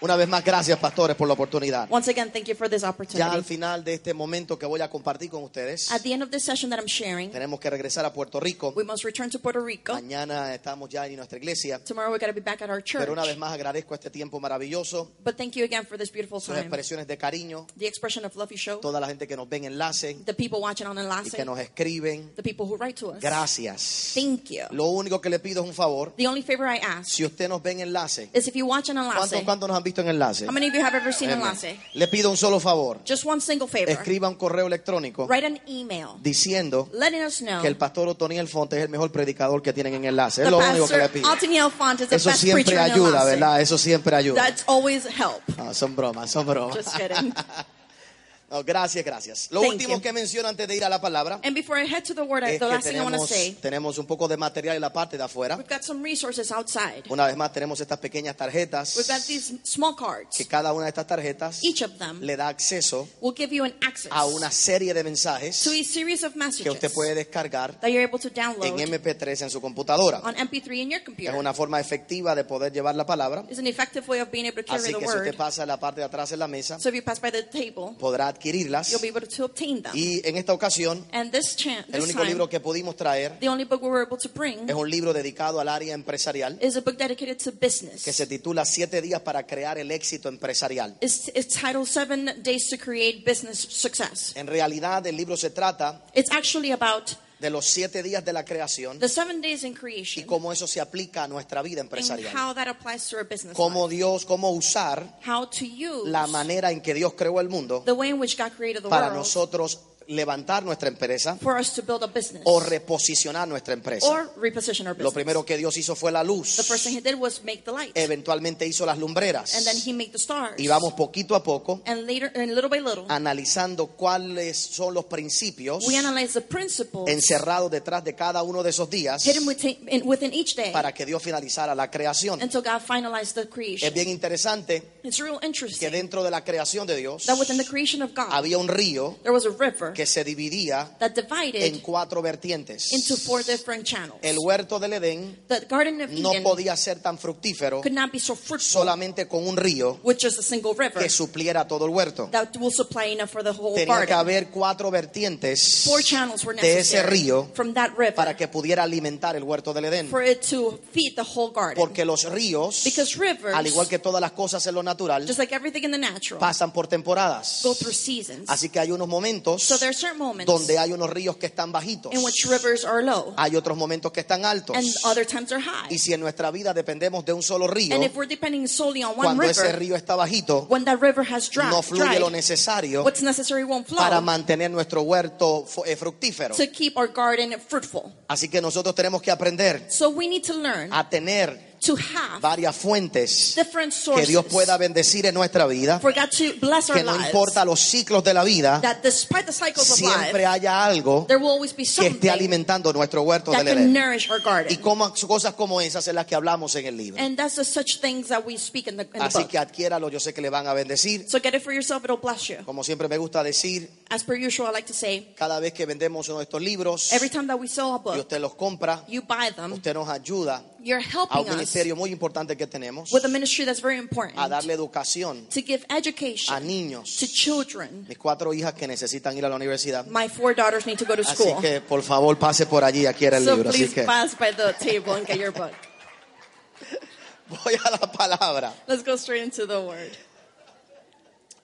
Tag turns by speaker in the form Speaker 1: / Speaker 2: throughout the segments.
Speaker 1: Una vez más, gracias pastores por la oportunidad.
Speaker 2: Once again, thank you for this
Speaker 1: Ya al
Speaker 2: opportunity.
Speaker 1: final de este momento que voy a compartir con ustedes,
Speaker 2: At the end of this session that I'm sharing,
Speaker 1: tenemos que regresar a Puerto Rico.
Speaker 2: we must return to Puerto Rico.
Speaker 1: Mañana estamos ya en nuestra iglesia.
Speaker 2: Tomorrow we're going to be back at our church.
Speaker 1: Pero una vez más agradezco este tiempo maravilloso,
Speaker 2: But thank you again for this beautiful
Speaker 1: sus
Speaker 2: time.
Speaker 1: expresiones de cariño,
Speaker 2: The expression of love you show,
Speaker 1: toda la gente que nos ven enlace
Speaker 2: the people watching on
Speaker 1: y
Speaker 2: Enlace,
Speaker 1: que nos escriben.
Speaker 2: the people who write to us.
Speaker 1: Gracias.
Speaker 2: Thank you.
Speaker 1: Lo único que le pido es un favor.
Speaker 2: The only favor I ask
Speaker 1: Si usted nos ve en enlace,
Speaker 2: is if you watch an Enlace,
Speaker 1: ¿cuántos, cuántos nos han visto en enlace?
Speaker 2: how many of you have ever seen
Speaker 1: Amén.
Speaker 2: Enlace?
Speaker 1: Le pido un solo favor.
Speaker 2: Just one single favor.
Speaker 1: Escriba un correo electrónico
Speaker 2: Write an email
Speaker 1: diciendo
Speaker 2: letting us know
Speaker 1: que el pastor Otoniel Fonte es el mejor predicador que tienen en enlace. Es
Speaker 2: the
Speaker 1: lo único que
Speaker 2: pastor
Speaker 1: le pido.
Speaker 2: Altaniel Font is the
Speaker 1: Eso
Speaker 2: best preacher
Speaker 1: siempre
Speaker 2: in
Speaker 1: ayuda,
Speaker 2: Enlace.
Speaker 1: ¿verdad? Eso siempre ayuda.
Speaker 2: That's always help.
Speaker 1: No, son bromas, son
Speaker 2: Just
Speaker 1: bromas.
Speaker 2: kidding.
Speaker 1: No, gracias, gracias. Lo
Speaker 2: Thank
Speaker 1: último
Speaker 2: you.
Speaker 1: que menciono antes de ir a la palabra
Speaker 2: And before I head to the word,
Speaker 1: es
Speaker 2: the
Speaker 1: que
Speaker 2: last thing I want to
Speaker 1: tenemos,
Speaker 2: say,
Speaker 1: tenemos un poco de material en la parte de afuera.
Speaker 2: we've got some resources outside.
Speaker 1: Una vez más tenemos estas pequeñas tarjetas
Speaker 2: We've got these small cards.
Speaker 1: que cada una de estas tarjetas
Speaker 2: Each of them
Speaker 1: le da acceso
Speaker 2: will give you an access
Speaker 1: a una serie de mensajes
Speaker 2: to a series of
Speaker 1: que
Speaker 2: messages
Speaker 1: usted puede descargar
Speaker 2: that you're able to
Speaker 1: en
Speaker 2: download
Speaker 1: MP3 en su computadora.
Speaker 2: on MP3 in your
Speaker 1: Es
Speaker 2: computer.
Speaker 1: una forma efectiva de poder llevar la palabra.
Speaker 2: It's an effective way of being able to carry
Speaker 1: Así
Speaker 2: the
Speaker 1: que si
Speaker 2: word.
Speaker 1: usted pasa a la parte de atrás en la mesa,
Speaker 2: So if you pass by the table,
Speaker 1: podrá adquirirlas.
Speaker 2: you'll be able to obtain them.
Speaker 1: Y en esta ocasión,
Speaker 2: And this, chan-
Speaker 1: el
Speaker 2: this
Speaker 1: único
Speaker 2: time,
Speaker 1: libro que pudimos traer
Speaker 2: the only book we were able to bring
Speaker 1: es un libro dedicado al área empresarial
Speaker 2: is a book dedicated to business.
Speaker 1: que se titula Siete días para crear el éxito empresarial.
Speaker 2: It's, it's titled Seven Days to Create Business Success.
Speaker 1: En realidad, el libro se trata
Speaker 2: It's actually about
Speaker 1: de los siete días de la creación
Speaker 2: the seven days in
Speaker 1: y
Speaker 2: creation
Speaker 1: cómo eso se aplica a nuestra vida
Speaker 2: and
Speaker 1: empresarial.
Speaker 2: how that applies to our business. life.
Speaker 1: Cómo Dios, cómo usar
Speaker 2: How to use
Speaker 1: la manera en que Dios creó el mundo
Speaker 2: the way in which God created the
Speaker 1: para
Speaker 2: world
Speaker 1: nosotros levantar nuestra empresa
Speaker 2: for us to build a business
Speaker 1: o reposicionar nuestra empresa.
Speaker 2: or reposition our
Speaker 1: Lo
Speaker 2: business.
Speaker 1: primero que Dios hizo fue la
Speaker 2: the first thing
Speaker 1: luz.
Speaker 2: he did was make the light,
Speaker 1: Eventualmente hizo las
Speaker 2: and then
Speaker 1: lumbreras.
Speaker 2: he made the stars.
Speaker 1: Y vamos poquito a poco
Speaker 2: and later, and little by little,
Speaker 1: analizando cuáles son los principios
Speaker 2: we analyze the principles
Speaker 1: encerrados detrás de cada uno de esos días
Speaker 2: hidden within, in- within each day
Speaker 1: para que Dios finalizara la creación.
Speaker 2: until God finalized the creation.
Speaker 1: Es bien interesante
Speaker 2: it's real
Speaker 1: que
Speaker 2: interesting
Speaker 1: dentro de la creación de Dios
Speaker 2: that within the creation of God,
Speaker 1: había un río
Speaker 2: there was a river
Speaker 1: que se dividía
Speaker 2: that
Speaker 1: en
Speaker 2: divided
Speaker 1: cuatro vertientes.
Speaker 2: into four different channels.
Speaker 1: El huerto del Edén
Speaker 2: the Garden of
Speaker 1: no
Speaker 2: Eden
Speaker 1: podía ser tan fructífero
Speaker 2: could not be so fruitful
Speaker 1: solamente con un río
Speaker 2: with just a single river
Speaker 1: que supliera todo el huerto.
Speaker 2: that will supply enough for the whole
Speaker 1: Tenía que
Speaker 2: garden.
Speaker 1: haber cuatro vertientes
Speaker 2: Four channels were
Speaker 1: de ese
Speaker 2: necessary
Speaker 1: río
Speaker 2: from that river
Speaker 1: para que pudiera alimentar el huerto del Edén.
Speaker 2: for it to feed the whole garden.
Speaker 1: Porque los ríos,
Speaker 2: Because rivers,
Speaker 1: al igual que todas las cosas en lo natural,
Speaker 2: just like everything in the natural,
Speaker 1: pasan por temporadas.
Speaker 2: go through seasons.
Speaker 1: Así que hay unos momentos
Speaker 2: so there are certain moments
Speaker 1: donde hay unos ríos que están bajitos.
Speaker 2: in which rivers are low
Speaker 1: Hay otros momentos que están altos.
Speaker 2: and other times are high.
Speaker 1: Y si en nuestra vida dependemos de un solo río,
Speaker 2: and if we're depending solely on one
Speaker 1: cuando
Speaker 2: river,
Speaker 1: ese río está bajito,
Speaker 2: when that river has dried,
Speaker 1: no fluye
Speaker 2: dried,
Speaker 1: lo necesario
Speaker 2: what's necessary won't flow
Speaker 1: para mantener nuestro huerto fu- eh, fructífero.
Speaker 2: to keep our garden fruitful.
Speaker 1: Así que nosotros tenemos que aprender
Speaker 2: So we need to learn
Speaker 1: a tener
Speaker 2: to have
Speaker 1: varias fuentes
Speaker 2: different
Speaker 1: que
Speaker 2: sources
Speaker 1: Dios pueda bendecir en nuestra vida,
Speaker 2: for God to bless our
Speaker 1: que no
Speaker 2: lives.
Speaker 1: importa los ciclos de la vida,
Speaker 2: that despite the cycles of life,
Speaker 1: siempre haya algo
Speaker 2: there will always be
Speaker 1: que
Speaker 2: something
Speaker 1: esté alimentando nuestro huerto
Speaker 2: that
Speaker 1: del
Speaker 2: can
Speaker 1: Edén.
Speaker 2: nourish our
Speaker 1: Y
Speaker 2: garden.
Speaker 1: como, cosas como esas es las que hablamos en el libro.
Speaker 2: And that's the such things that we speak in the, in the
Speaker 1: Así
Speaker 2: book.
Speaker 1: que adquiéralo, yo sé que le van a bendecir.
Speaker 2: So get it for yourself, it'll bless you.
Speaker 1: Como siempre me gusta decir,
Speaker 2: As per usual, I like to say,
Speaker 1: cada vez que vendemos uno de estos libros
Speaker 2: every time that we sell a
Speaker 1: y
Speaker 2: book,
Speaker 1: usted los compra,
Speaker 2: you buy them,
Speaker 1: usted nos ayuda
Speaker 2: you're
Speaker 1: a
Speaker 2: helping
Speaker 1: un
Speaker 2: us
Speaker 1: ministerio muy importante que tenemos,
Speaker 2: with a ministry that's very important
Speaker 1: a darle educación
Speaker 2: to give
Speaker 1: a
Speaker 2: education
Speaker 1: niños,
Speaker 2: to children.
Speaker 1: mis cuatro hijas que necesitan ir a la universidad.
Speaker 2: My four daughters need to go to
Speaker 1: Así
Speaker 2: school.
Speaker 1: que por favor pase por allí, adquiera el
Speaker 2: So
Speaker 1: libro. Así
Speaker 2: please
Speaker 1: que
Speaker 2: pass by the table and get your book.
Speaker 1: voy a la palabra.
Speaker 2: Let's go straight into the word.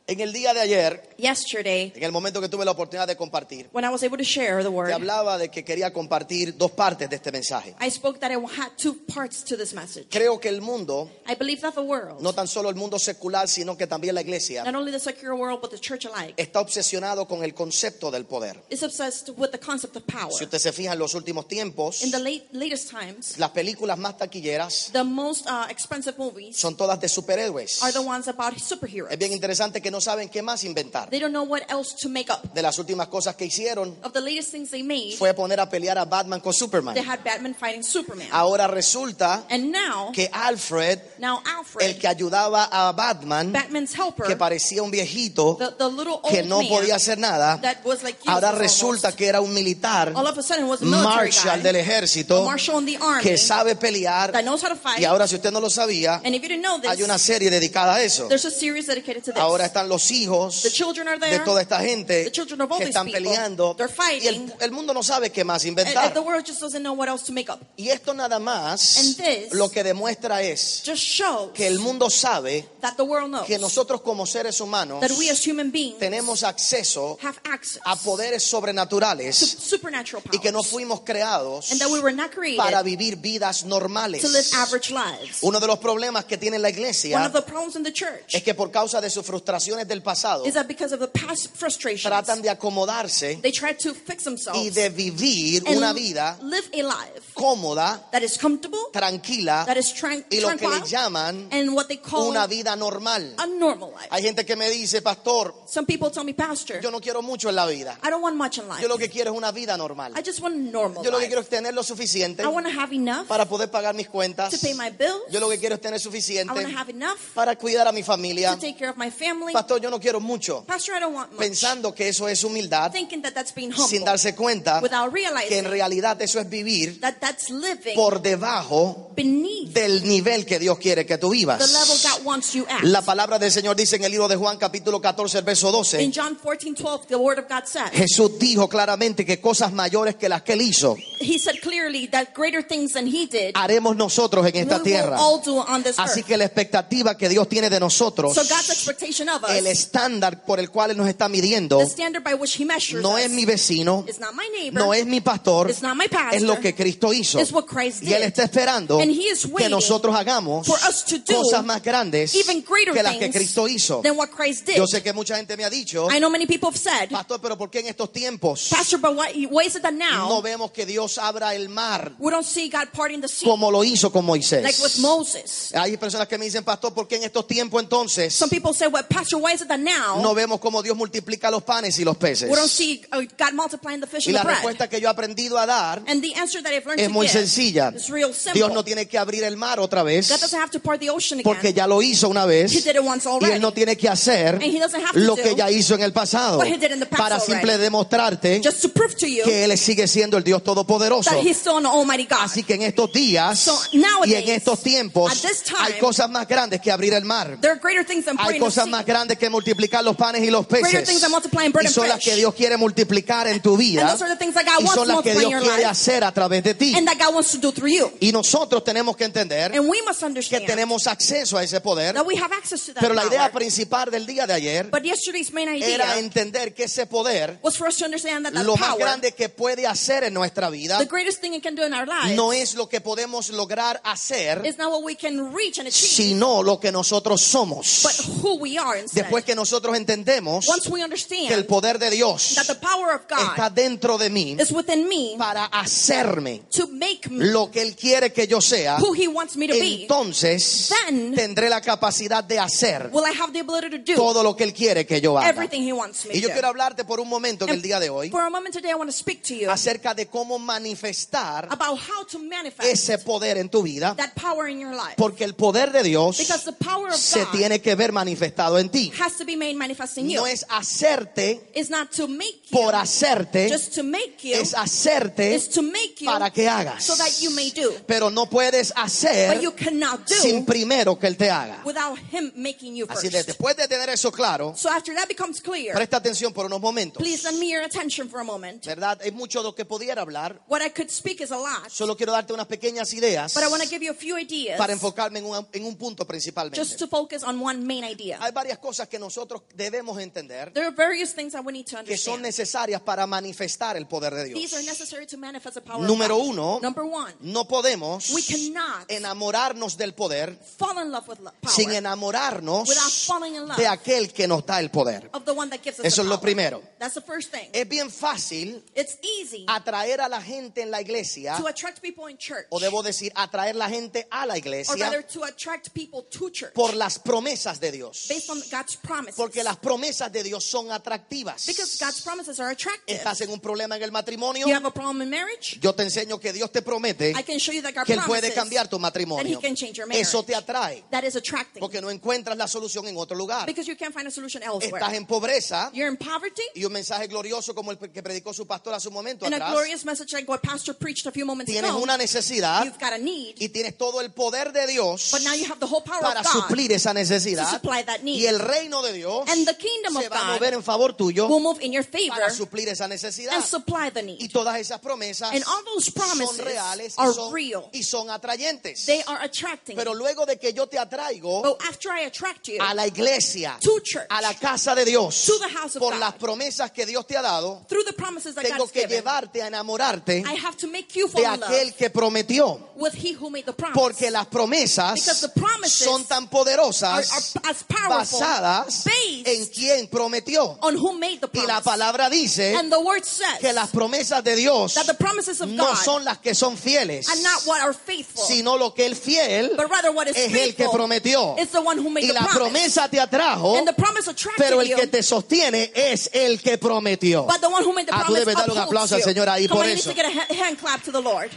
Speaker 1: En el día de ayer,
Speaker 2: Yesterday,
Speaker 1: en el momento que tuve la oportunidad de compartir,
Speaker 2: when I was able to share the
Speaker 1: te
Speaker 2: word,
Speaker 1: hablaba de que quería compartir dos partes de este mensaje.
Speaker 2: I spoke that I had two parts to this message.
Speaker 1: Creo que el mundo,
Speaker 2: I believe that the world,
Speaker 1: no tan solo el mundo secular, sino que también la iglesia,
Speaker 2: not only the secular world but the church alike,
Speaker 1: está obsesionado con el concepto del poder.
Speaker 2: is obsessed with the concept of power.
Speaker 1: Si usted se fija en los últimos tiempos,
Speaker 2: In the late, latest times,
Speaker 1: las películas más taquilleras
Speaker 2: the most uh, expensive movies
Speaker 1: son todas de superhéroes.
Speaker 2: are the ones about
Speaker 1: Es bien
Speaker 2: superheroes.
Speaker 1: interesante que no saben qué más inventar.
Speaker 2: They don't know what else to make up.
Speaker 1: De las últimas cosas que hicieron
Speaker 2: Of the latest things they made,
Speaker 1: fue poner a pelear a Batman con Superman.
Speaker 2: they had Batman fighting Superman.
Speaker 1: Ahora resulta
Speaker 2: And now,
Speaker 1: Ah. que Alfred,
Speaker 2: now
Speaker 1: el
Speaker 2: Alfred,
Speaker 1: que ayudaba a Batman,
Speaker 2: Batman's helper,
Speaker 1: que parecía un viejito,
Speaker 2: the, the little old
Speaker 1: que no
Speaker 2: man
Speaker 1: podía hacer nada,
Speaker 2: that was like
Speaker 1: ahora
Speaker 2: useless almost,
Speaker 1: resulta que era un militar,
Speaker 2: all of a sudden was a military
Speaker 1: marshal
Speaker 2: guy,
Speaker 1: del
Speaker 2: a
Speaker 1: ejército,
Speaker 2: marshal in the army
Speaker 1: que sabe pelear.
Speaker 2: that knows how to fight.
Speaker 1: Y ahora si usted no lo sabía,
Speaker 2: and if you didn't know this,
Speaker 1: hay una serie dedicada a eso.
Speaker 2: there's a series dedicated to this.
Speaker 1: Ahora están los hijos
Speaker 2: The children are
Speaker 1: de
Speaker 2: there.
Speaker 1: toda esta gente
Speaker 2: The children of all
Speaker 1: que
Speaker 2: these
Speaker 1: están
Speaker 2: people.
Speaker 1: peleando
Speaker 2: They're
Speaker 1: y el,
Speaker 2: fighting.
Speaker 1: el mundo no sabe qué más
Speaker 2: and, and
Speaker 1: inventar.
Speaker 2: the world just doesn't know what else to make up.
Speaker 1: Y esto nada más
Speaker 2: And this-
Speaker 1: lo que demuestra es
Speaker 2: Just shows
Speaker 1: que el mundo sabe
Speaker 2: that the world knows
Speaker 1: que nosotros como seres humanos
Speaker 2: that we as human beings
Speaker 1: tenemos acceso
Speaker 2: have access
Speaker 1: a poderes
Speaker 2: to
Speaker 1: sobrenaturales
Speaker 2: supernatural powers
Speaker 1: y que no fuimos creados
Speaker 2: and that we were not created
Speaker 1: para vivir vidas
Speaker 2: to live
Speaker 1: normales.
Speaker 2: average lives.
Speaker 1: Uno de los problemas que tiene la
Speaker 2: One
Speaker 1: iglesia
Speaker 2: of the problems in the church
Speaker 1: es que por causa de sus frustraciones del pasado
Speaker 2: is that because of the past frustrations,
Speaker 1: tratan de acomodarse
Speaker 2: they try to fix themselves
Speaker 1: y de vivir
Speaker 2: and
Speaker 1: una vida
Speaker 2: live a life
Speaker 1: cómoda,
Speaker 2: that is comfortable,
Speaker 1: tranquila
Speaker 2: that is tran-
Speaker 1: y lo que le
Speaker 2: tranquil,
Speaker 1: llaman
Speaker 2: and what they call
Speaker 1: una vida normal.
Speaker 2: a normal life.
Speaker 1: Hay gente que me dice, pastor,
Speaker 2: Some people tell me, Pastor,
Speaker 1: yo no quiero mucho en la vida.
Speaker 2: I don't want much in life.
Speaker 1: Yo lo que quiero es una vida normal.
Speaker 2: I just want a normal
Speaker 1: Yo lo que
Speaker 2: life.
Speaker 1: quiero es tener lo suficiente
Speaker 2: I want to have enough
Speaker 1: para poder pagar mis cuentas.
Speaker 2: to pay my bills.
Speaker 1: Yo lo que quiero es tener
Speaker 2: I want to
Speaker 1: suficiente
Speaker 2: have enough
Speaker 1: para cuidar a mi
Speaker 2: to
Speaker 1: familia.
Speaker 2: take care of my family.
Speaker 1: Pastor, yo no quiero mucho.
Speaker 2: Pastor, I don't want much.
Speaker 1: Pensando que eso es humildad,
Speaker 2: Thinking that that's being humble.
Speaker 1: sin darse cuenta
Speaker 2: without
Speaker 1: que en
Speaker 2: realizing
Speaker 1: realidad eso es vivir
Speaker 2: that that's living
Speaker 1: por debajo
Speaker 2: beneath
Speaker 1: del nivel que Dios quiere que tú
Speaker 2: the level
Speaker 1: vivas.
Speaker 2: God wants you at.
Speaker 1: La palabra del Señor dice en el libro de Juan capítulo 14, el verso
Speaker 2: In
Speaker 1: 12.
Speaker 2: John 14, 12, the word of God said,
Speaker 1: Jesús dijo claramente que cosas mayores que las que él hizo
Speaker 2: He said clearly that greater things than He did,
Speaker 1: haremos nosotros en
Speaker 2: we
Speaker 1: esta
Speaker 2: will
Speaker 1: tierra.
Speaker 2: all do on this
Speaker 1: Así
Speaker 2: earth.
Speaker 1: que la expectativa que Dios tiene de nosotros,
Speaker 2: So God's expectation of
Speaker 1: el
Speaker 2: us,
Speaker 1: estándar por el cual él nos está midiendo,
Speaker 2: the standard by which He measures
Speaker 1: no
Speaker 2: us,
Speaker 1: es mi vecino,
Speaker 2: is not my neighbor,
Speaker 1: no es mi pastor,
Speaker 2: it's not my pastor,
Speaker 1: es lo que Cristo hizo.
Speaker 2: it's what Christ
Speaker 1: Y él
Speaker 2: did.
Speaker 1: está esperando
Speaker 2: And he is
Speaker 1: que
Speaker 2: waiting
Speaker 1: nosotros hagamos
Speaker 2: for us to do
Speaker 1: cosas más grandes
Speaker 2: even greater
Speaker 1: que las que
Speaker 2: things
Speaker 1: Cristo hizo.
Speaker 2: than what Christ did.
Speaker 1: Yo sé que mucha gente me ha dicho,
Speaker 2: I know many people have said,
Speaker 1: pastor, pero ¿por qué en estos tiempos
Speaker 2: Pastor, but what, why is it that now
Speaker 1: no vemos que Dios abra el mar
Speaker 2: we don't see God parting the sea
Speaker 1: como lo hizo con
Speaker 2: like with
Speaker 1: Moisés?
Speaker 2: Moses?
Speaker 1: Hay personas que me dicen, pastor, ¿por qué en estos tiempos entonces
Speaker 2: Some people say, well, Pastor, why is it that now
Speaker 1: no vemos cómo Dios multiplica los panes y los peces?
Speaker 2: we don't see uh, God multiplying the fish
Speaker 1: Y
Speaker 2: and the
Speaker 1: la
Speaker 2: bread?
Speaker 1: respuesta que yo he aprendido a dar
Speaker 2: And the answer that I've learned
Speaker 1: es
Speaker 2: to
Speaker 1: muy
Speaker 2: give
Speaker 1: sencilla.
Speaker 2: is real simple.
Speaker 1: Dios no tiene que abrir el mar otra vez
Speaker 2: God doesn't have to part the ocean again.
Speaker 1: porque ya lo hizo una
Speaker 2: he
Speaker 1: vez
Speaker 2: did it once
Speaker 1: y
Speaker 2: already.
Speaker 1: Él no tiene que hacer
Speaker 2: And he doesn't have to
Speaker 1: lo
Speaker 2: do
Speaker 1: que ya hizo en el pasado
Speaker 2: what he did in the past
Speaker 1: para simple
Speaker 2: already.
Speaker 1: demostrarte
Speaker 2: Just to prove to you
Speaker 1: que Él sigue siendo el Dios Todopoderoso.
Speaker 2: that he's still an almighty God.
Speaker 1: Así que en estos días
Speaker 2: So, nowadays,
Speaker 1: y en estos tiempos
Speaker 2: at this time,
Speaker 1: hay cosas más grandes que abrir el mar.
Speaker 2: there are greater things than
Speaker 1: Hay
Speaker 2: parting the
Speaker 1: cosas
Speaker 2: sea.
Speaker 1: más grandes que multiplicar los panes y los
Speaker 2: Greater
Speaker 1: peces.
Speaker 2: things than multiplying bread
Speaker 1: Y son
Speaker 2: and
Speaker 1: las
Speaker 2: fish.
Speaker 1: que Dios quiere multiplicar en tu
Speaker 2: and
Speaker 1: vida.
Speaker 2: those are the things that God
Speaker 1: Y
Speaker 2: wants
Speaker 1: son
Speaker 2: to
Speaker 1: las que
Speaker 2: multiply in
Speaker 1: Dios
Speaker 2: your
Speaker 1: quiere
Speaker 2: life
Speaker 1: hacer a través de ti.
Speaker 2: and that God wants to do through you.
Speaker 1: Y nosotros tenemos que entender
Speaker 2: And we must
Speaker 1: que
Speaker 2: understand
Speaker 1: tenemos acceso a ese poder.
Speaker 2: that we have access to that
Speaker 1: Pero la idea
Speaker 2: power.
Speaker 1: principal del día de ayer
Speaker 2: But yesterday's main idea
Speaker 1: era entender que ese poder,
Speaker 2: was for us to understand that that
Speaker 1: lo más
Speaker 2: power,
Speaker 1: grande que puede hacer en nuestra vida,
Speaker 2: the greatest thing it can do in our lives,
Speaker 1: no es lo que podemos lograr hacer,
Speaker 2: is not what we can reach and achieve,
Speaker 1: sino lo que nosotros somos.
Speaker 2: but who we are instead.
Speaker 1: Después que nosotros entendemos
Speaker 2: Once we
Speaker 1: que el
Speaker 2: understand
Speaker 1: poder de Dios
Speaker 2: that the power of God
Speaker 1: está dentro de mí
Speaker 2: is within me
Speaker 1: para hacerme
Speaker 2: to make me
Speaker 1: lo que Él quiere que yo sea,
Speaker 2: who He wants me to be,
Speaker 1: entonces
Speaker 2: Then-
Speaker 1: tendré la capacidad de hacer
Speaker 2: will I have the ability to do
Speaker 1: todo lo que Él quiere que yo haga.
Speaker 2: everything He wants me
Speaker 1: Y yo
Speaker 2: to
Speaker 1: quiero
Speaker 2: do?
Speaker 1: hablarte por un momento en el
Speaker 2: And
Speaker 1: día de hoy
Speaker 2: For a moment today, I want to speak to you
Speaker 1: acerca de cómo manifestar
Speaker 2: about how to manifest
Speaker 1: ese poder en tu vida,
Speaker 2: that power in your life.
Speaker 1: porque el poder de Dios
Speaker 2: Because the power of
Speaker 1: se
Speaker 2: God
Speaker 1: tiene que ver manifestado en ti.
Speaker 2: has to be made manifest in you.
Speaker 1: No es hacerte
Speaker 2: it's not to make you,
Speaker 1: por hacerte,
Speaker 2: just to make you,
Speaker 1: es hacerte
Speaker 2: is to make you
Speaker 1: para que hagas.
Speaker 2: so that you may do.
Speaker 1: Pero no puedes hacer
Speaker 2: But you cannot do
Speaker 1: sin primero que Él te haga.
Speaker 2: without Him making you
Speaker 1: Así que
Speaker 2: first.
Speaker 1: después de tener eso claro,
Speaker 2: So after that becomes clear,
Speaker 1: presta atención por unos momentos.
Speaker 2: please lend me your attention for a moment.
Speaker 1: ¿Verdad? Hay mucho de lo que pudiera hablar.
Speaker 2: What I could speak is a lot,
Speaker 1: Solo quiero darte unas pequeñas ideas
Speaker 2: but I want to give you a few ideas
Speaker 1: para enfocarme en un, en un punto principalmente.
Speaker 2: just to focus on one main idea.
Speaker 1: Hay varias cosas que nosotros debemos entender
Speaker 2: There are various things that we need to
Speaker 1: que son
Speaker 2: understand.
Speaker 1: necesarias para manifestar el poder de
Speaker 2: These
Speaker 1: Dios.
Speaker 2: are necessary to manifest the power
Speaker 1: Número
Speaker 2: of God.
Speaker 1: uno,
Speaker 2: Number one,
Speaker 1: no podemos
Speaker 2: we cannot
Speaker 1: enamorarnos del poder
Speaker 2: fall in love with lo- power
Speaker 1: sin
Speaker 2: without
Speaker 1: enamorarnos
Speaker 2: falling in love
Speaker 1: de aquel que nos da el poder.
Speaker 2: of the one that gives us
Speaker 1: Eso
Speaker 2: the
Speaker 1: es lo
Speaker 2: power.
Speaker 1: primero.
Speaker 2: That's the first thing.
Speaker 1: Es bien fácil
Speaker 2: It's easy
Speaker 1: atraer a la gente en la iglesia,
Speaker 2: to attract people in church,
Speaker 1: o debo decir, atraer la gente a la
Speaker 2: or rather
Speaker 1: iglesia
Speaker 2: to attract people to church
Speaker 1: por las promesas de Dios.
Speaker 2: based on God's God's promises.
Speaker 1: Porque las promesas de Dios son atractivas.
Speaker 2: Because God's promises are attractive.
Speaker 1: Estás en un problema en el matrimonio.
Speaker 2: You have a problem in marriage?
Speaker 1: Yo te enseño que Dios te promete
Speaker 2: I can show you that God
Speaker 1: que Él
Speaker 2: promises
Speaker 1: puede cambiar tu matrimonio.
Speaker 2: that he can change your marriage.
Speaker 1: Eso te atrae
Speaker 2: that is attracting.
Speaker 1: porque no encuentras la solución en otro lugar.
Speaker 2: Because you can't find a solution elsewhere.
Speaker 1: Estás en pobreza
Speaker 2: You're in poverty.
Speaker 1: y un mensaje glorioso como el que predicó su pastor hace un momento
Speaker 2: And a
Speaker 1: atrás.
Speaker 2: glorious message like what Pastor preached a few moments
Speaker 1: Tienes
Speaker 2: ago.
Speaker 1: una necesidad
Speaker 2: You've got a need,
Speaker 1: y tienes todo el poder de Dios
Speaker 2: but now you have the whole power
Speaker 1: para
Speaker 2: of God
Speaker 1: suplir esa
Speaker 2: to
Speaker 1: necesidad
Speaker 2: supply that need.
Speaker 1: y el reino de Dios
Speaker 2: And the kingdom
Speaker 1: se
Speaker 2: of
Speaker 1: va a
Speaker 2: God
Speaker 1: mover en favor tuyo
Speaker 2: will move in your favor
Speaker 1: para suplir esa necesidad.
Speaker 2: and supply the
Speaker 1: Y
Speaker 2: need.
Speaker 1: todas esas promesas
Speaker 2: And all those
Speaker 1: son
Speaker 2: promises
Speaker 1: reales y
Speaker 2: are
Speaker 1: son,
Speaker 2: real.
Speaker 1: y son atrayentes.
Speaker 2: They are attracting.
Speaker 1: Pero luego de que yo te atraigo
Speaker 2: But after I attract you
Speaker 1: a la iglesia,
Speaker 2: to church,
Speaker 1: a la casa de Dios,
Speaker 2: To the house of
Speaker 1: por
Speaker 2: God.
Speaker 1: las promesas que Dios te ha dado,
Speaker 2: through the promises that
Speaker 1: tengo
Speaker 2: God's
Speaker 1: que
Speaker 2: given,
Speaker 1: llevarte a enamorarte
Speaker 2: I have to make you fall
Speaker 1: de
Speaker 2: in love
Speaker 1: aquel que prometió.
Speaker 2: with He who made the promise.
Speaker 1: Porque las promesas
Speaker 2: Because the promises
Speaker 1: son tan
Speaker 2: are,
Speaker 1: poderosas
Speaker 2: are uh, as powerful
Speaker 1: basadas
Speaker 2: based
Speaker 1: en quien prometió.
Speaker 2: on who made the
Speaker 1: Y
Speaker 2: promise.
Speaker 1: la palabra dice
Speaker 2: and the word says
Speaker 1: que las promesas de Dios
Speaker 2: that the promises of
Speaker 1: no
Speaker 2: God
Speaker 1: son las que son fieles,
Speaker 2: are not what are faithful,
Speaker 1: sino lo que el fiel
Speaker 2: but rather what is
Speaker 1: es el que
Speaker 2: faithful
Speaker 1: prometió.
Speaker 2: is the one who made
Speaker 1: Y
Speaker 2: the
Speaker 1: la
Speaker 2: promise.
Speaker 1: promesa te atrajo,
Speaker 2: And the promise attracted
Speaker 1: pero el
Speaker 2: you,
Speaker 1: que te sostiene es el que prometió.
Speaker 2: but the one who made the
Speaker 1: Ah, tú
Speaker 2: promise
Speaker 1: debes darle un
Speaker 2: upholds
Speaker 1: aplauso al
Speaker 2: you.
Speaker 1: Señor ahí
Speaker 2: Come
Speaker 1: por
Speaker 2: on, you need
Speaker 1: eso.
Speaker 2: to get a ha- hand clap to the Lord.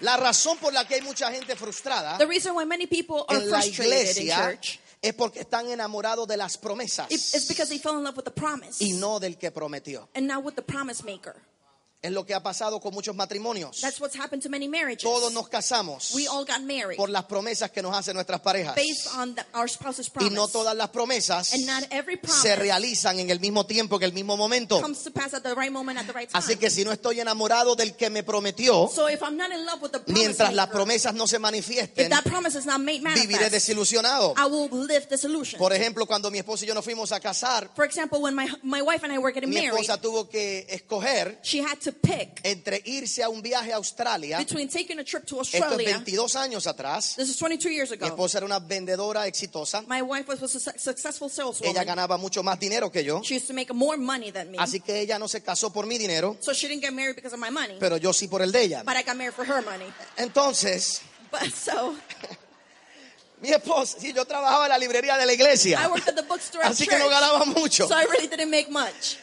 Speaker 1: La razón por la que hay mucha gente frustrada
Speaker 2: The reason why many people are
Speaker 1: Ah. en la
Speaker 2: frustrated in
Speaker 1: iglesia
Speaker 2: church
Speaker 1: es porque están enamorados de las promesas
Speaker 2: it- is because they fell in love with the promise
Speaker 1: y no del que prometió.
Speaker 2: and not with the promise maker.
Speaker 1: Es lo que ha pasado con muchos matrimonios.
Speaker 2: That's what's happened to many marriages.
Speaker 1: Todos nos casamos
Speaker 2: we all got married
Speaker 1: por las promesas que nos hacen nuestras parejas.
Speaker 2: based on the, our spouse's
Speaker 1: Y
Speaker 2: promise.
Speaker 1: no todas las promesas
Speaker 2: and not every promise
Speaker 1: se realizan en el mismo tiempo, que el mismo momento.
Speaker 2: comes to pass at the right moment at the right time.
Speaker 1: Así que si no estoy enamorado del que me prometió,
Speaker 2: so if I'm not in love with the promise
Speaker 1: mientras las
Speaker 2: maker,
Speaker 1: promesas no se
Speaker 2: if
Speaker 1: manifiesten,
Speaker 2: that promise is not made
Speaker 1: viviré
Speaker 2: manifest,
Speaker 1: desilusionado.
Speaker 2: I will live disillusioned.
Speaker 1: Por ejemplo, cuando mi esposa y yo nos fuimos a casar,
Speaker 2: For example, when my my wife and I were getting
Speaker 1: mi
Speaker 2: married,
Speaker 1: esposa tuvo que escoger
Speaker 2: she had to pick
Speaker 1: entre irse a un viaje a Australia,
Speaker 2: between taking a trip to
Speaker 1: esto es
Speaker 2: Australia.
Speaker 1: 22 años atrás,
Speaker 2: this is 22 years
Speaker 1: mi
Speaker 2: ago.
Speaker 1: esposa era una vendedora exitosa,
Speaker 2: My wife was, was a su- successful
Speaker 1: ella
Speaker 2: saleswoman.
Speaker 1: ganaba mucho más dinero que yo,
Speaker 2: She used to make more money than me.
Speaker 1: así que ella no se casó por mi dinero,
Speaker 2: so she didn't get married because of my money,
Speaker 1: pero yo sí por el de ella.
Speaker 2: but I got married for her money.
Speaker 1: Entonces,
Speaker 2: But so
Speaker 1: mi esposa, sí, yo trabajaba en la librería de la
Speaker 2: I
Speaker 1: iglesia,
Speaker 2: worked at the bookstore at
Speaker 1: así que no
Speaker 2: church,
Speaker 1: ganaba mucho.
Speaker 2: so I really didn't make much.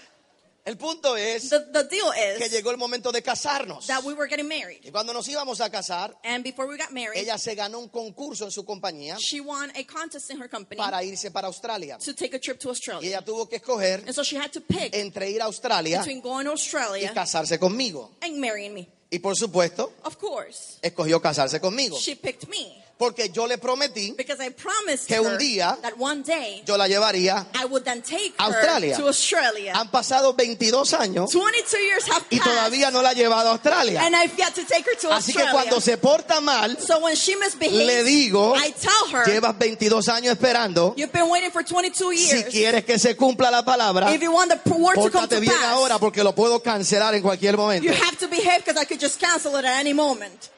Speaker 1: El punto es
Speaker 2: The, the deal
Speaker 1: que
Speaker 2: is
Speaker 1: llegó el momento de casarnos.
Speaker 2: that we were getting married,
Speaker 1: Y cuando nos íbamos a casar,
Speaker 2: and before we got married,
Speaker 1: ella se ganó un concurso en su compañía
Speaker 2: she won a contest in her company
Speaker 1: para irse para Australia.
Speaker 2: to take a trip to
Speaker 1: Y
Speaker 2: Australia,
Speaker 1: ella tuvo que escoger
Speaker 2: and so she had to pick
Speaker 1: entre ir a Australia
Speaker 2: between going to
Speaker 1: y
Speaker 2: Australia
Speaker 1: casarse conmigo.
Speaker 2: and marrying me.
Speaker 1: Y por supuesto,
Speaker 2: Of course,
Speaker 1: escogió casarse conmigo.
Speaker 2: she picked me
Speaker 1: Porque yo le prometí,
Speaker 2: because I promised
Speaker 1: Que un
Speaker 2: her
Speaker 1: día
Speaker 2: that one day
Speaker 1: yo la llevaría.
Speaker 2: I would then take
Speaker 1: Australia.
Speaker 2: her to Australia.
Speaker 1: Han pasado 22 años
Speaker 2: 22 years have
Speaker 1: y
Speaker 2: passed,
Speaker 1: todavía no la ha llevado a Australia.
Speaker 2: and I've yet to take her to
Speaker 1: Así que
Speaker 2: Australia.
Speaker 1: cuando se porta mal,
Speaker 2: so when she
Speaker 1: le
Speaker 2: misbehaves,
Speaker 1: digo,
Speaker 2: I tell her,
Speaker 1: llevas 22 años esperando.
Speaker 2: you've been waiting for 22
Speaker 1: Si
Speaker 2: years.
Speaker 1: quieres que se cumpla la palabra,
Speaker 2: if you want the word to come
Speaker 1: pórtate
Speaker 2: to
Speaker 1: bien
Speaker 2: pass,
Speaker 1: ahora porque lo puedo cancelar en cualquier momento.
Speaker 2: you have to behave because I could just cancel it at any moment.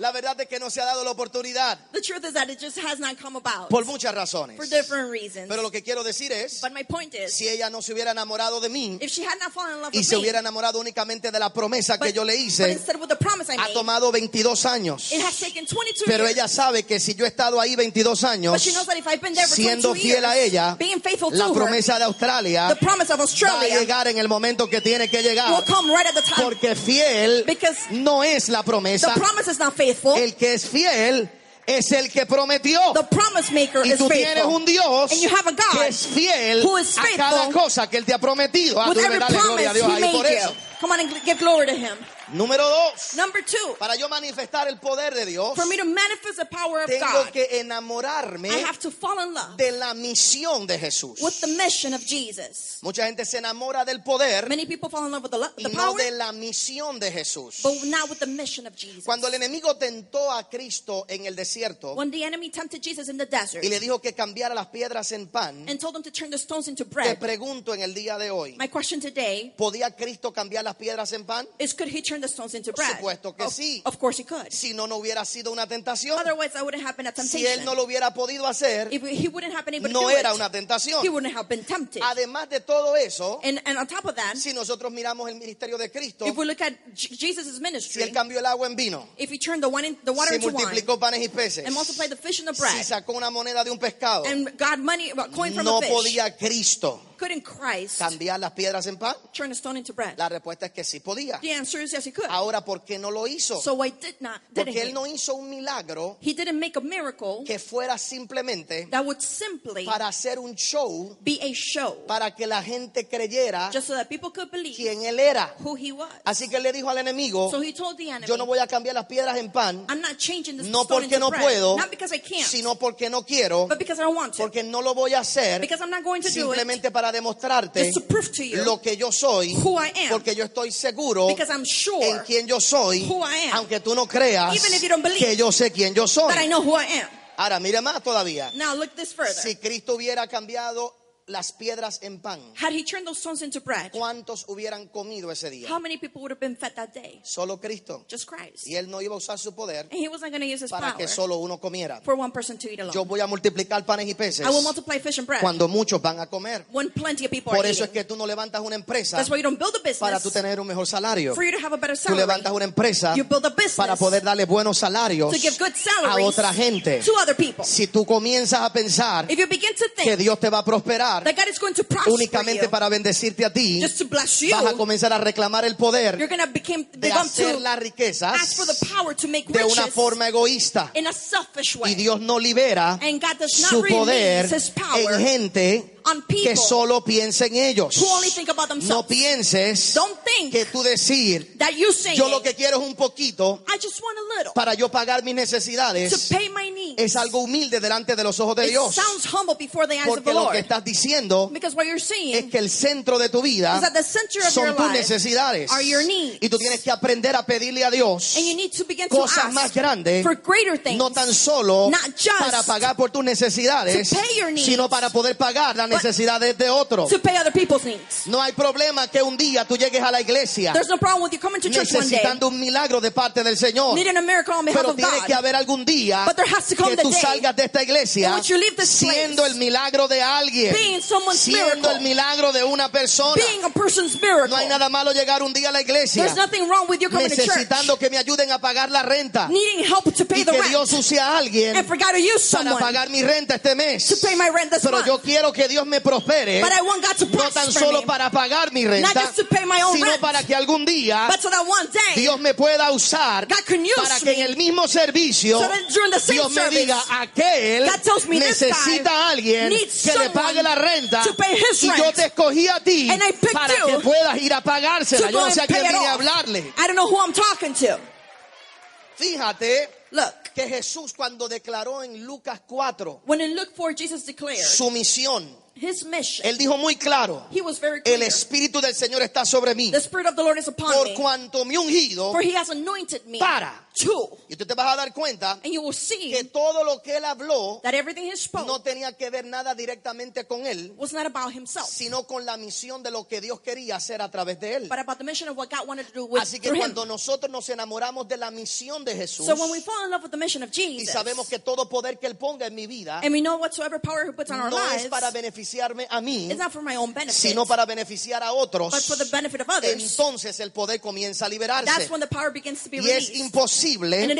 Speaker 1: La verdad es que no se ha dado la oportunidad
Speaker 2: The truth is that it just has not come about
Speaker 1: por muchas
Speaker 2: for
Speaker 1: razones.
Speaker 2: different reasons.
Speaker 1: Pero lo que quiero decir es,
Speaker 2: but my point is,
Speaker 1: si ella no se hubiera enamorado de mí
Speaker 2: if she had not fallen in love
Speaker 1: y
Speaker 2: with
Speaker 1: se
Speaker 2: me,
Speaker 1: hubiera enamorado únicamente de la promesa que
Speaker 2: but,
Speaker 1: yo le
Speaker 2: but
Speaker 1: hice,
Speaker 2: instead with the promise I
Speaker 1: ha
Speaker 2: made,
Speaker 1: tomado 22 años.
Speaker 2: it has taken 22
Speaker 1: Pero
Speaker 2: years.
Speaker 1: ella sabe que si yo he estado ahí 22
Speaker 2: but
Speaker 1: años,
Speaker 2: she knows that if I've been there for
Speaker 1: siendo
Speaker 2: 22
Speaker 1: fiel
Speaker 2: years,
Speaker 1: a ella,
Speaker 2: being faithful
Speaker 1: la
Speaker 2: to
Speaker 1: promesa de Australia
Speaker 2: her, the promise of
Speaker 1: va a
Speaker 2: Australia
Speaker 1: llegar en el momento que tiene que
Speaker 2: will
Speaker 1: llegar.
Speaker 2: come right at the time.
Speaker 1: Porque fiel
Speaker 2: Because
Speaker 1: no es la
Speaker 2: the
Speaker 1: promesa.
Speaker 2: promise is not faithful.
Speaker 1: El que es fiel es el que prometió.
Speaker 2: the promise maker
Speaker 1: Y
Speaker 2: is
Speaker 1: tú tienes
Speaker 2: faithful.
Speaker 1: un Dios
Speaker 2: And you have a God
Speaker 1: que es fiel
Speaker 2: who is
Speaker 1: a
Speaker 2: faithful
Speaker 1: cada cosa que Él te ha prometido. Ah, tú
Speaker 2: With
Speaker 1: debes
Speaker 2: every
Speaker 1: darle gloria a
Speaker 2: promise
Speaker 1: Dios
Speaker 2: he
Speaker 1: ahí por
Speaker 2: made you.
Speaker 1: eso.
Speaker 2: Come on and g- give glory to him.
Speaker 1: Número dos,
Speaker 2: Number two,
Speaker 1: para yo manifestar el poder de Dios,
Speaker 2: for me to manifest the power of
Speaker 1: tengo
Speaker 2: God,
Speaker 1: que enamorarme
Speaker 2: I have to fall in love
Speaker 1: de la misión de Jesús.
Speaker 2: with the mission of Jesus.
Speaker 1: Mucha gente se enamora del poder
Speaker 2: Many people fall in love with the, lo-
Speaker 1: y
Speaker 2: the
Speaker 1: no
Speaker 2: power,
Speaker 1: de la misión de Jesús.
Speaker 2: but not with the mission of Jesus.
Speaker 1: Cuando el enemigo tentó a Cristo en el desierto
Speaker 2: when the enemy tempted Jesus in the desert
Speaker 1: y le dijo que cambiara las piedras en pan,
Speaker 2: and told him to turn the stones into
Speaker 1: te
Speaker 2: bread,
Speaker 1: pregunto en el día de hoy,
Speaker 2: my question today
Speaker 1: ¿podía Cristo cambiar las piedras en pan?
Speaker 2: is could he turn turn the stones into bread?
Speaker 1: supuesto que
Speaker 2: of,
Speaker 1: sí.
Speaker 2: of course he could.
Speaker 1: Si no, no hubiera sido una tentación.
Speaker 2: Otherwise, that wouldn't have been a
Speaker 1: Si
Speaker 2: temptation.
Speaker 1: él no lo hubiera podido hacer,
Speaker 2: if he wouldn't have been able to
Speaker 1: no
Speaker 2: do
Speaker 1: era
Speaker 2: it,
Speaker 1: una tentación.
Speaker 2: he wouldn't have been tempted.
Speaker 1: Además de todo eso,
Speaker 2: and, and on top of that,
Speaker 1: si nosotros miramos el ministerio de Cristo,
Speaker 2: if we look at J- Jesus'
Speaker 1: si
Speaker 2: ministry,
Speaker 1: él cambió el agua en vino,
Speaker 2: if he turned the, one in, the water
Speaker 1: si
Speaker 2: into wine
Speaker 1: multiplicó panes y peces,
Speaker 2: and multiplied the fish and the
Speaker 1: si
Speaker 2: bread
Speaker 1: sacó una moneda de un pescado,
Speaker 2: and got money, well, coin from
Speaker 1: no
Speaker 2: a fish,
Speaker 1: podía Cristo
Speaker 2: couldn't Christ
Speaker 1: cambiar las piedras en pan.
Speaker 2: turn a stone into bread?
Speaker 1: La respuesta es que sí podía.
Speaker 2: the answer is yes, he could.
Speaker 1: Ahora, ¿por qué no lo hizo?
Speaker 2: so why did not? Didn't
Speaker 1: Porque él
Speaker 2: he?
Speaker 1: no hizo un milagro
Speaker 2: he didn't make a miracle
Speaker 1: que fuera simplemente
Speaker 2: that would simply
Speaker 1: para hacer un show
Speaker 2: be a show,
Speaker 1: para que la gente creyera
Speaker 2: just so that people could believe
Speaker 1: quién él era.
Speaker 2: who he was.
Speaker 1: Así que él le dijo al enemigo,
Speaker 2: so he told the enemy,
Speaker 1: yo no voy a cambiar las piedras en pan,
Speaker 2: I'm not changing this
Speaker 1: no
Speaker 2: stone
Speaker 1: porque
Speaker 2: into
Speaker 1: no
Speaker 2: bread,
Speaker 1: puedo,
Speaker 2: not because I can't,
Speaker 1: sino porque no quiero,
Speaker 2: but because I don't want to,
Speaker 1: porque no lo voy a hacer
Speaker 2: because I'm not going to do it,
Speaker 1: simplemente para demostrarte
Speaker 2: just to prove to you
Speaker 1: lo que yo soy,
Speaker 2: who I am,
Speaker 1: porque yo estoy seguro
Speaker 2: because I'm
Speaker 1: en
Speaker 2: sure
Speaker 1: quién yo soy,
Speaker 2: who I am.
Speaker 1: aunque tú no creas
Speaker 2: Even if you don't believe
Speaker 1: que yo sé quién yo
Speaker 2: that I
Speaker 1: soy.
Speaker 2: know who I am.
Speaker 1: Ahora, mire más todavía.
Speaker 2: Now look this further.
Speaker 1: Si Cristo hubiera cambiado las piedras en pan,
Speaker 2: Had he turned those stones into bread,
Speaker 1: ¿cuántos hubieran comido ese día?
Speaker 2: how many people would have been fed that day?
Speaker 1: Solo Cristo.
Speaker 2: Just Christ.
Speaker 1: Y él no iba a usar su poder
Speaker 2: And he wasn't going to use his
Speaker 1: para
Speaker 2: power
Speaker 1: que solo uno comiera.
Speaker 2: for one person to eat alone.
Speaker 1: Yo voy a multiplicar panes y peces
Speaker 2: I will multiply fish and bread
Speaker 1: cuando muchos van a comer.
Speaker 2: when plenty of people
Speaker 1: Por
Speaker 2: are
Speaker 1: eso es que
Speaker 2: eating.
Speaker 1: tú no levantas una empresa
Speaker 2: That's why you don't build a
Speaker 1: para
Speaker 2: business
Speaker 1: tú tener un mejor salario.
Speaker 2: for you to have a better
Speaker 1: Tú
Speaker 2: salary.
Speaker 1: levantas una empresa
Speaker 2: You build a business
Speaker 1: para poder darle buenos salarios
Speaker 2: to give good
Speaker 1: a
Speaker 2: salaries
Speaker 1: otra gente.
Speaker 2: to other people.
Speaker 1: Si tú comienzas a pensar
Speaker 2: If you begin to
Speaker 1: que
Speaker 2: think
Speaker 1: Dios te va a prosperar
Speaker 2: that God is going to prosper
Speaker 1: únicamente
Speaker 2: you
Speaker 1: para bendecirte a ti,
Speaker 2: just to bless you,
Speaker 1: vas a comenzar a reclamar el poder
Speaker 2: you're going to become,
Speaker 1: de
Speaker 2: become
Speaker 1: hacer
Speaker 2: to
Speaker 1: las
Speaker 2: ask for
Speaker 1: riquezas
Speaker 2: the power to make
Speaker 1: de una
Speaker 2: riches
Speaker 1: forma egoísta.
Speaker 2: in a selfish
Speaker 1: Y
Speaker 2: way.
Speaker 1: Dios no libera
Speaker 2: And God does
Speaker 1: su
Speaker 2: not
Speaker 1: poder
Speaker 2: release his power
Speaker 1: en gente
Speaker 2: on
Speaker 1: que
Speaker 2: people
Speaker 1: solo piensa en ellos.
Speaker 2: who only think about
Speaker 1: No
Speaker 2: themselves.
Speaker 1: pienses
Speaker 2: Don't think
Speaker 1: que tú decir,
Speaker 2: that you say,
Speaker 1: yo lo que quiero es un poquito
Speaker 2: I just want a little
Speaker 1: para yo pagar mis necesidades,
Speaker 2: to pay my needs.
Speaker 1: es algo humilde delante de los ojos de
Speaker 2: it
Speaker 1: Dios.
Speaker 2: sounds humble before the eyes of
Speaker 1: Porque
Speaker 2: the
Speaker 1: lo
Speaker 2: Lord.
Speaker 1: que estás diciendo
Speaker 2: because what you're saying
Speaker 1: es que el centro de tu vida
Speaker 2: is that the center of your
Speaker 1: son tus
Speaker 2: life
Speaker 1: necesidades.
Speaker 2: are your needs.
Speaker 1: Y tú tienes que aprender a pedirle a Dios
Speaker 2: and you need to begin to
Speaker 1: cosas
Speaker 2: ask
Speaker 1: más grandes,
Speaker 2: for greater things.
Speaker 1: no tan solo
Speaker 2: not just
Speaker 1: para pagar por tus necesidades,
Speaker 2: to pay your needs,
Speaker 1: sino para poder pagar las
Speaker 2: but
Speaker 1: necesidades de otros.
Speaker 2: to pay other people's needs.
Speaker 1: No hay problema que un día tú llegues a la iglesia
Speaker 2: There's no problem with you coming to church one day,
Speaker 1: necesitando un milagro de parte del Señor.
Speaker 2: needing a miracle on behalf
Speaker 1: Pero
Speaker 2: of
Speaker 1: tiene que
Speaker 2: God.
Speaker 1: haber algún día
Speaker 2: But there has to come
Speaker 1: que
Speaker 2: the
Speaker 1: tú
Speaker 2: day
Speaker 1: salgas de esta
Speaker 2: in
Speaker 1: iglesia
Speaker 2: which you leave this place,
Speaker 1: siendo el milagro de alguien,
Speaker 2: being someone's
Speaker 1: siendo
Speaker 2: miracle,
Speaker 1: el milagro de una persona.
Speaker 2: Being a person's miracle.
Speaker 1: No hay nada malo llegar un día a la iglesia
Speaker 2: There's nothing wrong with you coming to church,
Speaker 1: necesitando que me ayuden a pagar la renta
Speaker 2: needing help to pay
Speaker 1: y
Speaker 2: the
Speaker 1: que
Speaker 2: rent,
Speaker 1: Dios use a alguien
Speaker 2: and forgot to use
Speaker 1: para
Speaker 2: someone
Speaker 1: pagar mi renta este
Speaker 2: to
Speaker 1: mes.
Speaker 2: pay my rent this
Speaker 1: Pero
Speaker 2: month.
Speaker 1: yo quiero que Dios me prospere.
Speaker 2: but I want God to
Speaker 1: No tan
Speaker 2: prosper
Speaker 1: solo
Speaker 2: me,
Speaker 1: para pagar mi
Speaker 2: not
Speaker 1: renta,
Speaker 2: just to pay my own
Speaker 1: sino
Speaker 2: rent,
Speaker 1: para que algún día
Speaker 2: but so that one day
Speaker 1: Dios me pueda usar
Speaker 2: God can use
Speaker 1: para que en
Speaker 2: me.
Speaker 1: el mismo servicio
Speaker 2: So that during the same
Speaker 1: Dios me
Speaker 2: service,
Speaker 1: diga aquel
Speaker 2: God tells me this
Speaker 1: necesita a alguien
Speaker 2: needs
Speaker 1: que le
Speaker 2: someone
Speaker 1: pague la renta
Speaker 2: to pay his
Speaker 1: y yo
Speaker 2: rent.
Speaker 1: te escogí a ti
Speaker 2: And I picked
Speaker 1: para
Speaker 2: you
Speaker 1: que puedas ir a pagársela.
Speaker 2: to
Speaker 1: Yo
Speaker 2: go
Speaker 1: no sé a
Speaker 2: and pay
Speaker 1: quién
Speaker 2: it
Speaker 1: vine a
Speaker 2: off.
Speaker 1: hablarle.
Speaker 2: I don't know who I'm talking to.
Speaker 1: Fíjate
Speaker 2: Look,
Speaker 1: que Jesús cuando declaró en Lucas 4
Speaker 2: when in Luke 4, Jesus declared
Speaker 1: su misión,
Speaker 2: his mission.
Speaker 1: él dijo muy claro,
Speaker 2: He was very clear.
Speaker 1: el Espíritu del Señor está sobre mí
Speaker 2: The Spirit of the Lord is upon
Speaker 1: por
Speaker 2: me,
Speaker 1: cuanto mi ungido
Speaker 2: for he has anointed me
Speaker 1: para.
Speaker 2: to.
Speaker 1: Y tú te vas a dar cuenta
Speaker 2: And you will see
Speaker 1: que todo lo que él habló
Speaker 2: that everything he spoke
Speaker 1: no tenía que ver nada directamente con él,
Speaker 2: was not about himself,
Speaker 1: sino con la misión de lo que Dios quería hacer a través de él.
Speaker 2: but about the mission of what God wanted to do with
Speaker 1: Así que
Speaker 2: through him.
Speaker 1: cuando nosotros nos enamoramos de la misión de Jesús
Speaker 2: So when we fall in love with the mission of
Speaker 1: y
Speaker 2: Jesus,
Speaker 1: sabemos que todo poder que él ponga en mi vida
Speaker 2: and we know whatsoever power he puts on our
Speaker 1: no
Speaker 2: lives,
Speaker 1: es para beneficiarme a mí,
Speaker 2: it's not for my own benefit,
Speaker 1: sino para beneficiar a otros,
Speaker 2: but for the benefit of others.
Speaker 1: entonces el poder comienza a liberarse.
Speaker 2: That's when the power begins to be
Speaker 1: Y es
Speaker 2: released. and it
Speaker 1: imposible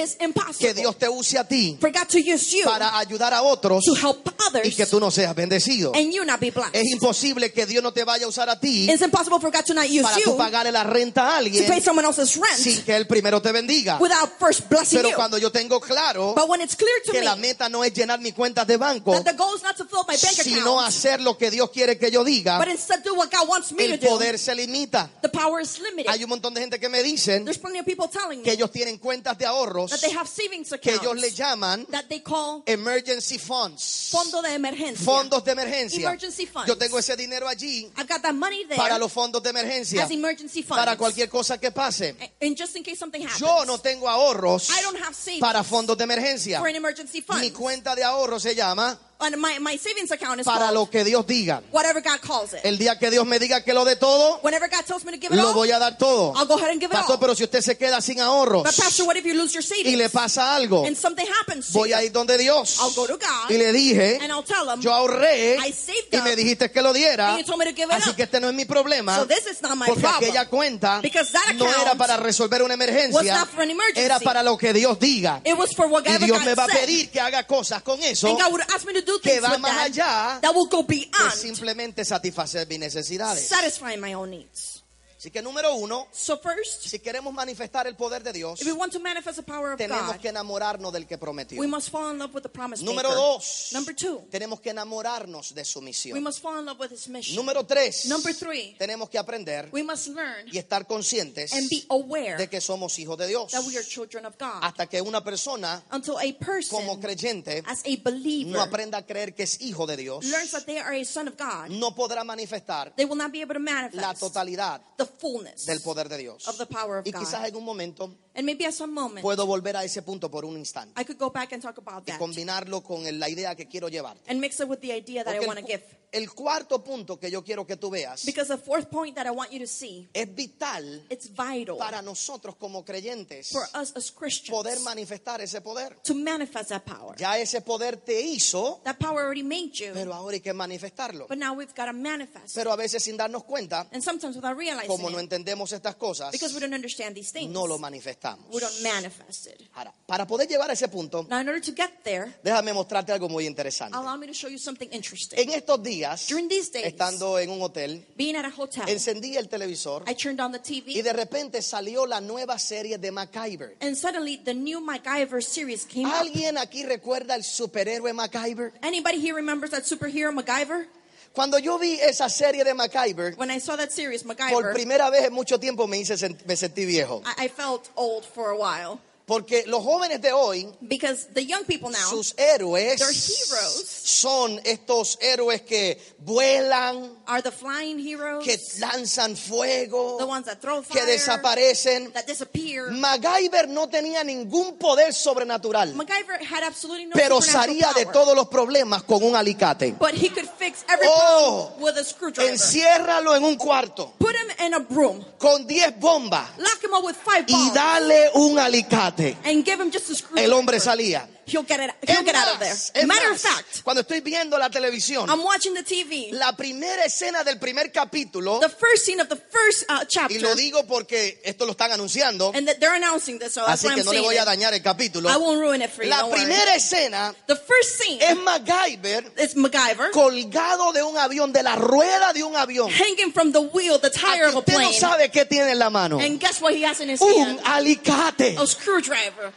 Speaker 2: is impossible
Speaker 1: que Dios te use a ti
Speaker 2: for God to use you
Speaker 1: para ayudar a otros
Speaker 2: to help others
Speaker 1: y que tú no seas bendecido.
Speaker 2: and you not be blessed.
Speaker 1: Es imposible que Dios no te vaya a usar a ti
Speaker 2: It's impossible for God to not use
Speaker 1: para tú
Speaker 2: you
Speaker 1: pagarle la renta a
Speaker 2: to pay
Speaker 1: alguien
Speaker 2: someone else's rent
Speaker 1: sin que él primero te bendiga.
Speaker 2: without first blessing
Speaker 1: Pero
Speaker 2: you.
Speaker 1: cuando yo tengo claro
Speaker 2: But when it's clear to
Speaker 1: que la
Speaker 2: me
Speaker 1: meta no es llenar mi cuenta de banco,
Speaker 2: that the goal is not to fill up my bank
Speaker 1: sino
Speaker 2: account,
Speaker 1: hacer lo que Dios quiere que yo diga,
Speaker 2: but instead do what God wants me to
Speaker 1: el
Speaker 2: do,
Speaker 1: poder se limita.
Speaker 2: the power is limited.
Speaker 1: Hay un montón de gente que me dicen
Speaker 2: There's plenty of people telling
Speaker 1: que
Speaker 2: me
Speaker 1: ellos tienen cuentas de ahorros
Speaker 2: that they have savings
Speaker 1: que ellos le
Speaker 2: accounts
Speaker 1: llaman
Speaker 2: that they call
Speaker 1: emergency funds,
Speaker 2: fondo de emergencia.
Speaker 1: fondos de emergencia.
Speaker 2: Emergency funds.
Speaker 1: Yo tengo ese dinero allí
Speaker 2: I've got that money
Speaker 1: para
Speaker 2: there
Speaker 1: los fondos de emergencia,
Speaker 2: as emergency funds.
Speaker 1: para cualquier cosa que pase.
Speaker 2: And just in case something happens,
Speaker 1: Yo no tengo ahorros
Speaker 2: I don't have savings
Speaker 1: para fondos de emergencia.
Speaker 2: for an emergency fund.
Speaker 1: Mi cuenta de ahorro se llama
Speaker 2: and Uh, my, my savings account is
Speaker 1: para
Speaker 2: called
Speaker 1: lo que Dios diga.
Speaker 2: whatever God calls it.
Speaker 1: El día que Dios me diga que lo de todo,
Speaker 2: Whenever God tells me to give it
Speaker 1: lo
Speaker 2: all,
Speaker 1: voy a dar todo.
Speaker 2: I'll go ahead and give it
Speaker 1: Pastor,
Speaker 2: all.
Speaker 1: pero si usted se queda sin ahorros
Speaker 2: But pastor, what if you lose your
Speaker 1: y le
Speaker 2: savings
Speaker 1: pasa algo,
Speaker 2: and something happens to
Speaker 1: voy
Speaker 2: you?
Speaker 1: a ir donde Dios.
Speaker 2: I'll go to God,
Speaker 1: Y le dije,
Speaker 2: And I'll tell him,
Speaker 1: yo ahorré
Speaker 2: I saved
Speaker 1: y
Speaker 2: up,
Speaker 1: me dijiste que lo diera,
Speaker 2: and you told me to give it
Speaker 1: así
Speaker 2: up.
Speaker 1: que este no es mi problema.
Speaker 2: so this is not my
Speaker 1: Porque
Speaker 2: problem.
Speaker 1: aquella cuenta
Speaker 2: Because that
Speaker 1: no
Speaker 2: account
Speaker 1: era para resolver una
Speaker 2: was
Speaker 1: emergencia,
Speaker 2: not for an emergency.
Speaker 1: era para lo que Dios diga.
Speaker 2: It was for
Speaker 1: Y
Speaker 2: whatever
Speaker 1: Dios
Speaker 2: God
Speaker 1: me va a
Speaker 2: said.
Speaker 1: pedir que haga cosas con eso
Speaker 2: and God would ask me to do
Speaker 1: que
Speaker 2: things
Speaker 1: va
Speaker 2: with
Speaker 1: más
Speaker 2: that
Speaker 1: allá
Speaker 2: that will go
Speaker 1: que
Speaker 2: beyond
Speaker 1: simplemente satisfacer mis necesidades.
Speaker 2: satisfying my own needs.
Speaker 1: Así que número uno,
Speaker 2: So first,
Speaker 1: si queremos manifestar el poder de Dios,
Speaker 2: if we want to manifest the power of
Speaker 1: tenemos
Speaker 2: God,
Speaker 1: que enamorarnos del que prometió.
Speaker 2: we must fall in love with the promise
Speaker 1: Número
Speaker 2: maker.
Speaker 1: dos,
Speaker 2: Number two,
Speaker 1: tenemos que enamorarnos de su
Speaker 2: we
Speaker 1: misión.
Speaker 2: must fall in love with his mission.
Speaker 1: Número tres,
Speaker 2: Number three.
Speaker 1: tenemos que aprender
Speaker 2: we must learn
Speaker 1: y estar conscientes
Speaker 2: and be aware
Speaker 1: de que somos hijos de Dios.
Speaker 2: that we are children of God.
Speaker 1: Hasta que una persona
Speaker 2: Until a person,
Speaker 1: como creyente
Speaker 2: as a believer,
Speaker 1: no aprenda a creer que es hijo de Dios,
Speaker 2: learns that they are a son of God,
Speaker 1: no podrá manifestar
Speaker 2: they will not be able to
Speaker 1: la
Speaker 2: manifest
Speaker 1: totalidad
Speaker 2: the fullness
Speaker 1: del poder de Dios.
Speaker 2: of the power of
Speaker 1: Y
Speaker 2: God.
Speaker 1: quizás en un momento
Speaker 2: And maybe at some moment,
Speaker 1: puedo volver a ese punto por un instante
Speaker 2: I could go back and talk about
Speaker 1: y
Speaker 2: that
Speaker 1: combinarlo con el- la idea que quiero llevar.
Speaker 2: and mix it with the idea that I want
Speaker 1: Porque
Speaker 2: to
Speaker 1: el,
Speaker 2: give.
Speaker 1: cu- el cuarto punto que yo quiero que tú veas
Speaker 2: Because the fourth point that I want you to see,
Speaker 1: es vital
Speaker 2: it's vital
Speaker 1: para nosotros como creyentes
Speaker 2: for us as Christians
Speaker 1: poder manifestar ese poder.
Speaker 2: to manifest that power.
Speaker 1: Ya ese poder te hizo,
Speaker 2: That power already made you,
Speaker 1: pero ahora hay que manifestarlo.
Speaker 2: but now we've got to manifest.
Speaker 1: Pero a veces sin darnos cuenta,
Speaker 2: And sometimes without realizing
Speaker 1: como no
Speaker 2: it,
Speaker 1: entendemos estas cosas,
Speaker 2: because we don't understand these things,
Speaker 1: no lo manifestamos.
Speaker 2: we don't manifest it.
Speaker 1: Ahora, para poder llevar a ese punto,
Speaker 2: Now, in order to get there,
Speaker 1: déjame mostrarte algo muy interesante.
Speaker 2: allow me to show you something interesting.
Speaker 1: En estos días,
Speaker 2: During these days,
Speaker 1: estando en un hotel,
Speaker 2: Being at a hotel,
Speaker 1: encendí el televisor
Speaker 2: I turned on the
Speaker 1: y
Speaker 2: TV,
Speaker 1: de repente salió la nueva serie de MacGyver.
Speaker 2: and suddenly the new MacGyver series came out.
Speaker 1: ¿Alguien aquí recuerda el superhéroe MacGyver?
Speaker 2: Anybody here remembers that superhero MacGyver?
Speaker 1: Cuando yo vi esa serie de MacGyver,
Speaker 2: When I saw that series,
Speaker 1: por
Speaker 2: MacGyver,
Speaker 1: primera vez en mucho tiempo me, hice, sen- me sentí viejo.
Speaker 2: I, I felt old for a while
Speaker 1: Porque los jóvenes de hoy,
Speaker 2: because the young people now,
Speaker 1: sus héroes
Speaker 2: They're heroes.
Speaker 1: son estos héroes que vuelan,
Speaker 2: are the flying heroes,
Speaker 1: que lanzan fuego,
Speaker 2: the ones that throw
Speaker 1: que Mm.
Speaker 2: fire,
Speaker 1: desaparecen.
Speaker 2: that disappear.
Speaker 1: MacGyver no tenía ningún poder sobrenatural.
Speaker 2: MacGyver had absolutely no
Speaker 1: pero
Speaker 2: supernatural
Speaker 1: salía de
Speaker 2: power,
Speaker 1: todos los problemas con un alicate.
Speaker 2: but he could fix every
Speaker 1: Oh,
Speaker 2: problem with a screwdriver.
Speaker 1: Enciérralo en un cuarto
Speaker 2: Put him in a room,
Speaker 1: con 10 bombas
Speaker 2: lock him up with five
Speaker 1: y
Speaker 2: balls,
Speaker 1: dale un alicate.
Speaker 2: and give him just a screwdriver.
Speaker 1: El hombre salía.
Speaker 2: He'll get it.
Speaker 1: Es
Speaker 2: He'll get out of there.
Speaker 1: más, es
Speaker 2: Matter of
Speaker 1: más,
Speaker 2: fact,
Speaker 1: cuando estoy viendo la televisión,
Speaker 2: I'm watching the TV.
Speaker 1: la primera escena del primer capítulo,
Speaker 2: The first scene of the first uh,
Speaker 1: y
Speaker 2: chapter,
Speaker 1: lo digo porque esto lo están anunciando,
Speaker 2: and that they're announcing this, so that's
Speaker 1: así
Speaker 2: why I'm
Speaker 1: que no le
Speaker 2: saying
Speaker 1: voy a
Speaker 2: it.
Speaker 1: dañar el capítulo.
Speaker 2: I won't ruin it for you.
Speaker 1: La
Speaker 2: don't worry.
Speaker 1: primera escena
Speaker 2: The first scene
Speaker 1: es MacGyver
Speaker 2: is MacGyver
Speaker 1: colgado de un avión, de la rueda de un avión.
Speaker 2: hanging from the wheel, the
Speaker 1: Aquí
Speaker 2: tire of a
Speaker 1: usted no
Speaker 2: plane.
Speaker 1: sabe qué tiene en la mano.
Speaker 2: and Oh. guess what he has in his
Speaker 1: Un
Speaker 2: hand?
Speaker 1: alicate.
Speaker 2: A screwdriver.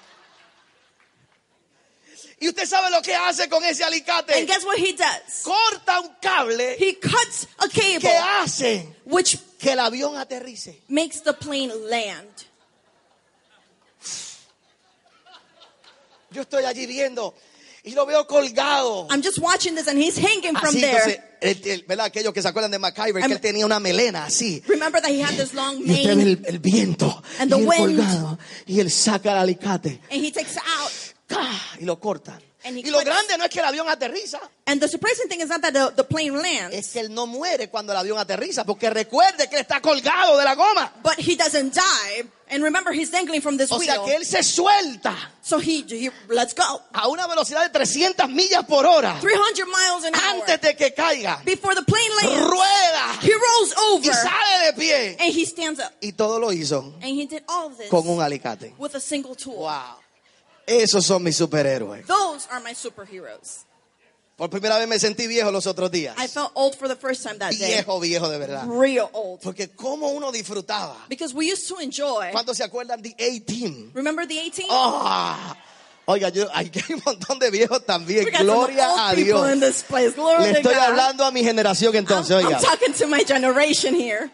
Speaker 1: Y usted sabe lo que hace con ese
Speaker 2: And
Speaker 1: alicate.
Speaker 2: guess what he does?
Speaker 1: Corta un cable
Speaker 2: He cuts a cable,
Speaker 1: que hace
Speaker 2: which
Speaker 1: que el avión aterrice.
Speaker 2: makes the plane land.
Speaker 1: Yo estoy allí viendo y lo veo colgado.
Speaker 2: I'm just watching this, and he's hanging from
Speaker 1: Así,
Speaker 2: there.
Speaker 1: entonces, el- el- ¿verdad? Aquellos que se acuerdan de MacGyver, que
Speaker 2: Am-
Speaker 1: él tenía una melena así.
Speaker 2: Remember that he had this long
Speaker 1: Y usted ve
Speaker 2: mane,
Speaker 1: el, el viento y
Speaker 2: And the
Speaker 1: él
Speaker 2: wind.
Speaker 1: colgado. Y él saca el alicate
Speaker 2: and he takes it out.
Speaker 1: ¡ca! y lo corta.
Speaker 2: And he
Speaker 1: Y lo
Speaker 2: cuts.
Speaker 1: grande no es que el avión aterriza,
Speaker 2: And the surprising thing is not that the, the plane lands,
Speaker 1: es que él no muere cuando el avión aterriza, porque recuerde que él está colgado de la goma.
Speaker 2: but he doesn't die. And remember, he's dangling from this
Speaker 1: O sea
Speaker 2: wheel.
Speaker 1: que él se suelta
Speaker 2: so he, he let's go.
Speaker 1: a una velocidad de 300 millas por hora
Speaker 2: 300 miles an hour
Speaker 1: antes de que caiga.
Speaker 2: before the plane lands.
Speaker 1: Rueda
Speaker 2: He rolls
Speaker 1: y
Speaker 2: over
Speaker 1: sale de pie.
Speaker 2: and he stands up.
Speaker 1: Y todo lo hizo
Speaker 2: And he did all of this
Speaker 1: con un alicate.
Speaker 2: with a single tool.
Speaker 1: Wow. Esos son mis superhéroes.
Speaker 2: Those are my superheroes.
Speaker 1: Por primera vez me sentí viejo los otros días.
Speaker 2: I felt old for the first time that day.
Speaker 1: Viejo, viejo de verdad.
Speaker 2: Real old.
Speaker 1: Porque cómo uno disfrutaba.
Speaker 2: Because we used to enjoy.
Speaker 1: ¿Cuántos se acuerdan de A-Team?
Speaker 2: Remember the 18?
Speaker 1: ¡Ah! Oiga, yo, aquí hay un montón de viejos también.
Speaker 2: we got some
Speaker 1: Gloria
Speaker 2: old
Speaker 1: a
Speaker 2: people in
Speaker 1: Dios.
Speaker 2: this place. Glory
Speaker 1: Le
Speaker 2: to
Speaker 1: estoy
Speaker 2: God.
Speaker 1: hablando a mi generación
Speaker 2: I'm,
Speaker 1: entonces,
Speaker 2: I'm
Speaker 1: oiga.
Speaker 2: talking to my generation here.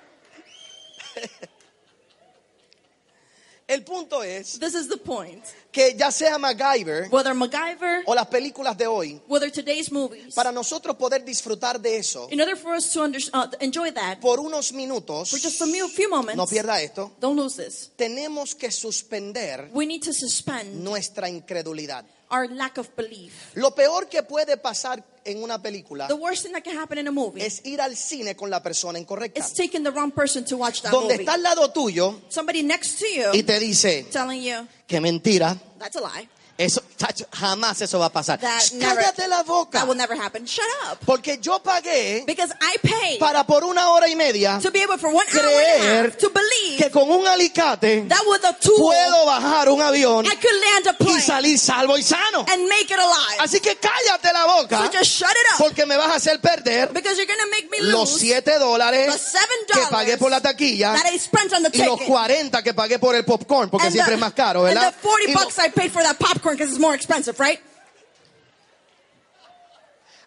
Speaker 1: El punto es
Speaker 2: This is the point.
Speaker 1: que ya sea MacGyver
Speaker 2: Whether MacGyver,
Speaker 1: o las películas de hoy,
Speaker 2: whether today's movies,
Speaker 1: para nosotros poder disfrutar de eso
Speaker 2: in order for us to under, uh, enjoy that,
Speaker 1: por unos minutos,
Speaker 2: for just a few few moments,
Speaker 1: no pierda esto,
Speaker 2: don't lose this.
Speaker 1: tenemos que suspender
Speaker 2: We need to suspend
Speaker 1: nuestra incredulidad.
Speaker 2: our lack of belief.
Speaker 1: Lo peor que puede pasar en una película
Speaker 2: The worst thing that can happen in a movie
Speaker 1: es ir al cine con la persona incorrecta.
Speaker 2: is taking the wrong person to watch that
Speaker 1: Donde
Speaker 2: movie.
Speaker 1: está al lado tuyo
Speaker 2: Somebody next to
Speaker 1: y
Speaker 2: you
Speaker 1: te dice
Speaker 2: telling you
Speaker 1: que mentira,
Speaker 2: that's a lie.
Speaker 1: eso chacho, jamás eso va a pasar.
Speaker 2: That
Speaker 1: Shh,
Speaker 2: never-
Speaker 1: Cállate la boca,
Speaker 2: That will never happen. Shut up.
Speaker 1: porque yo pagué
Speaker 2: Because I paid
Speaker 1: para por una hora y media
Speaker 2: to be able for one hour and a half
Speaker 1: creer
Speaker 2: to believe
Speaker 1: que con un alicate
Speaker 2: that with a tool
Speaker 1: puedo bajar un avión
Speaker 2: I could land a
Speaker 1: y
Speaker 2: plane
Speaker 1: salir salvo y sano.
Speaker 2: and make it alive.
Speaker 1: Así que cállate la boca
Speaker 2: So just shut it up
Speaker 1: porque me vas a hacer perder
Speaker 2: because you're gonna make me
Speaker 1: los
Speaker 2: lose
Speaker 1: 7
Speaker 2: the
Speaker 1: dólares
Speaker 2: seven
Speaker 1: que pagué por la
Speaker 2: dollars
Speaker 1: taquilla
Speaker 2: that I spent on the
Speaker 1: y los
Speaker 2: ticket.
Speaker 1: 40 que pagué por el popcorn porque
Speaker 2: And
Speaker 1: siempre
Speaker 2: the-
Speaker 1: es más caro,
Speaker 2: and
Speaker 1: ¿verdad?
Speaker 2: the 40
Speaker 1: Y lo-
Speaker 2: bucks I paid for that popcorn because it's more expensive, right?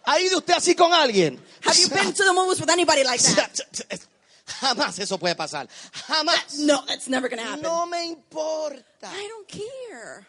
Speaker 1: ¿Ha ido usted así con alguien?
Speaker 2: Have you been to the movies with anybody like that?
Speaker 1: Jamás eso puede pasar. Jamás.
Speaker 2: No, that's never gonna happen.
Speaker 1: No me importa.
Speaker 2: I don't care.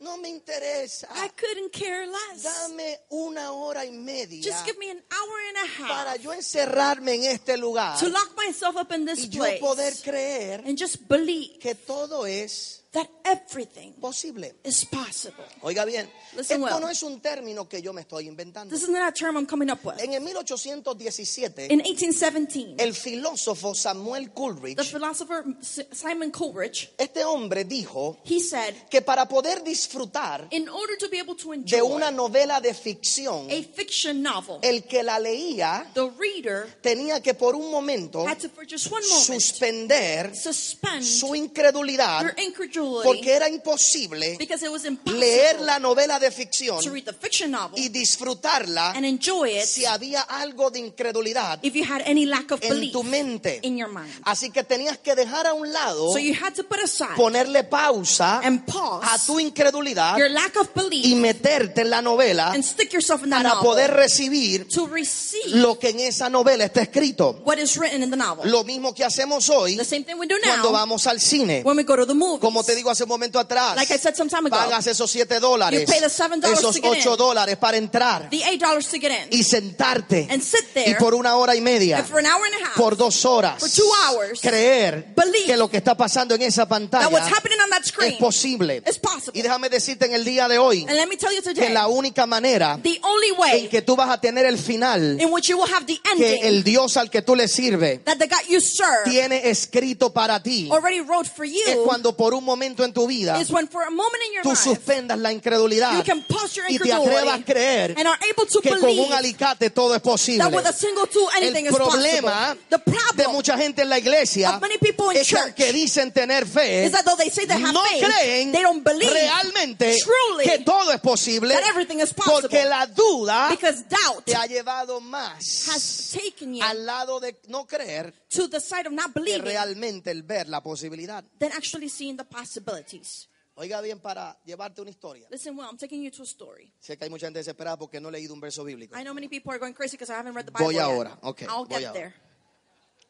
Speaker 1: No me interesa.
Speaker 2: I couldn't care less.
Speaker 1: Dame una hora y media
Speaker 2: Just give me an hour and a
Speaker 1: para
Speaker 2: half
Speaker 1: yo encerrarme en este lugar
Speaker 2: to lock myself up in this
Speaker 1: y yo poder
Speaker 2: place
Speaker 1: creer
Speaker 2: and just believe
Speaker 1: que todo es
Speaker 2: that everything
Speaker 1: posible.
Speaker 2: is possible.
Speaker 1: Oiga bien,
Speaker 2: Listen
Speaker 1: esto
Speaker 2: well.
Speaker 1: no es un término que yo me estoy inventando.
Speaker 2: This is not a term I'm coming up with.
Speaker 1: En el 1817,
Speaker 2: In 1817,
Speaker 1: el filósofo Samuel
Speaker 2: the
Speaker 1: Coleridge,
Speaker 2: philosopher S- Simon Coleridge,
Speaker 1: este hombre dijo
Speaker 2: he said,
Speaker 1: que para poder disfrutar
Speaker 2: in order to be able to
Speaker 1: de una Eh,
Speaker 2: enjoy
Speaker 1: novela de ficción,
Speaker 2: a fiction novel,
Speaker 1: el que la leía
Speaker 2: the reader
Speaker 1: tenía que por un momento
Speaker 2: had to, for just one moment,
Speaker 1: suspender
Speaker 2: suspend
Speaker 1: su incredulidad
Speaker 2: your incredulity
Speaker 1: porque era imposible
Speaker 2: because it was
Speaker 1: leer
Speaker 2: impossible
Speaker 1: la novela de
Speaker 2: to
Speaker 1: ficción
Speaker 2: read the fiction novel
Speaker 1: y disfrutarla
Speaker 2: and enjoy it
Speaker 1: si había algo de incredulidad
Speaker 2: if you had any lack of
Speaker 1: en
Speaker 2: belief
Speaker 1: tu mente.
Speaker 2: in your mind.
Speaker 1: Así que tenías que dejar a un lado,
Speaker 2: So you had to put aside
Speaker 1: ponerle pausa
Speaker 2: and
Speaker 1: a
Speaker 2: pause
Speaker 1: tu incredulidad
Speaker 2: your lack of
Speaker 1: y
Speaker 2: belief
Speaker 1: meterte en la novela
Speaker 2: and stick yourself in that
Speaker 1: para poder
Speaker 2: novel
Speaker 1: recibir
Speaker 2: to receive
Speaker 1: lo que en esa novela está escrito.
Speaker 2: what is written in the novel.
Speaker 1: Lo mismo que hacemos hoy
Speaker 2: The same thing we do
Speaker 1: cuando
Speaker 2: now
Speaker 1: vamos al cine.
Speaker 2: when we go to the movies.
Speaker 1: Como te digo hace un momento atrás,
Speaker 2: Like I said some time ago,
Speaker 1: pagas esos 7 dólares,
Speaker 2: You pay the seven dollars
Speaker 1: esos
Speaker 2: to get in.
Speaker 1: 8 dólares para entrar
Speaker 2: the eight dollars to get in
Speaker 1: y sentarte
Speaker 2: and sit
Speaker 1: y
Speaker 2: there
Speaker 1: por una hora y media.
Speaker 2: and for an hour and a half
Speaker 1: por dos horas
Speaker 2: For two hours.
Speaker 1: creer
Speaker 2: Believe.
Speaker 1: que lo que está pasando en esa pantalla
Speaker 2: that what's happening on that
Speaker 1: es
Speaker 2: screen
Speaker 1: posible.
Speaker 2: is possible.
Speaker 1: Y déjame decirte en el día de hoy
Speaker 2: And let me tell you
Speaker 1: que
Speaker 2: today,
Speaker 1: la única manera
Speaker 2: the only
Speaker 1: en
Speaker 2: way
Speaker 1: que tú vas a tener el final
Speaker 2: in which you will have the
Speaker 1: que
Speaker 2: ending
Speaker 1: el Dios al que tú le sirves
Speaker 2: that the God you serve
Speaker 1: tiene escrito para ti
Speaker 2: already wrote for
Speaker 1: es
Speaker 2: you
Speaker 1: cuando por un momento en tu vida
Speaker 2: is when for a moment in your
Speaker 1: tú
Speaker 2: life
Speaker 1: suspendas la incredulidad
Speaker 2: you can pause your
Speaker 1: y te atrevas a
Speaker 2: incredulity
Speaker 1: creer
Speaker 2: and are able to
Speaker 1: que con un
Speaker 2: believe
Speaker 1: alicate todo es posible.
Speaker 2: that with a single tool anything
Speaker 1: El
Speaker 2: is
Speaker 1: problema
Speaker 2: possible. The
Speaker 1: de
Speaker 2: problem
Speaker 1: mucha gente en la iglesia
Speaker 2: of many people in
Speaker 1: es que
Speaker 2: church
Speaker 1: aunque dicen tener fe,
Speaker 2: is that though they say they have
Speaker 1: no
Speaker 2: faith,
Speaker 1: creen
Speaker 2: they don't believe
Speaker 1: realmente
Speaker 2: truly
Speaker 1: que todo es posible
Speaker 2: that everything is possible.
Speaker 1: porque la duda
Speaker 2: because doubt
Speaker 1: te ha llevado
Speaker 2: has
Speaker 1: más
Speaker 2: taken you
Speaker 1: al lado de no creer
Speaker 2: to the side of not
Speaker 1: que
Speaker 2: believing
Speaker 1: realmente el ver la posibilidad.
Speaker 2: than actually seeing the possibilities.
Speaker 1: Oiga bien para llevarte una historia.
Speaker 2: Listen well, I'm taking you to a story.
Speaker 1: Sé que hay mucha gente desesperada porque no he leído un verso bíblico.
Speaker 2: I know many people are going crazy because I haven't read the Bible
Speaker 1: Voy ahora.
Speaker 2: yet.
Speaker 1: Okay,
Speaker 2: I'll
Speaker 1: voy
Speaker 2: get
Speaker 1: ahora.
Speaker 2: there.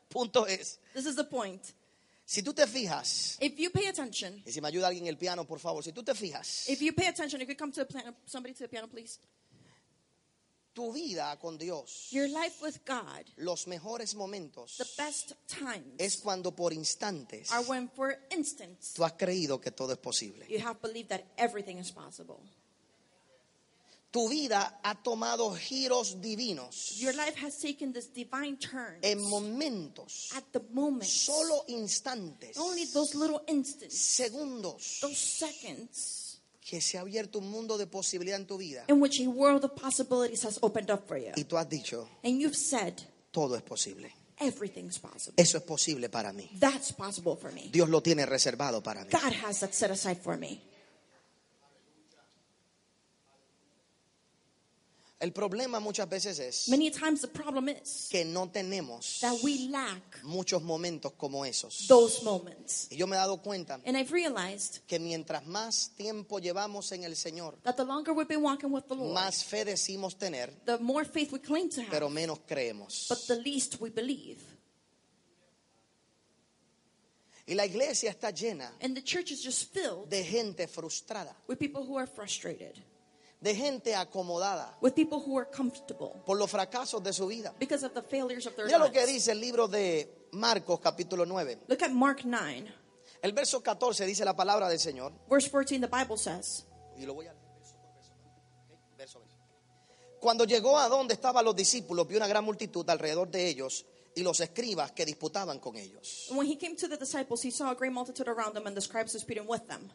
Speaker 1: Punto es,
Speaker 2: This is the point.
Speaker 1: si tú te fijas,
Speaker 2: If you pay attention,
Speaker 1: y si me ayuda alguien en el piano, por favor, si tú te fijas,
Speaker 2: if you pay attention, if you come to the piano, somebody to the piano, please.
Speaker 1: tu vida con Dios,
Speaker 2: Your life with God,
Speaker 1: los mejores momentos
Speaker 2: the best times
Speaker 1: es cuando por instantes
Speaker 2: are when, for instance,
Speaker 1: tú has creído que todo es posible.
Speaker 2: you have believed that everything is possible.
Speaker 1: Tu vida ha tomado giros divinos
Speaker 2: Your life has taken this divine turn
Speaker 1: en momentos,
Speaker 2: at the moment.
Speaker 1: solo instantes,
Speaker 2: Only those little instants,
Speaker 1: segundos,
Speaker 2: those seconds
Speaker 1: que se ha abierto un mundo de posibilidad en tu vida
Speaker 2: in which a world of possibilities has opened up for you.
Speaker 1: y tú has dicho,
Speaker 2: And you've said,
Speaker 1: todo es posible.
Speaker 2: everything's possible.
Speaker 1: Eso es posible para mí.
Speaker 2: That's possible for me.
Speaker 1: Dios lo tiene reservado para mí.
Speaker 2: God has that set aside for me.
Speaker 1: El problema muchas veces es
Speaker 2: Many times the problem is
Speaker 1: que no tenemos
Speaker 2: that we lack
Speaker 1: muchos momentos como esos.
Speaker 2: those moments.
Speaker 1: Y yo me he dado cuenta
Speaker 2: And I've realized
Speaker 1: que mientras más tiempo llevamos en el Señor,
Speaker 2: that the longer we've been walking with the Lord,
Speaker 1: más fe decimos tener,
Speaker 2: the more faith we claim to have,
Speaker 1: pero menos creemos.
Speaker 2: but the least we believe.
Speaker 1: Y la iglesia está llena
Speaker 2: And the church is just filled
Speaker 1: de gente frustrada,
Speaker 2: with people who are frustrated,
Speaker 1: de gente acomodada
Speaker 2: with people who are comfortable
Speaker 1: por los fracasos de su vida.
Speaker 2: because of the failures of their
Speaker 1: Mira lo
Speaker 2: lives.
Speaker 1: que dice el libro de Marcos capítulo 9.
Speaker 2: Look at Mark 9.
Speaker 1: El verso 14 dice la palabra del Señor.
Speaker 2: Verse 14, the Bible says,
Speaker 1: Y lo voy a leer verso por verso. ¿ok? Verso a verso. Cuando llegó a donde estaban los discípulos, vio una gran multitud alrededor de ellos y los escribas que disputaban con ellos.
Speaker 2: And when he came to the disciples, he saw a great multitude around them and the scribes disputing with them.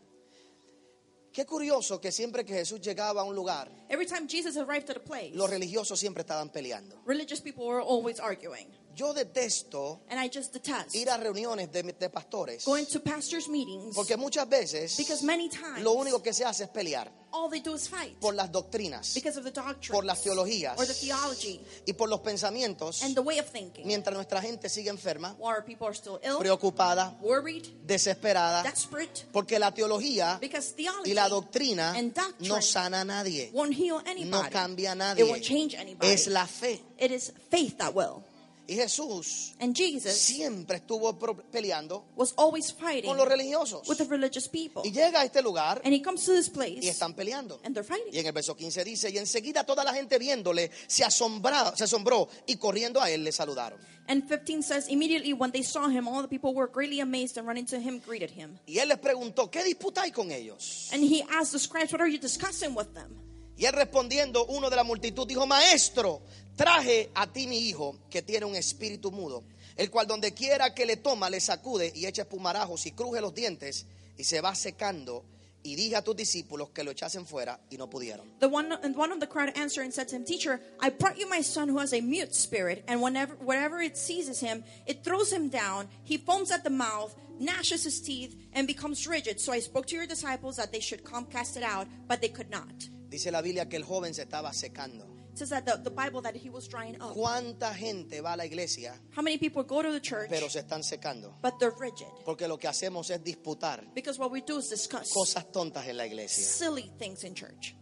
Speaker 1: Qué curioso que siempre que Jesús llegaba a un lugar,
Speaker 2: Every time Jesus arrived at a place,
Speaker 1: los religiosos siempre estaban peleando.
Speaker 2: religious people were always arguing.
Speaker 1: Yo detesto
Speaker 2: And I just detest
Speaker 1: ir a reuniones de, de pastores
Speaker 2: going to pastors' meetings
Speaker 1: porque muchas veces
Speaker 2: because many times
Speaker 1: lo único que se hace es pelear
Speaker 2: all they do is fight
Speaker 1: por las doctrinas,
Speaker 2: because of the doctrine
Speaker 1: por las teologías
Speaker 2: or the theology
Speaker 1: y por los pensamientos
Speaker 2: and the way of thinking.
Speaker 1: mientras nuestra gente sigue enferma,
Speaker 2: While our people are still ill,
Speaker 1: preocupada,
Speaker 2: worried,
Speaker 1: desesperada,
Speaker 2: desperate,
Speaker 1: porque la teología
Speaker 2: because theology
Speaker 1: y la doctrina
Speaker 2: and doctrine
Speaker 1: no sana a nadie,
Speaker 2: won't heal anybody.
Speaker 1: no cambia a
Speaker 2: It won't
Speaker 1: nadie,
Speaker 2: change anybody.
Speaker 1: es la fe.
Speaker 2: It is faith that will.
Speaker 1: Y Jesús
Speaker 2: And Jesus
Speaker 1: siempre estuvo pro- peleando
Speaker 2: was always fighting
Speaker 1: con los religiosos.
Speaker 2: with the religious people.
Speaker 1: Y llega a este lugar
Speaker 2: And he comes to this place
Speaker 1: y están peleando.
Speaker 2: and they're fighting.
Speaker 1: Y en el verso 15 dice, y enseguida toda la gente viéndole se, asombra, se asombró y corriendo a él le saludaron.
Speaker 2: And 15 says, immediately when they saw him, all the people were greatly amazed and running to him, greeted him.
Speaker 1: Y él les preguntó, ¿qué disputáis con ellos?
Speaker 2: And he asked the scribes, What are you discussing with them?
Speaker 1: Y él respondiendo, uno de la multitud dijo, maestro, traje a ti mi hijo que tiene un espíritu mudo, el cual donde quiera que le toma le sacude y echa espumarajos y cruje los dientes y se va secando. Y dije a tus discípulos que lo echasen fuera y no pudieron.
Speaker 2: The one and one of the crowd answered and said to him, Teacher, I brought you my son who has a mute spirit, and whenever wherever it seizes him, it throws him down, he foams at the mouth, gnashes his teeth, and becomes rigid. So I spoke to your disciples that they should come cast it out, but they could not. It
Speaker 1: Dice la Biblia que el joven se estaba secando.
Speaker 2: says that the, the Bible that he was drying up.
Speaker 1: ¿Cuánta gente va a la iglesia
Speaker 2: How many people go to the church
Speaker 1: pero se están secando?
Speaker 2: but they're rigid?
Speaker 1: Porque lo que hacemos es disputar
Speaker 2: Because what we do is discuss
Speaker 1: cosas tontas en la iglesia.
Speaker 2: silly things in church.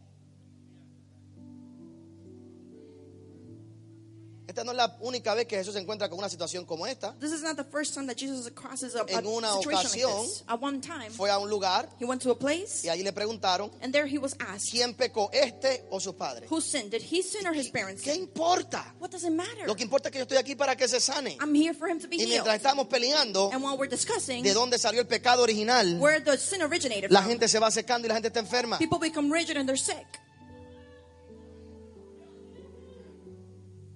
Speaker 1: Esta no es la única vez que Jesús se encuentra con una situación como esta.
Speaker 2: This is not the first time that Jesus crosses a, a
Speaker 1: En una
Speaker 2: situation
Speaker 1: ocasión,
Speaker 2: like this. At one time,
Speaker 1: Fue a un lugar
Speaker 2: he went to a place,
Speaker 1: y ahí le preguntaron,
Speaker 2: and there he was asked,
Speaker 1: ¿quién pecó, este o sus padres?
Speaker 2: Who sinned? Did he sin or his parents
Speaker 1: ¿Qué
Speaker 2: sin?
Speaker 1: importa?
Speaker 2: What does it matter?
Speaker 1: Lo que importa es que yo estoy aquí para que se sane.
Speaker 2: I'm here for him to be
Speaker 1: Y
Speaker 2: healed.
Speaker 1: mientras estamos peleando
Speaker 2: And while we're discussing
Speaker 1: de dónde salió el pecado original,
Speaker 2: where the sin originated
Speaker 1: la
Speaker 2: from,
Speaker 1: gente se va secando y la gente está enferma.
Speaker 2: people become rigid and they're sick.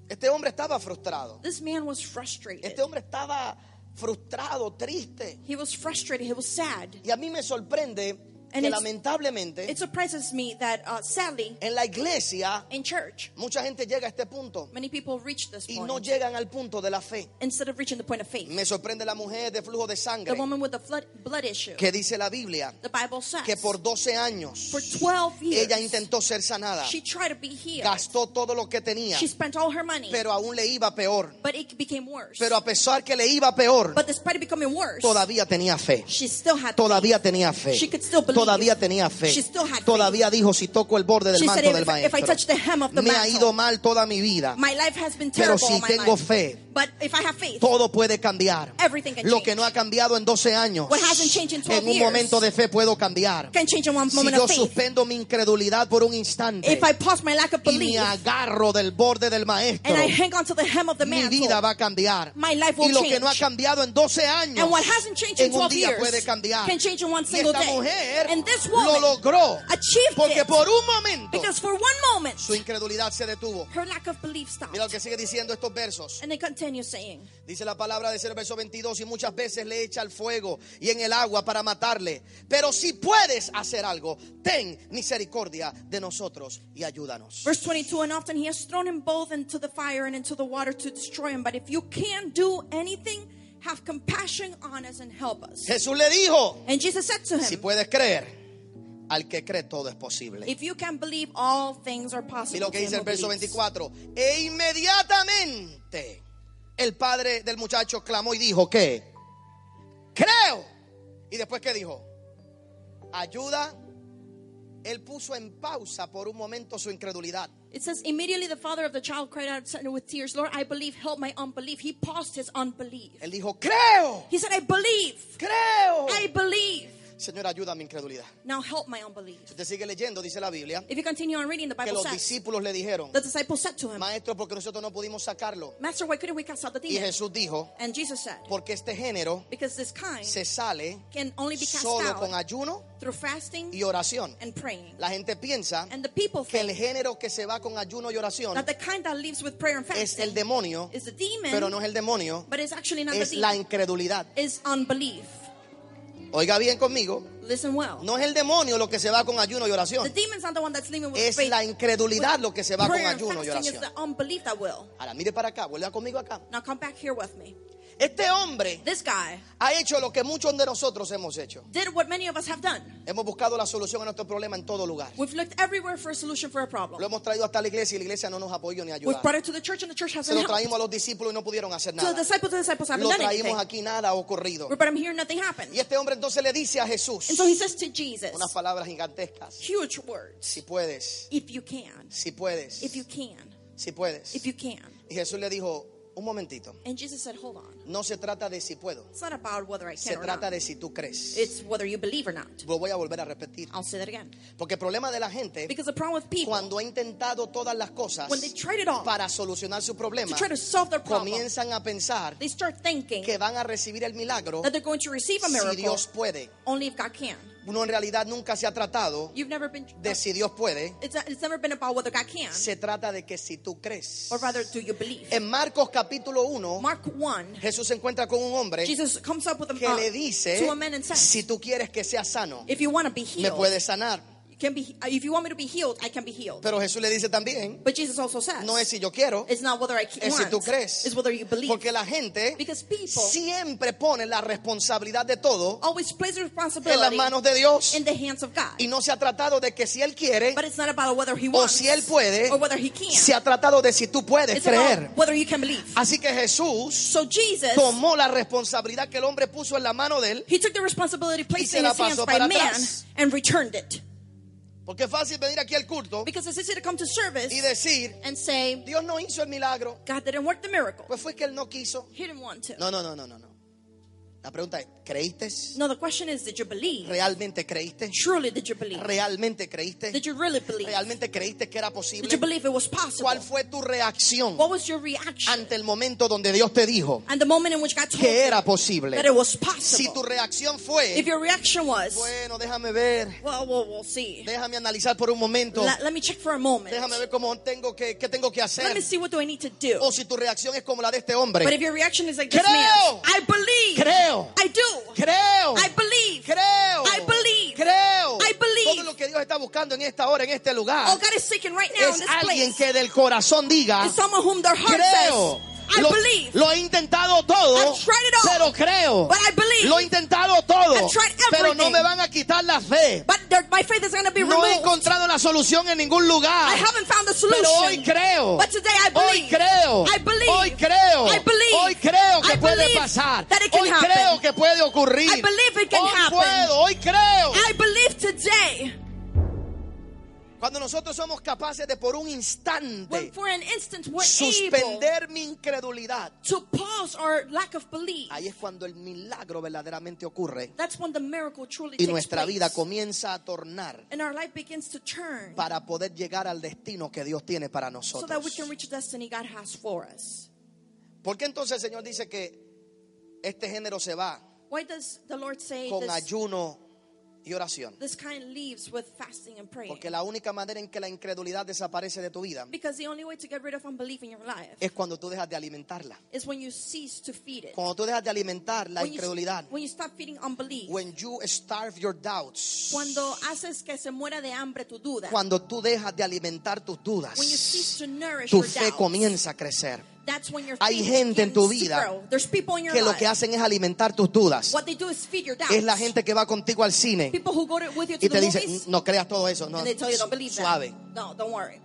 Speaker 1: Este hombre estaba frustrado.
Speaker 2: This man was frustrated.
Speaker 1: Este hombre estaba frustrado, triste.
Speaker 2: He was frustrated. He was sad.
Speaker 1: Y a mí me sorprende que
Speaker 2: it's-
Speaker 1: lamentablemente
Speaker 2: It surprises me that uh, sadly,
Speaker 1: en la iglesia
Speaker 2: in church,
Speaker 1: mucha gente llega a este punto
Speaker 2: many people reach this
Speaker 1: y no
Speaker 2: point
Speaker 1: llegan al punto de la fe.
Speaker 2: instead of reaching the point of faith.
Speaker 1: Me sorprende la mujer de flujo de
Speaker 2: The
Speaker 1: sangre
Speaker 2: woman with the flood, blood issue.
Speaker 1: que dice la Biblia
Speaker 2: The Bible says
Speaker 1: que por 12 años
Speaker 2: for 12 years,
Speaker 1: ella intentó ser sanada,
Speaker 2: she tried to be healed.
Speaker 1: gastó todo lo que tenía,
Speaker 2: She spent all her money,
Speaker 1: pero aún le iba peor.
Speaker 2: but it became worse.
Speaker 1: Pero a pesar que le iba peor,
Speaker 2: But despite it becoming worse,
Speaker 1: todavía tenía fe.
Speaker 2: she still had
Speaker 1: Todavía tenía fe.
Speaker 2: She could still believe.
Speaker 1: Todavía tenía fe.
Speaker 2: She still had
Speaker 1: Todavía dijo, si toco el borde del
Speaker 2: She
Speaker 1: manto
Speaker 2: said,
Speaker 1: del
Speaker 2: if, if I
Speaker 1: maestro,
Speaker 2: touch the hem of the
Speaker 1: me ha
Speaker 2: mantle,
Speaker 1: ido mal toda mi vida.
Speaker 2: my life has been
Speaker 1: Pero
Speaker 2: terrible
Speaker 1: si
Speaker 2: all my
Speaker 1: tengo
Speaker 2: life.
Speaker 1: fe,
Speaker 2: but if I have faith,
Speaker 1: todo puede cambiar.
Speaker 2: everything can
Speaker 1: Lo
Speaker 2: change.
Speaker 1: que no ha cambiado en 12 años,
Speaker 2: What hasn't changed in 12
Speaker 1: en un
Speaker 2: years.
Speaker 1: momento de fe puedo cambiar.
Speaker 2: can change in one
Speaker 1: Si
Speaker 2: moment
Speaker 1: yo
Speaker 2: of faith.
Speaker 1: suspendo mi incredulidad por un instante
Speaker 2: If I pause my lack of
Speaker 1: y me
Speaker 2: belief
Speaker 1: agarro del borde del maestro,
Speaker 2: and I hang on to the hem of the
Speaker 1: mi
Speaker 2: mantle,
Speaker 1: vida va a cambiar.
Speaker 2: My life
Speaker 1: Y
Speaker 2: will
Speaker 1: lo que
Speaker 2: change.
Speaker 1: no ha cambiado en 12 años,
Speaker 2: and what hasn't changed in
Speaker 1: en un
Speaker 2: 12
Speaker 1: día
Speaker 2: years
Speaker 1: puede cambiar.
Speaker 2: can change in one
Speaker 1: Y
Speaker 2: single
Speaker 1: esta
Speaker 2: day.
Speaker 1: mujer
Speaker 2: and this
Speaker 1: lo
Speaker 2: woman
Speaker 1: logró
Speaker 2: achieved
Speaker 1: porque
Speaker 2: it
Speaker 1: por un momento
Speaker 2: because for one moment
Speaker 1: su incredulidad se detuvo.
Speaker 2: her lack of belief stopped.
Speaker 1: Mira lo que sigue diciendo estos versos.
Speaker 2: And they continue saying,
Speaker 1: Dice la palabra de ser verso 22 y muchas veces le echa al fuego y en el agua para matarle. Pero si puedes hacer algo, ten misericordia de nosotros y ayúdanos.
Speaker 2: Verse 22 And often he has thrown him both into the fire and into the water to destroy him. But if you can't do anything, have compassion on us and help us.
Speaker 1: Jesús le dijo,
Speaker 2: And Jesus said to
Speaker 1: si
Speaker 2: him,
Speaker 1: puedes creer, al que cree todo es posible.
Speaker 2: If you can believe, all things are
Speaker 1: Y
Speaker 2: possible.
Speaker 1: lo que
Speaker 2: to him
Speaker 1: dice el
Speaker 2: who
Speaker 1: verso
Speaker 2: believes.
Speaker 1: 24, e inmediatamente el padre del muchacho clamó y dijo que, creo. Y después que dijo, ayuda. Él puso en pausa por un momento su incredulidad.
Speaker 2: It says, Immediately the father of the child cried out suddenly with tears, Lord, I believe, help my unbelief. He paused his unbelief.
Speaker 1: Él dijo, creo,
Speaker 2: He said, I believe,
Speaker 1: creo.
Speaker 2: I believe.
Speaker 1: Señor, ayuda a mi incredulidad.
Speaker 2: Now help my unbelief.
Speaker 1: Si te sigue leyendo, dice la Biblia,
Speaker 2: If you continue on reading, the
Speaker 1: que
Speaker 2: Bible
Speaker 1: los
Speaker 2: says,
Speaker 1: discípulos le dijeron,
Speaker 2: the disciples said to him,
Speaker 1: Maestro, porque nosotros no pudimos sacarlo.
Speaker 2: Master, why couldn't we cast out the
Speaker 1: Y
Speaker 2: demon?
Speaker 1: Jesús dijo,
Speaker 2: And Jesus said,
Speaker 1: porque este género
Speaker 2: because this kind
Speaker 1: se sale
Speaker 2: can only be cast
Speaker 1: solo con
Speaker 2: out
Speaker 1: ayuno
Speaker 2: through fasting
Speaker 1: y oración.
Speaker 2: and praying.
Speaker 1: La gente piensa
Speaker 2: And the people
Speaker 1: que el
Speaker 2: think
Speaker 1: género que se va con ayuno y oración
Speaker 2: that the kind that lives with prayer and
Speaker 1: es el
Speaker 2: fasting
Speaker 1: demonio,
Speaker 2: is the demon,
Speaker 1: pero no es el demonio,
Speaker 2: but it's actually not the
Speaker 1: es la
Speaker 2: demon.
Speaker 1: incredulidad.
Speaker 2: It's unbelief.
Speaker 1: Oiga bien conmigo,
Speaker 2: Listen well.
Speaker 1: no es el demonio lo que se va con ayuno y
Speaker 2: The
Speaker 1: oración,
Speaker 2: demon's not the one that's living with
Speaker 1: es
Speaker 2: faith.
Speaker 1: la incredulidad lo que se va con
Speaker 2: prayer and
Speaker 1: ayuno y
Speaker 2: fasting is
Speaker 1: oración.
Speaker 2: the unbelief that will.
Speaker 1: Ahora mire para acá, vuelva conmigo acá.
Speaker 2: Now come back here with me.
Speaker 1: Este hombre
Speaker 2: This guy
Speaker 1: ha hecho lo que muchos de nosotros hemos hecho.
Speaker 2: did what many of us have done.
Speaker 1: Hemos buscado la solución a nuestro problema en todo lugar.
Speaker 2: We've looked everywhere for a solution for a
Speaker 1: Lo
Speaker 2: problem.
Speaker 1: hemos traído hasta la iglesia y la iglesia no nos apoyó ni ayudó.
Speaker 2: We've brought it to the church, and the church
Speaker 1: Se
Speaker 2: hasn't
Speaker 1: lo
Speaker 2: helped.
Speaker 1: traímos a los discípulos y no pudieron hacer
Speaker 2: To the
Speaker 1: nada.
Speaker 2: disciples, the disciples haven't
Speaker 1: Lo
Speaker 2: done
Speaker 1: traímos
Speaker 2: anything.
Speaker 1: aquí, nada ha ocurrido.
Speaker 2: But I'm here, nothing happened.
Speaker 1: Y este hombre entonces le dice a Jesús
Speaker 2: And so he says to Jesus,
Speaker 1: unas palabras gigantescas.
Speaker 2: huge words,
Speaker 1: Si puedes,
Speaker 2: if you can,
Speaker 1: si puedes,
Speaker 2: if you can,
Speaker 1: si puedes.
Speaker 2: if you can.
Speaker 1: Y Jesús le dijo, un momentito,
Speaker 2: And Jesus said, hold on.
Speaker 1: no se trata de si puedo,
Speaker 2: It's not about whether I can
Speaker 1: se
Speaker 2: or
Speaker 1: trata
Speaker 2: not.
Speaker 1: de si tú crees.
Speaker 2: It's whether you believe or not.
Speaker 1: Lo voy a volver a repetir.
Speaker 2: I'll say that again.
Speaker 1: Porque el problema de la gente,
Speaker 2: Ah. Because the problem with people,
Speaker 1: cuando ha intentado todas las cosas
Speaker 2: when they tried it all
Speaker 1: para solucionar su problema,
Speaker 2: to try to solve their problem,
Speaker 1: comienzan a pensar
Speaker 2: they start thinking
Speaker 1: que van a recibir el milagro
Speaker 2: that they're going to receive a
Speaker 1: si
Speaker 2: miracle
Speaker 1: Dios puede.
Speaker 2: only if God can.
Speaker 1: Uno en realidad nunca se ha tratado
Speaker 2: You've never been.
Speaker 1: de si Dios puede.
Speaker 2: It's, it's never been about whether God can,
Speaker 1: Se trata de que si tú crees.
Speaker 2: or rather, do you believe?
Speaker 1: En Marcos capítulo 1,
Speaker 2: Mark 1,
Speaker 1: Jesús se encuentra con un hombre
Speaker 2: Jesus comes up with a,
Speaker 1: que le
Speaker 2: uh,
Speaker 1: dice,
Speaker 2: to a man and says,
Speaker 1: si tú quieres que sea sano,
Speaker 2: If you want to be
Speaker 1: me
Speaker 2: healed,
Speaker 1: puedes sanar.
Speaker 2: you can be, uh, if you want me to be healed, I can be healed.
Speaker 1: Pero Jesús le dice también,
Speaker 2: But Jesus also says,
Speaker 1: no es si yo quiero,
Speaker 2: it's not whether I ke-
Speaker 1: es si
Speaker 2: want,
Speaker 1: tú crees.
Speaker 2: it's whether you believe.
Speaker 1: porque la gente
Speaker 2: Because people Oh,
Speaker 1: siempre pone la responsabilidad de todo
Speaker 2: always place the
Speaker 1: en las
Speaker 2: responsibility
Speaker 1: manos de Dios
Speaker 2: in the hands of God.
Speaker 1: y no se ha tratado de que si Él quiere
Speaker 2: But it's not about whether he
Speaker 1: o
Speaker 2: wants
Speaker 1: si Él puede,
Speaker 2: or whether he can.
Speaker 1: se ha tratado de si tú puedes
Speaker 2: it's
Speaker 1: creer. Ah,
Speaker 2: about whether you can believe.
Speaker 1: Así que Jesús
Speaker 2: So Jesus,
Speaker 1: tomó la responsabilidad que el hombre puso en la mano de Él,
Speaker 2: he took the responsibility placed
Speaker 1: se
Speaker 2: in
Speaker 1: la
Speaker 2: his hands
Speaker 1: pasó
Speaker 2: by
Speaker 1: para
Speaker 2: man
Speaker 1: atrás.
Speaker 2: and returned it.
Speaker 1: porque es fácil venir aquí al culto
Speaker 2: Because it's easy to come to service
Speaker 1: y decir,
Speaker 2: and say,
Speaker 1: Dios no hizo el milagro,
Speaker 2: God didn't work the miracle.
Speaker 1: pues fue que Él no quiso.
Speaker 2: He didn't want to.
Speaker 1: No, no, no, no, no, no. La pregunta es, ¿creíste?
Speaker 2: No, the question is, did you believe?
Speaker 1: ¿Realmente creíste?
Speaker 2: Truly, did you believe?
Speaker 1: ¿Realmente creíste?
Speaker 2: Did you really believe?
Speaker 1: ¿Realmente creíste que era
Speaker 2: Did you
Speaker 1: posible?
Speaker 2: believe it was possible?
Speaker 1: ¿Cuál fue tu reacción
Speaker 2: What was your reaction?
Speaker 1: ante el momento donde Dios te dijo
Speaker 2: And the moment in which God told
Speaker 1: que
Speaker 2: you
Speaker 1: era posible?
Speaker 2: that it was
Speaker 1: Si tu
Speaker 2: possible.
Speaker 1: reacción fue,
Speaker 2: If your reaction was,
Speaker 1: bueno, déjame ver,
Speaker 2: well, we'll, we'll see.
Speaker 1: déjame analizar por un momento,
Speaker 2: Let, let me check for a moment.
Speaker 1: déjame ver cómo tengo que, qué tengo que
Speaker 2: Let me
Speaker 1: hacer,
Speaker 2: see what do I need to do.
Speaker 1: o si tu reacción es como la de este
Speaker 2: But
Speaker 1: hombre,
Speaker 2: if your reaction is like this
Speaker 1: Creo.
Speaker 2: man, I believe.
Speaker 1: creo,
Speaker 2: I do.
Speaker 1: creo,
Speaker 2: I believe.
Speaker 1: creo,
Speaker 2: I believe.
Speaker 1: creo,
Speaker 2: I believe.
Speaker 1: todo lo que Dios está buscando en esta hora, en este
Speaker 2: All
Speaker 1: lugar,
Speaker 2: Oh, God is seeking right now in
Speaker 1: es
Speaker 2: this
Speaker 1: alguien
Speaker 2: place
Speaker 1: que del corazón diga,
Speaker 2: is someone whom their heart
Speaker 1: creo.
Speaker 2: says, I
Speaker 1: Lo,
Speaker 2: believe.
Speaker 1: lo he intentado todo,
Speaker 2: I've tried it all.
Speaker 1: pero creo.
Speaker 2: But I believe.
Speaker 1: Lo he intentado todo,
Speaker 2: I've tried
Speaker 1: pero no
Speaker 2: everything.
Speaker 1: me van a quitar la fe.
Speaker 2: But their, my faith is going to be
Speaker 1: No he
Speaker 2: removed.
Speaker 1: encontrado la solución en ningún lugar.
Speaker 2: I haven't found the solution.
Speaker 1: Pero hoy creo.
Speaker 2: But today I
Speaker 1: Hoy
Speaker 2: believe.
Speaker 1: creo.
Speaker 2: I believe.
Speaker 1: Hoy creo.
Speaker 2: I believe.
Speaker 1: Hoy creo que
Speaker 2: I
Speaker 1: puede
Speaker 2: believe
Speaker 1: pasar.
Speaker 2: that it can
Speaker 1: hoy
Speaker 2: happen.
Speaker 1: creo que puede ocurrir.
Speaker 2: I believe it can
Speaker 1: hoy
Speaker 2: happen.
Speaker 1: puedo. Hoy creo.
Speaker 2: I believe today.
Speaker 1: Cuando nosotros somos capaces de por un
Speaker 2: When
Speaker 1: instante
Speaker 2: for an instant we're able
Speaker 1: suspender mi incredulidad,
Speaker 2: to pause our lack of belief,
Speaker 1: ahí es cuando el milagro verdaderamente ocurre
Speaker 2: that's when the miracle truly
Speaker 1: y
Speaker 2: takes
Speaker 1: nuestra
Speaker 2: place.
Speaker 1: vida comienza a tornar
Speaker 2: and our life begins to turn
Speaker 1: para poder llegar al destino que Dios tiene para
Speaker 2: so
Speaker 1: nosotros.
Speaker 2: that we can reach the destiny God has for us.
Speaker 1: ¿Por qué entonces el Señor dice que este género se va
Speaker 2: Why does the Lord say
Speaker 1: con
Speaker 2: this,
Speaker 1: ayuno y oración?
Speaker 2: this kind leaves with fasting and praying?
Speaker 1: Porque la única manera en que la incredulidad desaparece de tu vida
Speaker 2: Because the only way to get rid of unbelief in your life
Speaker 1: es cuando tú dejas de alimentarla.
Speaker 2: is when you cease to feed it.
Speaker 1: Cuando tú dejas de alimentar la
Speaker 2: When you,
Speaker 1: incredulidad.
Speaker 2: when you stop feeding unbelief.
Speaker 1: When you starve your doubts.
Speaker 2: Cuando haces que se muera de hambre tu duda.
Speaker 1: Cuando tú dejas de alimentar tus
Speaker 2: When you
Speaker 1: dudas,
Speaker 2: cease to nourish
Speaker 1: tu
Speaker 2: your
Speaker 1: fe
Speaker 2: doubts,
Speaker 1: comienza a crecer.
Speaker 2: That's when your
Speaker 1: Hay
Speaker 2: faith
Speaker 1: gente en tu
Speaker 2: begins to
Speaker 1: vida
Speaker 2: grow. There's people in your
Speaker 1: Que lo
Speaker 2: life.
Speaker 1: que hacen es alimentar tus dudas.
Speaker 2: What they do is feed your doubts.
Speaker 1: Es la gente que va contigo al cine
Speaker 2: People who go to, with you to
Speaker 1: y
Speaker 2: the
Speaker 1: te dice,
Speaker 2: movies
Speaker 1: no creas todo eso, no,
Speaker 2: and they tell you don't believe
Speaker 1: suave.
Speaker 2: that. No, don't worry.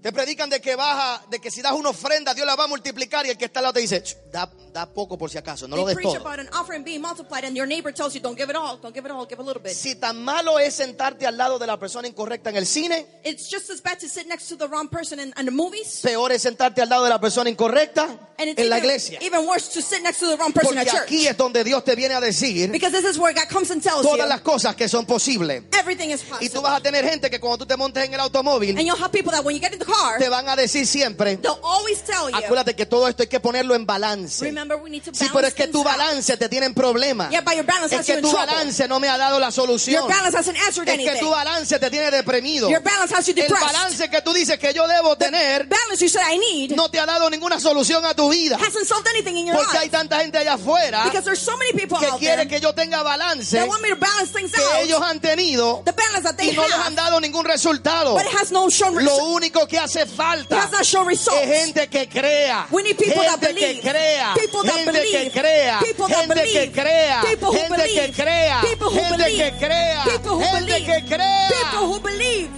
Speaker 1: Te predican de que baja, de que si das una ofrenda, Dios la va a multiplicar y el que está al lado te dice, "Ch, da, da poco por si acaso, no lo des
Speaker 2: They preach
Speaker 1: todo.
Speaker 2: about an offering being multiplied, and your neighbor tells you, don't give it all, don't give it all, give a little bit.
Speaker 1: Si tan malo es sentarte al lado de la persona incorrecta en el cine,
Speaker 2: It's just as bad to sit next to the wrong person in, in the movies.
Speaker 1: peor es sentarte al lado de la persona incorrecta
Speaker 2: And it's
Speaker 1: en la
Speaker 2: even,
Speaker 1: iglesia.
Speaker 2: even worse to sit next to the wrong person
Speaker 1: Porque
Speaker 2: at church.
Speaker 1: aquí es donde Dios te viene a decir
Speaker 2: Because this is where God comes and tells
Speaker 1: todas
Speaker 2: you
Speaker 1: las cosas que son posibles.
Speaker 2: everything is
Speaker 1: Y tú
Speaker 2: possible.
Speaker 1: vas a tener gente que cuando tú te montes en el automóvil,
Speaker 2: And you'll have people that when you get in the car,
Speaker 1: te van a decir siempre,
Speaker 2: they'll always tell you,
Speaker 1: acuérdate que todo esto hay que ponerlo en balance.
Speaker 2: remember we need to
Speaker 1: Sí,
Speaker 2: balance
Speaker 1: pero es que
Speaker 2: things
Speaker 1: tu
Speaker 2: out.
Speaker 1: balance te tiene en problema.
Speaker 2: Yeah, but your balance
Speaker 1: Es
Speaker 2: has you
Speaker 1: que
Speaker 2: in
Speaker 1: tu
Speaker 2: trouble.
Speaker 1: balance no me ha dado la solución.
Speaker 2: Your balance hasn't answered
Speaker 1: Es que tu
Speaker 2: anything.
Speaker 1: balance te tiene deprimido.
Speaker 2: Your balance has you
Speaker 1: El
Speaker 2: depressed.
Speaker 1: balance que tú dices que yo debo tener
Speaker 2: Balance you said I need
Speaker 1: no te ha dado ninguna solución a tu vida.
Speaker 2: hasn't solved anything in your
Speaker 1: Porque hay
Speaker 2: life.
Speaker 1: tanta gente allá afuera
Speaker 2: Because there's so many people
Speaker 1: que
Speaker 2: out there
Speaker 1: Ah. quiere que yo tenga balance
Speaker 2: that want me to balance things
Speaker 1: que ellos
Speaker 2: out.
Speaker 1: han tenido
Speaker 2: The balance that
Speaker 1: y
Speaker 2: they
Speaker 1: no les han
Speaker 2: have,
Speaker 1: dado ningún resultado.
Speaker 2: but it has no shown
Speaker 1: Lo
Speaker 2: results.
Speaker 1: único que hace
Speaker 2: It
Speaker 1: falta
Speaker 2: has not shown
Speaker 1: es
Speaker 2: results.
Speaker 1: gente que crea,
Speaker 2: We need people that
Speaker 1: gente que
Speaker 2: believe.
Speaker 1: crea,
Speaker 2: People that
Speaker 1: gente que
Speaker 2: believe.
Speaker 1: crea,
Speaker 2: People that
Speaker 1: gente que
Speaker 2: believe.
Speaker 1: crea,
Speaker 2: People who
Speaker 1: gente que
Speaker 2: believe.
Speaker 1: crea,
Speaker 2: People who
Speaker 1: gente que
Speaker 2: believe.
Speaker 1: crea,
Speaker 2: People who
Speaker 1: gente que
Speaker 2: believe. People
Speaker 1: crea.
Speaker 2: who believe.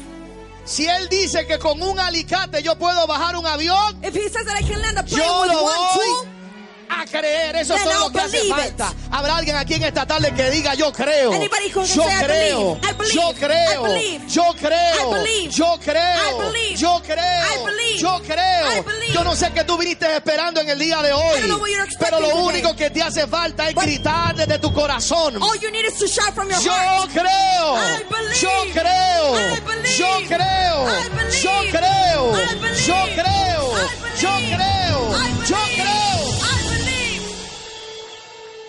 Speaker 1: Si él dice que con un alicate yo puedo bajar un avión,
Speaker 2: If he says that I can land a plane
Speaker 1: yo
Speaker 2: with
Speaker 1: lo
Speaker 2: one
Speaker 1: voy
Speaker 2: tool,
Speaker 1: a creer. Eso es
Speaker 2: then
Speaker 1: todo lo
Speaker 2: I'll
Speaker 1: que hace
Speaker 2: believe
Speaker 1: falta. Habrá alguien aquí en esta tarde que diga yo creo,
Speaker 2: Anybody who can
Speaker 1: yo
Speaker 2: say, "I
Speaker 1: creo,
Speaker 2: believe, I believe,
Speaker 1: yo
Speaker 2: I
Speaker 1: creo,
Speaker 2: believe,
Speaker 1: yo creo,
Speaker 2: I believe,
Speaker 1: yo creo,
Speaker 2: I believe,
Speaker 1: yo creo,
Speaker 2: I believe,
Speaker 1: yo
Speaker 2: I
Speaker 1: creo.
Speaker 2: believe.
Speaker 1: Yo no sé qué tú viniste esperando en el día de
Speaker 2: I don't know what
Speaker 1: hoy,
Speaker 2: you're
Speaker 1: pero
Speaker 2: expecting
Speaker 1: lo
Speaker 2: today.
Speaker 1: único que te hace falta es
Speaker 2: But- Oh.
Speaker 1: gritar desde tu corazón.
Speaker 2: all you need is to shout from your
Speaker 1: Yo
Speaker 2: heart.
Speaker 1: creo,
Speaker 2: I believe.
Speaker 1: yo creo,
Speaker 2: I believe.
Speaker 1: yo creo,
Speaker 2: I believe.
Speaker 1: yo creo,
Speaker 2: I believe.
Speaker 1: yo creo, yo creo,
Speaker 2: I believe. I
Speaker 1: yo
Speaker 2: believe.
Speaker 1: creo.
Speaker 2: I believe.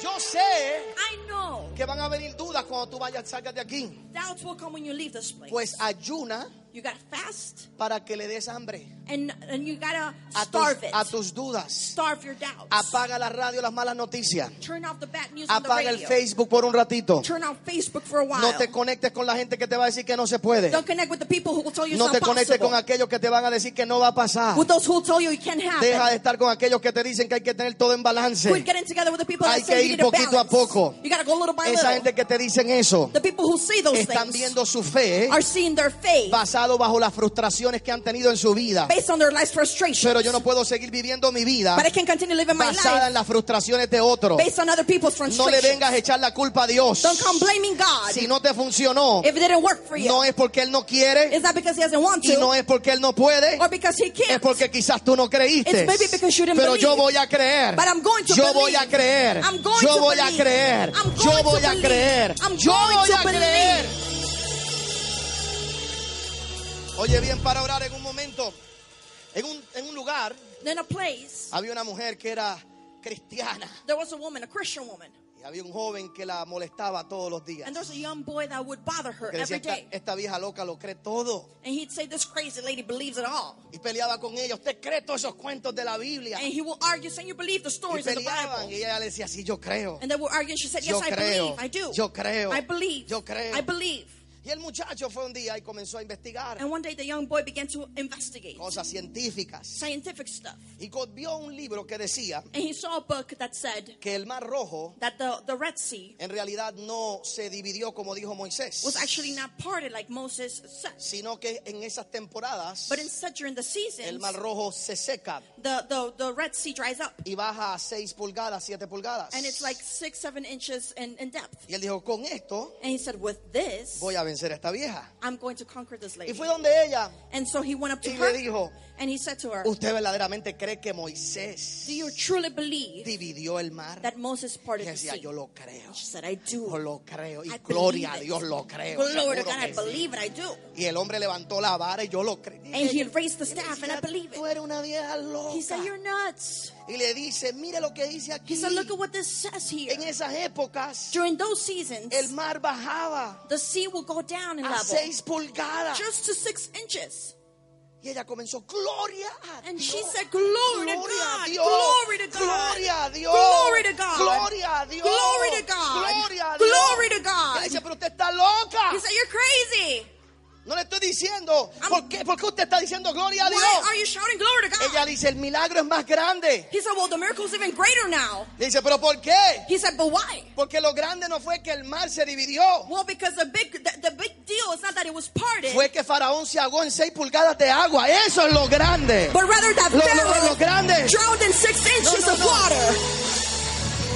Speaker 1: Yo sé
Speaker 2: I know.
Speaker 1: que van a venir dudas cuando tú vayas, salgas de aquí.
Speaker 2: Doubts will come when you leave this place.
Speaker 1: Pues ayuna
Speaker 2: you gotta fast
Speaker 1: para que le des hambre
Speaker 2: and and you gotta
Speaker 1: a
Speaker 2: starve
Speaker 1: tus,
Speaker 2: it.
Speaker 1: a tus dudas.
Speaker 2: starve your doubts.
Speaker 1: Apaga la radio, las malas noticias.
Speaker 2: Turn off the bad news on the
Speaker 1: Apaga el
Speaker 2: radio.
Speaker 1: Facebook por un ratito.
Speaker 2: Turn off Facebook for a while.
Speaker 1: No te conectes con la gente que te va a decir que no se puede.
Speaker 2: Don't connect with the people who will tell you
Speaker 1: No
Speaker 2: it's
Speaker 1: te
Speaker 2: not
Speaker 1: conectes
Speaker 2: possible.
Speaker 1: con aquellos que te van a decir que no va a pasar.
Speaker 2: with those who will tell you it can't happen.
Speaker 1: Deja de estar con aquellos que te dicen que hay que tener todo en
Speaker 2: Quit
Speaker 1: balance.
Speaker 2: getting together with the people
Speaker 1: Hay
Speaker 2: that say
Speaker 1: que
Speaker 2: you
Speaker 1: ir
Speaker 2: need a
Speaker 1: poquito a
Speaker 2: balance.
Speaker 1: poco.
Speaker 2: You gotta go little by
Speaker 1: Esa
Speaker 2: little.
Speaker 1: gente que te dicen eso
Speaker 2: the people who say those
Speaker 1: están
Speaker 2: things
Speaker 1: viendo su fe ¿eh?
Speaker 2: are seeing their faith
Speaker 1: basado bajo las frustraciones que han tenido en su vida.
Speaker 2: based on their life's frustrations.
Speaker 1: Pero yo no puedo seguir viviendo mi vida
Speaker 2: but I can continue living my
Speaker 1: basada
Speaker 2: life
Speaker 1: en las frustraciones de otros.
Speaker 2: based on other people's
Speaker 1: No le
Speaker 2: frustrations.
Speaker 1: vengas a echar la culpa a Dios.
Speaker 2: Don't come blaming God
Speaker 1: Si no te funcionó,
Speaker 2: if it didn't work for you.
Speaker 1: no es porque Él no quiere
Speaker 2: it's not because he doesn't want
Speaker 1: y
Speaker 2: to
Speaker 1: no es porque Él no puede.
Speaker 2: or because he
Speaker 1: Es
Speaker 2: can't.
Speaker 1: porque quizás tú no creíste.
Speaker 2: It's maybe because you didn't
Speaker 1: Pero yo
Speaker 2: believe.
Speaker 1: voy a creer.
Speaker 2: But I'm going to
Speaker 1: Yo
Speaker 2: believe.
Speaker 1: voy a creer.
Speaker 2: I'm going
Speaker 1: Yo
Speaker 2: to
Speaker 1: voy a
Speaker 2: believe.
Speaker 1: creer.
Speaker 2: I'm
Speaker 1: Yo
Speaker 2: going
Speaker 1: voy
Speaker 2: to
Speaker 1: a
Speaker 2: believe.
Speaker 1: creer.
Speaker 2: I'm
Speaker 1: Yo
Speaker 2: going
Speaker 1: voy
Speaker 2: to
Speaker 1: a
Speaker 2: believe.
Speaker 1: creer. Oye bien, para orar en un momento. En un, en un lugar
Speaker 2: Then a place,
Speaker 1: había una mujer que era cristiana
Speaker 2: there was a woman, a Christian woman,
Speaker 1: y había un joven que la molestaba todos los días.
Speaker 2: and there's a young boy that would bother her
Speaker 1: Que decía,
Speaker 2: every
Speaker 1: esta,
Speaker 2: day.
Speaker 1: esta vieja loca lo cree todo.
Speaker 2: And he'd say, This crazy lady believes it all.
Speaker 1: Y peleaba con ella. Usted cree todos esos cuentos de la Biblia.
Speaker 2: And he will argue, saying, You believe the
Speaker 1: Y
Speaker 2: stories in the
Speaker 1: peleaban.
Speaker 2: Bible.
Speaker 1: Y ella le decía, sí, yo creo.
Speaker 2: And they were arguing. She said,
Speaker 1: Yo
Speaker 2: Yes, I
Speaker 1: creo.
Speaker 2: believe. I do.
Speaker 1: Yo creo.
Speaker 2: I believe.
Speaker 1: Yo creo.
Speaker 2: I believe.
Speaker 1: Y el muchacho fue un día y comenzó a investigar
Speaker 2: And one day the young boy began to investigate
Speaker 1: cosas científicas.
Speaker 2: scientific stuff.
Speaker 1: Y co- vio un libro que decía
Speaker 2: And he saw a book that said
Speaker 1: que el Mar Rojo
Speaker 2: that the, the Red Sea
Speaker 1: en realidad no se dividió como dijo Moisés,
Speaker 2: was actually not parted like Moses said.
Speaker 1: sino que en esas temporadas
Speaker 2: But instead, during the
Speaker 1: el
Speaker 2: seasons,
Speaker 1: Mar Rojo se seca
Speaker 2: the, the, the Red Sea dries up.
Speaker 1: y baja a 6 pulgadas, 7 pulgadas.
Speaker 2: And it's like six, seven inches in, in depth.
Speaker 1: Y él dijo, con esto
Speaker 2: And he said, With this,
Speaker 1: voy a vencer a esta vieja.
Speaker 2: I'm going to conquer this
Speaker 1: Y
Speaker 2: lady.
Speaker 1: fue donde ella
Speaker 2: And so he went up to
Speaker 1: y
Speaker 2: her
Speaker 1: le dijo,
Speaker 2: and he said to her,
Speaker 1: ¿usted verdaderamente cree que Moisés
Speaker 2: Do you truly believe
Speaker 1: dividió el mar?
Speaker 2: that Moses
Speaker 1: Y
Speaker 2: parted the
Speaker 1: decía,
Speaker 2: sea?
Speaker 1: yo lo creo.
Speaker 2: She said, I do.
Speaker 1: Yo lo creo y
Speaker 2: I
Speaker 1: gloria a
Speaker 2: believe it.
Speaker 1: Dios lo creo.
Speaker 2: Glory to
Speaker 1: seguro
Speaker 2: God, I
Speaker 1: que sí.
Speaker 2: believe it, I do.
Speaker 1: Y el hombre levantó la vara y yo lo creo.
Speaker 2: And he raised the staff, and I believe
Speaker 1: Tú
Speaker 2: it.
Speaker 1: eres una vieja loca.
Speaker 2: He said, You're nuts.
Speaker 1: Y le dice, mire lo que dice
Speaker 2: He
Speaker 1: aquí.
Speaker 2: said, Look at what this says here.
Speaker 1: En esas épocas
Speaker 2: During those seasons,
Speaker 1: el mar bajaba
Speaker 2: the sea will go down in
Speaker 1: a
Speaker 2: level
Speaker 1: seis pulgadas.
Speaker 2: just to six inches.
Speaker 1: Y ella comenzó, gloria a
Speaker 2: And
Speaker 1: Dios.
Speaker 2: she said, Glory to
Speaker 1: Gloria a
Speaker 2: God.
Speaker 1: Dios.
Speaker 2: Glory to God.
Speaker 1: Gloria a Dios.
Speaker 2: Glory to God.
Speaker 1: Gloria a Dios.
Speaker 2: Glory to God.
Speaker 1: Gloria a Dios. Y le
Speaker 2: Glory to God.
Speaker 1: dice, pero usted está loca.
Speaker 2: He said, You're crazy.
Speaker 1: No le estoy diciendo.
Speaker 2: I'm-
Speaker 1: ¿Por qué, por qué usted está diciendo gloria a Dios?
Speaker 2: Why are you shouting glory to God?
Speaker 1: Ella dice, el milagro es más grande.
Speaker 2: He said, Well, the miracle's even greater now.
Speaker 1: Le dice, pero ¿por qué?
Speaker 2: He said, But why?
Speaker 1: Porque lo grande no fue que el mar se dividió.
Speaker 2: Well, because the big the, the big deal is not that it was parted,
Speaker 1: Fue que Faraón se ahogó en seis pulgadas de agua. Eso es lo grande.
Speaker 2: but rather that
Speaker 1: Lo- lo-
Speaker 2: Pharaoh
Speaker 1: lo grande.
Speaker 2: drowned in six inches
Speaker 1: no,
Speaker 2: of
Speaker 1: no.
Speaker 2: water.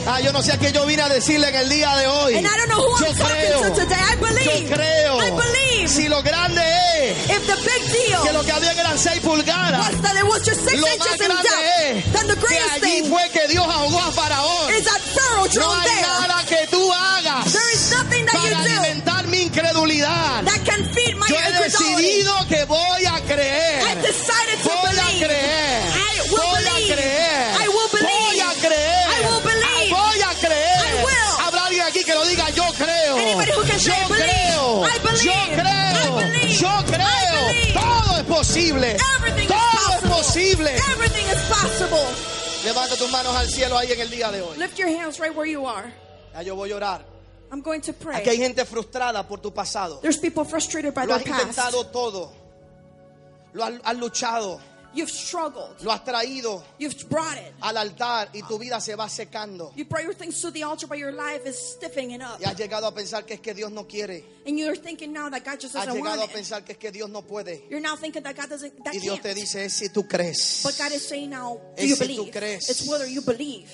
Speaker 1: Ah, yo no sé a qué yo vine a decirle en el día de hoy.
Speaker 2: And I don't know who
Speaker 1: yo
Speaker 2: I'm
Speaker 1: creo,
Speaker 2: talking to today. I believe.
Speaker 1: yo creo.
Speaker 2: I believe.
Speaker 1: Si lo grande es
Speaker 2: if the big deal
Speaker 1: que lo que había eran seis pulgadas,
Speaker 2: was that it was just six
Speaker 1: lo más
Speaker 2: inches in
Speaker 1: grande
Speaker 2: depth,
Speaker 1: es
Speaker 2: then the
Speaker 1: que
Speaker 2: greatest
Speaker 1: allí
Speaker 2: thing
Speaker 1: fue que Dios ahogó a Faraón.
Speaker 2: is that Pharaoh
Speaker 1: No
Speaker 2: drowned
Speaker 1: hay
Speaker 2: there.
Speaker 1: nada que tú hagas
Speaker 2: There is nothing that you
Speaker 1: para
Speaker 2: do
Speaker 1: alimentar mi incredulidad.
Speaker 2: that can feed my
Speaker 1: Yo he
Speaker 2: incredulity.
Speaker 1: decidido que voy a creer.
Speaker 2: eh. I decided to
Speaker 1: Voy a
Speaker 2: believe.
Speaker 1: creer.
Speaker 2: I will
Speaker 1: voy
Speaker 2: believe.
Speaker 1: a creer.
Speaker 2: I will
Speaker 1: Voy
Speaker 2: believe.
Speaker 1: a creer. Ah,
Speaker 2: I will believe.
Speaker 1: Voy a creer.
Speaker 2: I will.
Speaker 1: Habrá alguien aquí que lo diga. Yo creo.
Speaker 2: Anybody who
Speaker 1: yo
Speaker 2: can say, "I believe.
Speaker 1: creo.
Speaker 2: I believe.
Speaker 1: Yo creo.
Speaker 2: I believe.
Speaker 1: Yo creo.
Speaker 2: I believe."
Speaker 1: Todo es posible.
Speaker 2: Everything is
Speaker 1: Todo es
Speaker 2: possible.
Speaker 1: posible.
Speaker 2: Everything is possible.
Speaker 1: Levanta tus manos al cielo ahí en el día de hoy.
Speaker 2: Lift your hands right where you are.
Speaker 1: Ya yo voy a orar.
Speaker 2: I'm going to pray.
Speaker 1: Aquí hay gente frustrada por tu pasado.
Speaker 2: There's people frustrated by
Speaker 1: Lo has
Speaker 2: their past.
Speaker 1: intentado todo. Lo has- has luchado.
Speaker 2: You've struggled.
Speaker 1: Lo has traído.
Speaker 2: You've brought it.
Speaker 1: al altar y tu vida se va secando.
Speaker 2: You brought your things to the altar, but your life is stiffening up.
Speaker 1: Y has llegado a pensar que es que Dios no quiere.
Speaker 2: And you're thinking now that God just
Speaker 1: Has
Speaker 2: doesn't
Speaker 1: llegado a
Speaker 2: want it.
Speaker 1: pensar que es que Dios no puede.
Speaker 2: You're now thinking that God doesn't, that
Speaker 1: Y Dios te
Speaker 2: can't.
Speaker 1: dice, es si tú crees,
Speaker 2: But God is saying now, do
Speaker 1: Es
Speaker 2: you
Speaker 1: si tú
Speaker 2: believe?
Speaker 1: crees.
Speaker 2: It's whether you believe.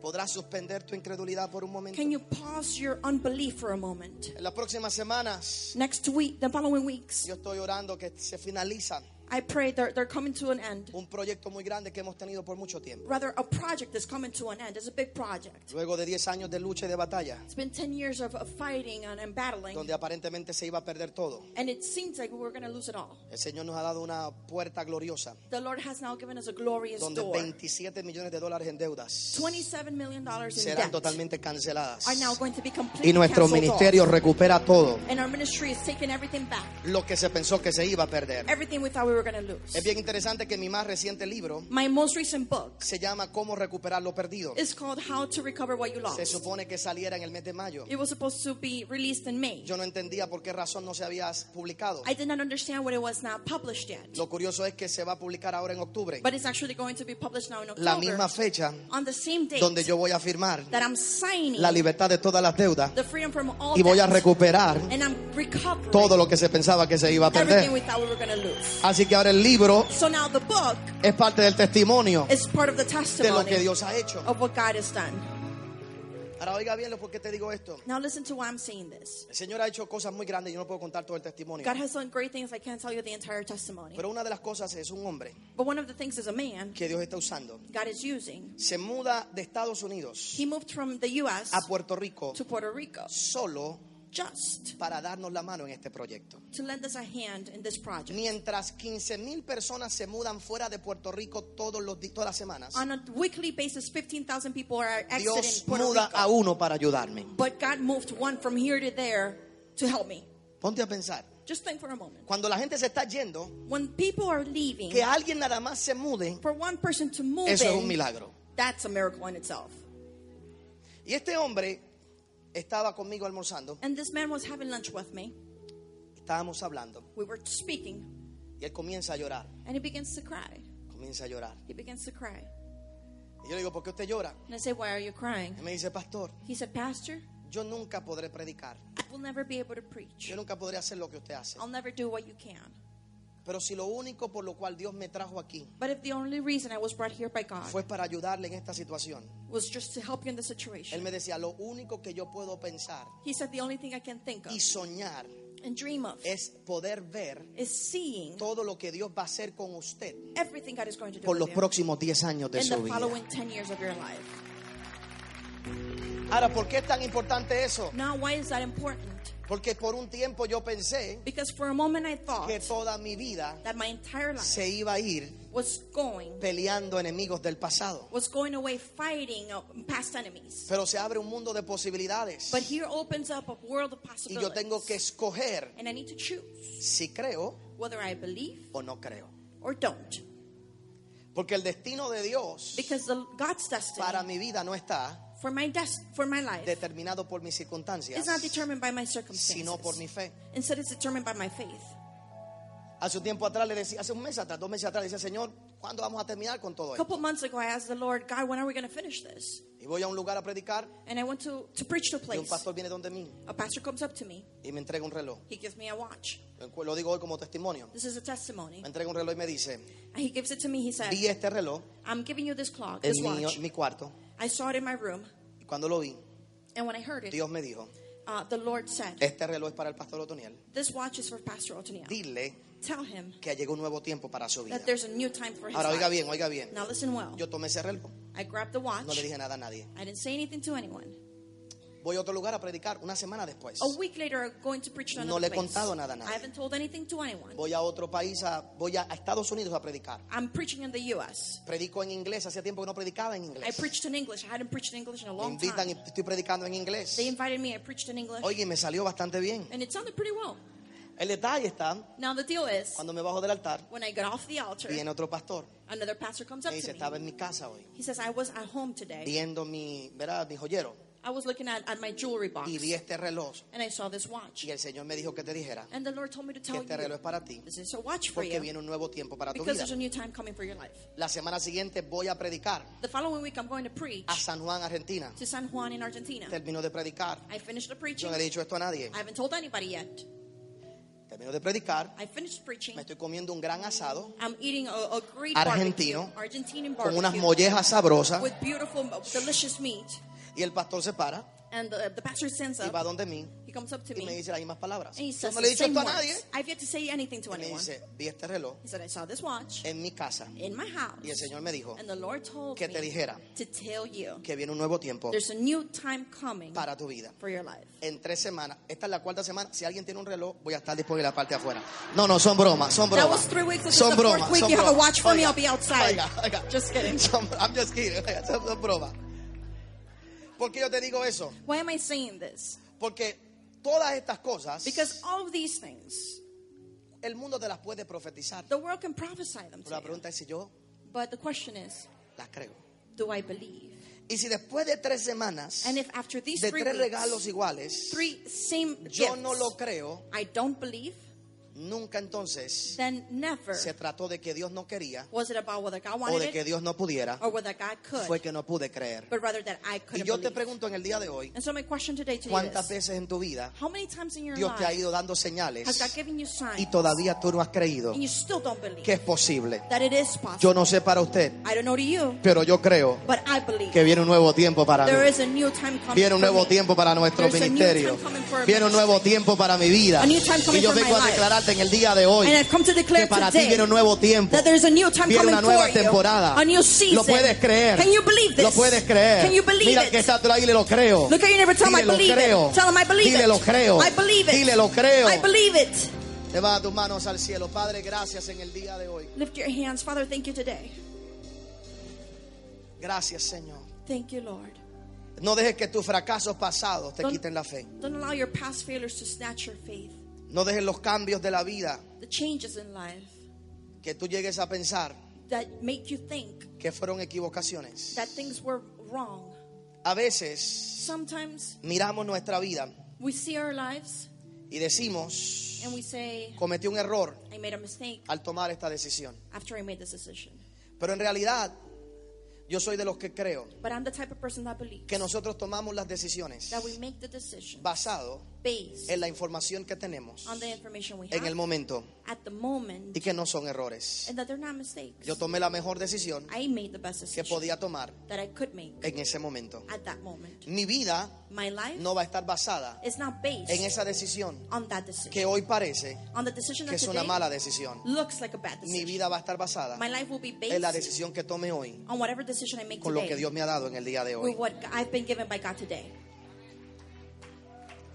Speaker 1: podrás suspender tu incredulidad por un momento.
Speaker 2: Can you pause your unbelief for a moment?
Speaker 1: En las próximas semanas,
Speaker 2: Next week, the following weeks,
Speaker 1: yo estoy orando que se finaliza
Speaker 2: I pray they're, they're coming to an end.
Speaker 1: un proyecto muy grande que hemos tenido por mucho tiempo.
Speaker 2: Rather, a project is coming to an end. It's a big project.
Speaker 1: Luego de 10 años de lucha y de batalla,
Speaker 2: It's been 10 years of, of fighting and, and battling,
Speaker 1: donde aparentemente se iba a perder todo,
Speaker 2: and it seems like we were going to lose it all.
Speaker 1: el Señor nos ha dado una puerta gloriosa,
Speaker 2: The Lord has now given us a glorious
Speaker 1: donde
Speaker 2: door.
Speaker 1: 27 millones de dólares en deudas
Speaker 2: $27 million in
Speaker 1: serán
Speaker 2: debt
Speaker 1: totalmente canceladas.
Speaker 2: are now going to be completely
Speaker 1: Y nuestro
Speaker 2: canceled off.
Speaker 1: ministerio recupera todo.
Speaker 2: And our ministry is taking everything back.
Speaker 1: lo que se pensó que se iba a perder.
Speaker 2: Everything we thought we were going to lose.
Speaker 1: Es bien interesante que mi más reciente libro
Speaker 2: My most recent book
Speaker 1: se llama Cómo recuperar lo perdido.
Speaker 2: is called How to Recover What You
Speaker 1: Se
Speaker 2: Lost.
Speaker 1: supone que saliera en el mes de mayo.
Speaker 2: It was supposed to be released in May.
Speaker 1: Yo no entendía por qué razón no se había publicado.
Speaker 2: I did not understand what it was not published yet.
Speaker 1: Lo curioso es que se va a publicar ahora en octubre,
Speaker 2: But it's actually going to be published now in October.
Speaker 1: la misma fecha
Speaker 2: on the same date
Speaker 1: donde yo voy a firmar
Speaker 2: that I'm signing
Speaker 1: la libertad de todas las deudas
Speaker 2: the freedom from all
Speaker 1: y voy a
Speaker 2: debt,
Speaker 1: recuperar
Speaker 2: and I'm recovering
Speaker 1: todo lo que se pensaba que se iba a perder.
Speaker 2: everything we thought we were going to lose.
Speaker 1: Así que ahora el libro
Speaker 2: So now the book
Speaker 1: es parte del testimonio
Speaker 2: is part of the
Speaker 1: de lo
Speaker 2: testimony
Speaker 1: que Dios ha hecho.
Speaker 2: of what God has done.
Speaker 1: Ahora oiga bien lo por qué te digo esto.
Speaker 2: Now listen to why I'm saying this.
Speaker 1: El Señor ha hecho cosas muy grandes, yo no puedo contar todo el testimonio.
Speaker 2: God has done great things. I can't tell you the entire testimony.
Speaker 1: Pero una de las cosas es un hombre
Speaker 2: But one of the things is a man
Speaker 1: que Dios está usando.
Speaker 2: God is using.
Speaker 1: Se muda de Estados Unidos
Speaker 2: He moved from the U.S.
Speaker 1: a Puerto Rico
Speaker 2: to Puerto Rico
Speaker 1: solo
Speaker 2: just
Speaker 1: para darnos la mano en este proyecto.
Speaker 2: to lend us a hand in this project.
Speaker 1: Mientras 15 mil personas se mudan fuera de Puerto Rico todos los di- todas las semanas,
Speaker 2: On a weekly basis, 15,000 people are exiting
Speaker 1: Dios
Speaker 2: Puerto
Speaker 1: muda a
Speaker 2: Rico.
Speaker 1: uno para ayudarme.
Speaker 2: But God moved one from here to there to help me.
Speaker 1: Ponte a pensar,
Speaker 2: Just think for a moment.
Speaker 1: cuando la gente se está yendo,
Speaker 2: When people are leaving,
Speaker 1: que alguien nada más se mude,
Speaker 2: for one person to move
Speaker 1: eso es un
Speaker 2: in,
Speaker 1: milagro.
Speaker 2: that's a miracle in itself.
Speaker 1: Y este hombre estaba conmigo almorzando,
Speaker 2: And this man was having lunch with me.
Speaker 1: estábamos hablando,
Speaker 2: We were speaking,
Speaker 1: y él comienza a llorar,
Speaker 2: and he begins to cry.
Speaker 1: comienza a llorar.
Speaker 2: He begins to cry.
Speaker 1: Y yo le digo, ¿por qué usted llora?
Speaker 2: And I say, Why are you crying?
Speaker 1: Y me dice, pastor,
Speaker 2: He said, Pastor,
Speaker 1: yo nunca podré predicar,
Speaker 2: I will never be able to preach.
Speaker 1: yo nunca podré hacer lo que usted hace.
Speaker 2: I'll never do what you can.
Speaker 1: Pero si lo único por lo cual Dios me trajo aquí
Speaker 2: But if the only reason I was brought here by God
Speaker 1: fue para ayudarle en esta situación,
Speaker 2: was just to help you in the
Speaker 1: él
Speaker 2: situation,
Speaker 1: me decía, lo único que yo puedo pensar
Speaker 2: he said, The only thing I can think of
Speaker 1: y soñar
Speaker 2: and dream of
Speaker 1: es poder ver
Speaker 2: is seeing
Speaker 1: todo lo que Dios va a hacer con usted
Speaker 2: everything God is going to do
Speaker 1: por
Speaker 2: with
Speaker 1: los
Speaker 2: you
Speaker 1: próximos 10 años de
Speaker 2: in
Speaker 1: su
Speaker 2: the
Speaker 1: vida.
Speaker 2: following 10 years of your life.
Speaker 1: Ahora, ¿por qué es tan importante eso?
Speaker 2: Now, why is that important?
Speaker 1: Porque por un tiempo yo pensé
Speaker 2: Because for a moment I thought
Speaker 1: que toda mi vida
Speaker 2: that my entire life
Speaker 1: se iba a ir
Speaker 2: was going
Speaker 1: peleando enemigos del pasado.
Speaker 2: was going away fighting uh, past enemies.
Speaker 1: Pero se abre un mundo de posibilidades.
Speaker 2: But here opens up a world of
Speaker 1: Y yo tengo que
Speaker 2: possibilities.
Speaker 1: escoger
Speaker 2: And I need to choose
Speaker 1: si creo
Speaker 2: whether I believe
Speaker 1: o no creo.
Speaker 2: or don't.
Speaker 1: Porque el destino de Dios
Speaker 2: Because the, God's
Speaker 1: para
Speaker 2: destiny
Speaker 1: mi vida no está
Speaker 2: for my des- for my life
Speaker 1: determinado por mis
Speaker 2: is
Speaker 1: circunstancias,
Speaker 2: not determined by my
Speaker 1: sino por mi
Speaker 2: circumstances.
Speaker 1: fe.
Speaker 2: Instead, it's determined by my faith.
Speaker 1: Hace un tiempo atrás le decía, hace un mes atrás, dos meses atrás, le decía, Señor, ¿cuándo vamos a terminar con todo
Speaker 2: A
Speaker 1: esto?
Speaker 2: couple months ago, I asked the Lord, God, when are we going to finish this?
Speaker 1: Y voy a un lugar a predicar
Speaker 2: And I went to, to preach to a
Speaker 1: y un
Speaker 2: place.
Speaker 1: pastor viene donde mí
Speaker 2: A pastor comes up to me.
Speaker 1: y me entrega un reloj.
Speaker 2: He gives me a watch.
Speaker 1: Lo encu- Lo digo hoy como testimonio.
Speaker 2: This is a testimony.
Speaker 1: Me entrega un reloj y me dice,
Speaker 2: And he gives it to me. He said,
Speaker 1: vi este reloj
Speaker 2: I'm giving you this clock, this
Speaker 1: en mi,
Speaker 2: watch.
Speaker 1: en mi cuarto
Speaker 2: I saw it in my room.
Speaker 1: y cuando lo vi,
Speaker 2: And when I heard it,
Speaker 1: Dios me dijo,
Speaker 2: uh, the Lord said,
Speaker 1: este reloj es para el pastor Otoniel.
Speaker 2: This watch is for Pastor Otoniel.
Speaker 1: Dile
Speaker 2: Tell him
Speaker 1: que llegó un nuevo tiempo para su vida.
Speaker 2: that there's a new time for his
Speaker 1: Ahora oiga
Speaker 2: life.
Speaker 1: bien, oiga bien.
Speaker 2: Now listen well.
Speaker 1: Yo tomé ese reloj,
Speaker 2: I grabbed the
Speaker 1: no le
Speaker 2: watch.
Speaker 1: dije nada a nadie.
Speaker 2: I didn't say anything to anyone.
Speaker 1: Voy a otro lugar a predicar una semana después.
Speaker 2: A week later, I'm going to preach to
Speaker 1: No
Speaker 2: another
Speaker 1: le he
Speaker 2: place.
Speaker 1: contado nada a nadie.
Speaker 2: I haven't told anything to anyone.
Speaker 1: Voy a otro país, a- voy a, a Estados Unidos a predicar.
Speaker 2: I'm preaching in the U.S.
Speaker 1: Predico en inglés, hacía tiempo que no predicaba en
Speaker 2: I
Speaker 1: inglés.
Speaker 2: preached in English. I hadn't preached in English in a
Speaker 1: Me
Speaker 2: long
Speaker 1: invitan y
Speaker 2: time.
Speaker 1: estoy predicando en inglés.
Speaker 2: They invited me. I preached in English.
Speaker 1: Oye, y me salió bastante bien.
Speaker 2: And it sounded pretty well.
Speaker 1: El detalle está,
Speaker 2: Now the deal is,
Speaker 1: cuando me bajo del altar,
Speaker 2: when I got off the altar,
Speaker 1: viene otro pastor.
Speaker 2: another pastor comes
Speaker 1: Me
Speaker 2: up to
Speaker 1: dice,
Speaker 2: me.
Speaker 1: estaba en mi casa hoy,
Speaker 2: He says, I was at home today.
Speaker 1: viendo mi, ¿verdad? mi joyero.
Speaker 2: I was looking at, at my jewelry box.
Speaker 1: Y vi este reloj.
Speaker 2: And I saw this watch.
Speaker 1: Y el Señor me dijo que te dijera
Speaker 2: And the Lord told me to
Speaker 1: que
Speaker 2: tell
Speaker 1: este reloj
Speaker 2: you,
Speaker 1: es para ti.
Speaker 2: this is a watch for
Speaker 1: Porque
Speaker 2: you.
Speaker 1: viene un nuevo tiempo para tu
Speaker 2: Because
Speaker 1: vida.
Speaker 2: there's a new time coming for your life.
Speaker 1: La semana siguiente voy a predicar
Speaker 2: The following week, I'm going to preach
Speaker 1: a San Juan, Argentina.
Speaker 2: to San Juan in Argentina.
Speaker 1: Termino de predicar.
Speaker 2: I finished the
Speaker 1: Yo
Speaker 2: preaching.
Speaker 1: no le he dicho esto a nadie.
Speaker 2: I haven't told anybody yet.
Speaker 1: Termino de predicar.
Speaker 2: I finished preaching.
Speaker 1: Me estoy comiendo un gran asado
Speaker 2: I'm eating a, a great
Speaker 1: Argentino,
Speaker 2: barbecue, Argentinian
Speaker 1: con unas
Speaker 2: barbecue,
Speaker 1: mollejas sabrosas.
Speaker 2: with beautiful, delicious meat.
Speaker 1: Y el pastor se para
Speaker 2: And the, the pastor stands
Speaker 1: y
Speaker 2: up.
Speaker 1: va donde mí
Speaker 2: He comes up to
Speaker 1: y
Speaker 2: me
Speaker 1: me
Speaker 2: and
Speaker 1: dice las mismas palabras.
Speaker 2: he
Speaker 1: Yo
Speaker 2: says
Speaker 1: no le he
Speaker 2: the
Speaker 1: dicho
Speaker 2: same
Speaker 1: esto a
Speaker 2: words.
Speaker 1: nadie.
Speaker 2: I've yet to say anything to
Speaker 1: Y me
Speaker 2: anyone.
Speaker 1: dice, vi este reloj
Speaker 2: He said, I saw this watch
Speaker 1: en mi casa.
Speaker 2: in my house.
Speaker 1: Y el Señor me dijo
Speaker 2: and the Lord told
Speaker 1: que te
Speaker 2: me
Speaker 1: dijera
Speaker 2: to tell you
Speaker 1: que viene un nuevo tiempo
Speaker 2: there's a new time coming
Speaker 1: para tu vida.
Speaker 2: for your life.
Speaker 1: En tres semanas, esta es la cuarta semana. Si alguien tiene un reloj, voy a estar disponible en la parte de afuera. No, no, son bromas, son
Speaker 2: That
Speaker 1: bromas.
Speaker 2: was three weeks ago. This
Speaker 1: Son
Speaker 2: is the
Speaker 1: bromas.
Speaker 2: fourth week.
Speaker 1: son
Speaker 2: You have a
Speaker 1: bromas.
Speaker 2: watch for me.
Speaker 1: Oiga,
Speaker 2: I'll be outside.
Speaker 1: oiga, oiga.
Speaker 2: Just kidding.
Speaker 1: Son- I'm just kidding. Oiga, son, son bromas. ¿Por qué yo te digo eso?
Speaker 2: Why am I saying this?
Speaker 1: Porque todas estas cosas,
Speaker 2: Because all of these things,
Speaker 1: el mundo te las puede profetizar.
Speaker 2: the world can prophesy them
Speaker 1: Pero la
Speaker 2: to you.
Speaker 1: pregunta es si yo
Speaker 2: But the question is,
Speaker 1: las creo.
Speaker 2: do I believe?
Speaker 1: Y si después de tres semanas,
Speaker 2: And if after these
Speaker 1: de
Speaker 2: three
Speaker 1: tres
Speaker 2: weeks,
Speaker 1: regalos iguales,
Speaker 2: three same
Speaker 1: yo
Speaker 2: gifts,
Speaker 1: no lo creo,
Speaker 2: I don't believe,
Speaker 1: nunca entonces
Speaker 2: then never
Speaker 1: se trató de que Dios no quería
Speaker 2: was it about whether God
Speaker 1: o de
Speaker 2: wanted
Speaker 1: que
Speaker 2: it
Speaker 1: Dios no pudiera,
Speaker 2: or whether God
Speaker 1: fue
Speaker 2: could,
Speaker 1: que no pude creer.
Speaker 2: but rather that I
Speaker 1: Y
Speaker 2: couldn't
Speaker 1: yo te
Speaker 2: believe.
Speaker 1: pregunto en el día de hoy,
Speaker 2: And so my question today to you
Speaker 1: ¿cuántas
Speaker 2: is,
Speaker 1: veces en tu vida
Speaker 2: how many times in your
Speaker 1: Dios te ha
Speaker 2: life
Speaker 1: ido dando
Speaker 2: has God
Speaker 1: señales
Speaker 2: given you signs
Speaker 1: y todavía tú no has creído
Speaker 2: and you still don't believe
Speaker 1: que es posible?
Speaker 2: that it is
Speaker 1: Yo
Speaker 2: possible?
Speaker 1: no sé para usted,
Speaker 2: I don't know to you,
Speaker 1: pero yo creo
Speaker 2: but I believe
Speaker 1: que viene un nuvo tiempo para
Speaker 2: there
Speaker 1: mí.
Speaker 2: is a new time coming
Speaker 1: Viene un
Speaker 2: for
Speaker 1: nuevo
Speaker 2: me.
Speaker 1: tiempo para nuestro
Speaker 2: There's a new
Speaker 1: ministerio.
Speaker 2: time coming for our
Speaker 1: Viene un nuevo tiempo para mi vida.
Speaker 2: A new time coming
Speaker 1: Y yo
Speaker 2: for
Speaker 1: vengo
Speaker 2: my
Speaker 1: a
Speaker 2: life.
Speaker 1: declararte en el día de hoy
Speaker 2: And I've come to
Speaker 1: que
Speaker 2: declare
Speaker 1: para ti
Speaker 2: today
Speaker 1: viene un nuevo tiempo.
Speaker 2: that there's a new time
Speaker 1: Viene
Speaker 2: coming
Speaker 1: una nueva
Speaker 2: for you,
Speaker 1: temporada.
Speaker 2: a new season.
Speaker 1: Lo puedes creer.
Speaker 2: Can you believe this?
Speaker 1: Lo puedes creer.
Speaker 2: Can you believe
Speaker 1: Mira
Speaker 2: it?
Speaker 1: que está ahí y lo creo.
Speaker 2: Look at your neighbor. Tell him I
Speaker 1: Dile, lo
Speaker 2: believe
Speaker 1: creo.
Speaker 2: it. Tell him I believe
Speaker 1: Dile,
Speaker 2: it.
Speaker 1: lo creo.
Speaker 2: I believe it.
Speaker 1: Dile, lo creo.
Speaker 2: I believe it.
Speaker 1: Levanta tus manos al cielo. Padre, gracias en el día de hoy.
Speaker 2: Lift your hands, Father. Thank you today.
Speaker 1: Gracias, Señor.
Speaker 2: Thank you, Lord.
Speaker 1: No dejes que tus fracasos pasados te
Speaker 2: Don-
Speaker 1: quiten la fe.
Speaker 2: Don't allow your past failures to snatch your faith.
Speaker 1: No dejes los cambios de la vida
Speaker 2: The changes in life
Speaker 1: que tú llegues a pensar
Speaker 2: that make you think
Speaker 1: que fueron equivocaciones.
Speaker 2: that things were wrong.
Speaker 1: A veces
Speaker 2: Sometimes
Speaker 1: miramos nuestra vida
Speaker 2: we see our lives
Speaker 1: y decimos,
Speaker 2: and we say,
Speaker 1: cometí un error
Speaker 2: I made a mistake
Speaker 1: al tomar esta decisión.
Speaker 2: after I made this decision.
Speaker 1: Pero en realidad, yo soy de los que creo
Speaker 2: But I'm the type of person that believes
Speaker 1: que nosotros tomamos las decisiones
Speaker 2: that we make the decision
Speaker 1: basado
Speaker 2: based
Speaker 1: en la información que tenemos
Speaker 2: on the information we
Speaker 1: en el
Speaker 2: have
Speaker 1: momento
Speaker 2: at the moment
Speaker 1: y que no son errores.
Speaker 2: and that they're not mistakes.
Speaker 1: Yo tomé la mejor decisión
Speaker 2: I made the best
Speaker 1: que
Speaker 2: decision
Speaker 1: podía tomar
Speaker 2: that I could make
Speaker 1: en ese momento.
Speaker 2: at that moment.
Speaker 1: Mi vida
Speaker 2: My life
Speaker 1: no va a estar basada
Speaker 2: is not based
Speaker 1: en esa decisión
Speaker 2: on that decision.
Speaker 1: que hoy parece
Speaker 2: on the decision
Speaker 1: que
Speaker 2: that
Speaker 1: es una
Speaker 2: today
Speaker 1: mala decisión.
Speaker 2: looks like a bad
Speaker 1: Mi
Speaker 2: decision.
Speaker 1: vida va a estar basada
Speaker 2: My life will be
Speaker 1: en
Speaker 2: based
Speaker 1: la decisión que tome hoy
Speaker 2: on whatever decision I make
Speaker 1: con lo que
Speaker 2: today
Speaker 1: Dios me ha dado en el día de hoy.
Speaker 2: with what I've been given by God today.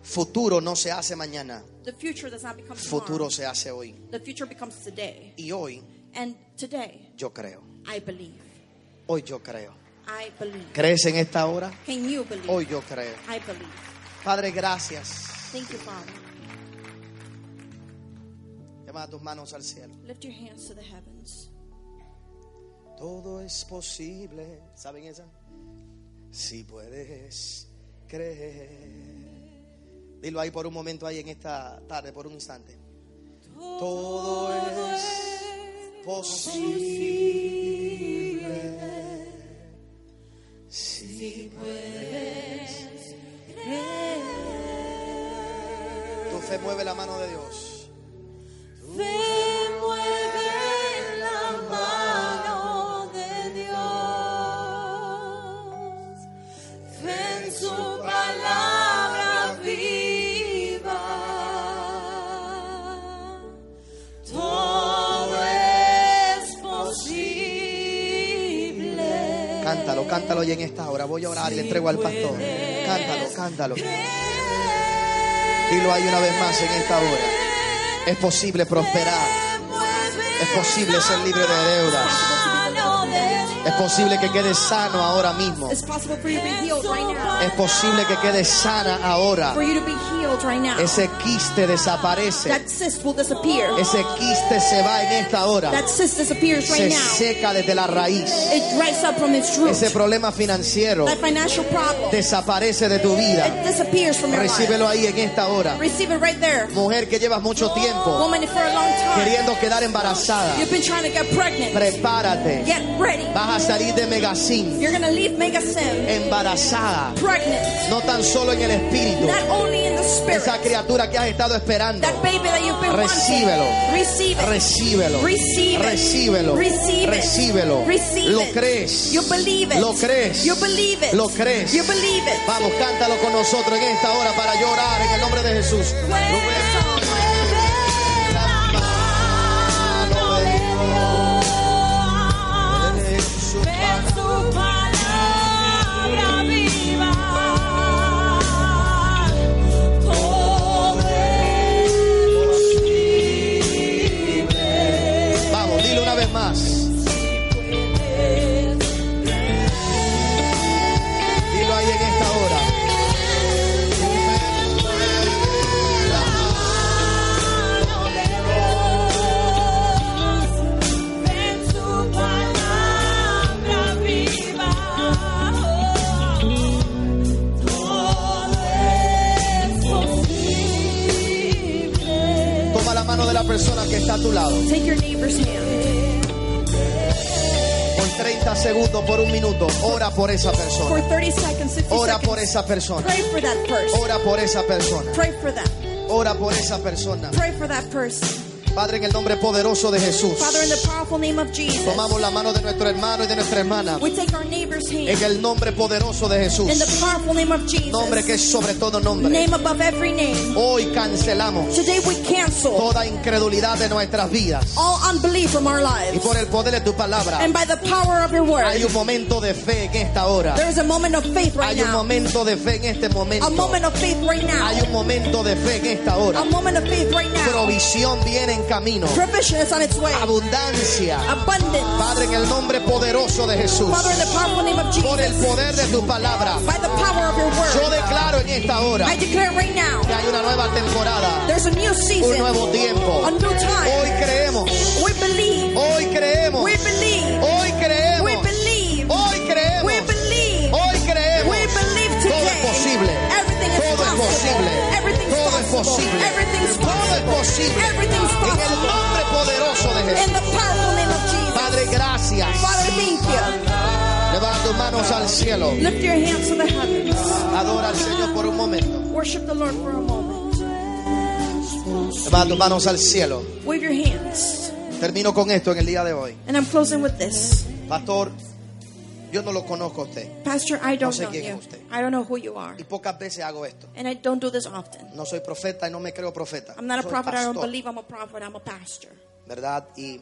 Speaker 1: Futuro no se hace mañana,
Speaker 2: The future does not become
Speaker 1: futuro
Speaker 2: tomorrow.
Speaker 1: se hace hoy.
Speaker 2: The future becomes today.
Speaker 1: Y hoy
Speaker 2: And today,
Speaker 1: yo creo,
Speaker 2: I believe.
Speaker 1: hoy yo creo.
Speaker 2: I believe.
Speaker 1: ¿Crees en esta hora?
Speaker 2: Can you believe?
Speaker 1: Hoy yo creo.
Speaker 2: I believe.
Speaker 1: Padre, gracias.
Speaker 2: Thank you, Father.
Speaker 1: Levanta tus manos al cielo.
Speaker 2: Lift your hands to the heavens.
Speaker 1: Todo es posible. ¿Saben esa? Si puedes creer. Dilo ahí por un momento, ahí en esta tarde, por un instante. Todo es posible. Si puedes. Tu fe mueve la mano de Dios.
Speaker 3: Fe mueve la mano de Dios. Fe en su palabra viva. Todo es posible.
Speaker 1: Cántalo, cántalo y en esta hora. Voy a orar y le entrego al pastor. Cántalo, cántalo. Dilo ahí una vez más en esta hora. Es posible prosperar.
Speaker 3: Es
Speaker 1: Es posible ser libre de deudas. Es posible que quedes sano ahora mismo.
Speaker 2: It's possible for you to be healed right now.
Speaker 1: Es posible que quedes sana ahora.
Speaker 2: For you to be healed right now.
Speaker 1: Ese quiste desaparece.
Speaker 2: That cyst will disappear.
Speaker 1: Ese quiste se va en esta hora.
Speaker 2: That cyst disappears right
Speaker 1: Se
Speaker 2: now.
Speaker 1: seca desde la raíz.
Speaker 2: It dries up from its root.
Speaker 1: Ese problema financiero
Speaker 2: That financial problem.
Speaker 1: desaparece de tu
Speaker 2: It
Speaker 1: vida.
Speaker 2: disappears from your life.
Speaker 1: Recíbelo ahí en esta hora.
Speaker 2: Receive it right there.
Speaker 1: Mujer que llevas mucho tiempo
Speaker 2: Woman, for a long time,
Speaker 1: queriendo quedar embarazada.
Speaker 2: you've been trying to get pregnant.
Speaker 1: Prepárate.
Speaker 2: Get ready.
Speaker 1: Vas a salir de Megacin
Speaker 2: You're going to leave Mega Sim
Speaker 1: embarazada.
Speaker 2: pregnant.
Speaker 1: No tan solo en el espíritu.
Speaker 2: Not only in the spirit.
Speaker 1: Esa criatura que has estado esperando.
Speaker 2: That baby that you've been
Speaker 1: Recíbelo.
Speaker 2: wanting. Receive it.
Speaker 1: Recíbelo.
Speaker 2: Receive it.
Speaker 1: Recíbelo.
Speaker 2: Receive it.
Speaker 1: Recíbelo.
Speaker 2: Receive
Speaker 1: Lo
Speaker 2: it.
Speaker 1: crees.
Speaker 2: You believe it.
Speaker 1: Lo crees.
Speaker 2: You believe it.
Speaker 1: Lo crees.
Speaker 2: You believe it.
Speaker 1: Vamos, cántalo con nosotros en esta hora para llorar en el nombre de Jesús.
Speaker 3: En su palabra viva, todo es posible.
Speaker 1: Vamos, dile una vez más. Dilo ahí en esta hora.
Speaker 3: En su palabra viva, todo es posible.
Speaker 1: Toma la mano de la persona que está a tu lado.
Speaker 2: Take your neighbor's hand.
Speaker 1: Por 30 segundos, por un minuto. Ora por esa
Speaker 2: For
Speaker 1: persona.
Speaker 2: 30 seconds, 50
Speaker 1: Ora
Speaker 2: seconds.
Speaker 1: por esa persona.
Speaker 2: Pray for that person.
Speaker 1: Ora por esa persona.
Speaker 2: Pray for that.
Speaker 1: Ora por esa persona.
Speaker 2: Pray for that person.
Speaker 1: Padre, en el nombre poderoso de Jesús.
Speaker 2: Father, in the powerful name of Jesus,
Speaker 1: Tomamos la mano de nuestro hermano y de nuestra hermana.
Speaker 2: we take our neighbor's
Speaker 1: En
Speaker 2: hand.
Speaker 1: el nombre poderoso de
Speaker 2: In the
Speaker 1: Jesús.
Speaker 2: powerful name of
Speaker 1: Nombre que
Speaker 2: Jesus,
Speaker 1: es sobre todo nombre.
Speaker 2: name above every name.
Speaker 1: Hoy cancelamos
Speaker 2: Today we cancel
Speaker 1: toda incredulidad de nuestras vidas.
Speaker 2: all unbelief from our
Speaker 1: Y
Speaker 2: lives.
Speaker 1: por el poder de tu palabra,
Speaker 2: And by the power of your word,
Speaker 1: hay un momento de fe en esta hora.
Speaker 2: there is a moment of faith right
Speaker 1: Hay un
Speaker 2: now.
Speaker 1: momento de fe en este
Speaker 2: A
Speaker 1: momento.
Speaker 2: moment of faith right
Speaker 1: Hay
Speaker 2: now.
Speaker 1: un momento de fe en esta hora.
Speaker 2: A moment of faith right now.
Speaker 1: Provisión viene en camino.
Speaker 2: Provision is on its way.
Speaker 1: Abundancia.
Speaker 2: Abundance.
Speaker 1: Padre, en el nombre poderoso de Jesús.
Speaker 2: Father, in the powerful name of
Speaker 1: Por el
Speaker 2: Jesus,
Speaker 1: poder de tu palabra.
Speaker 2: by the power of your
Speaker 1: Yo
Speaker 2: word,
Speaker 1: declaro en esta hora
Speaker 2: I declare right
Speaker 1: que
Speaker 2: now,
Speaker 1: hay una nueva temporada,
Speaker 2: there's a new
Speaker 1: un
Speaker 2: season,
Speaker 1: nuevo tiempo.
Speaker 2: a new
Speaker 1: Hoy
Speaker 2: time.
Speaker 1: creemos,
Speaker 2: We believe.
Speaker 1: hoy creemos,
Speaker 2: We believe.
Speaker 1: hoy
Speaker 2: We
Speaker 1: creemos,
Speaker 2: believe.
Speaker 1: hoy
Speaker 2: We
Speaker 1: creemos,
Speaker 2: believe.
Speaker 1: hoy creemos.
Speaker 2: We believe today.
Speaker 1: Todo es posible.
Speaker 2: Everything is
Speaker 1: Todo es
Speaker 2: possible.
Speaker 1: posible.
Speaker 2: Everything's
Speaker 1: Todo es
Speaker 2: possible.
Speaker 1: posible.
Speaker 2: Everything's
Speaker 1: Todo es
Speaker 2: possible.
Speaker 1: posible.
Speaker 2: Everything's
Speaker 1: En el
Speaker 2: possible.
Speaker 1: nombre poderoso de
Speaker 2: In
Speaker 1: Jesús.
Speaker 2: the powerful name of Jesus.
Speaker 1: Padre, gracias.
Speaker 2: Father, thank you.
Speaker 1: Levanta tus manos al cielo.
Speaker 2: Lift your hands to the heavens.
Speaker 1: Adora al Señor por un momento.
Speaker 2: Worship the Lord for a moment.
Speaker 1: Levanta tus manos al cielo.
Speaker 2: Wave your hands.
Speaker 1: Termino con esto en el día de hoy.
Speaker 2: And I'm closing with this.
Speaker 1: Pastor, yo no lo conozco a usted.
Speaker 2: Pastor, I don't
Speaker 1: sé
Speaker 2: know
Speaker 1: quién es
Speaker 2: you.
Speaker 1: usted.
Speaker 2: I don't know who you are.
Speaker 1: Y pocas veces hago esto.
Speaker 2: And I don't do this often.
Speaker 1: No soy profeta y no me creo profeta.
Speaker 2: I'm not a
Speaker 1: Soy
Speaker 2: prophet. I don't
Speaker 1: pastor,
Speaker 2: believe I'm a prophet. I'm a pastor.
Speaker 1: ¿Verdad? Y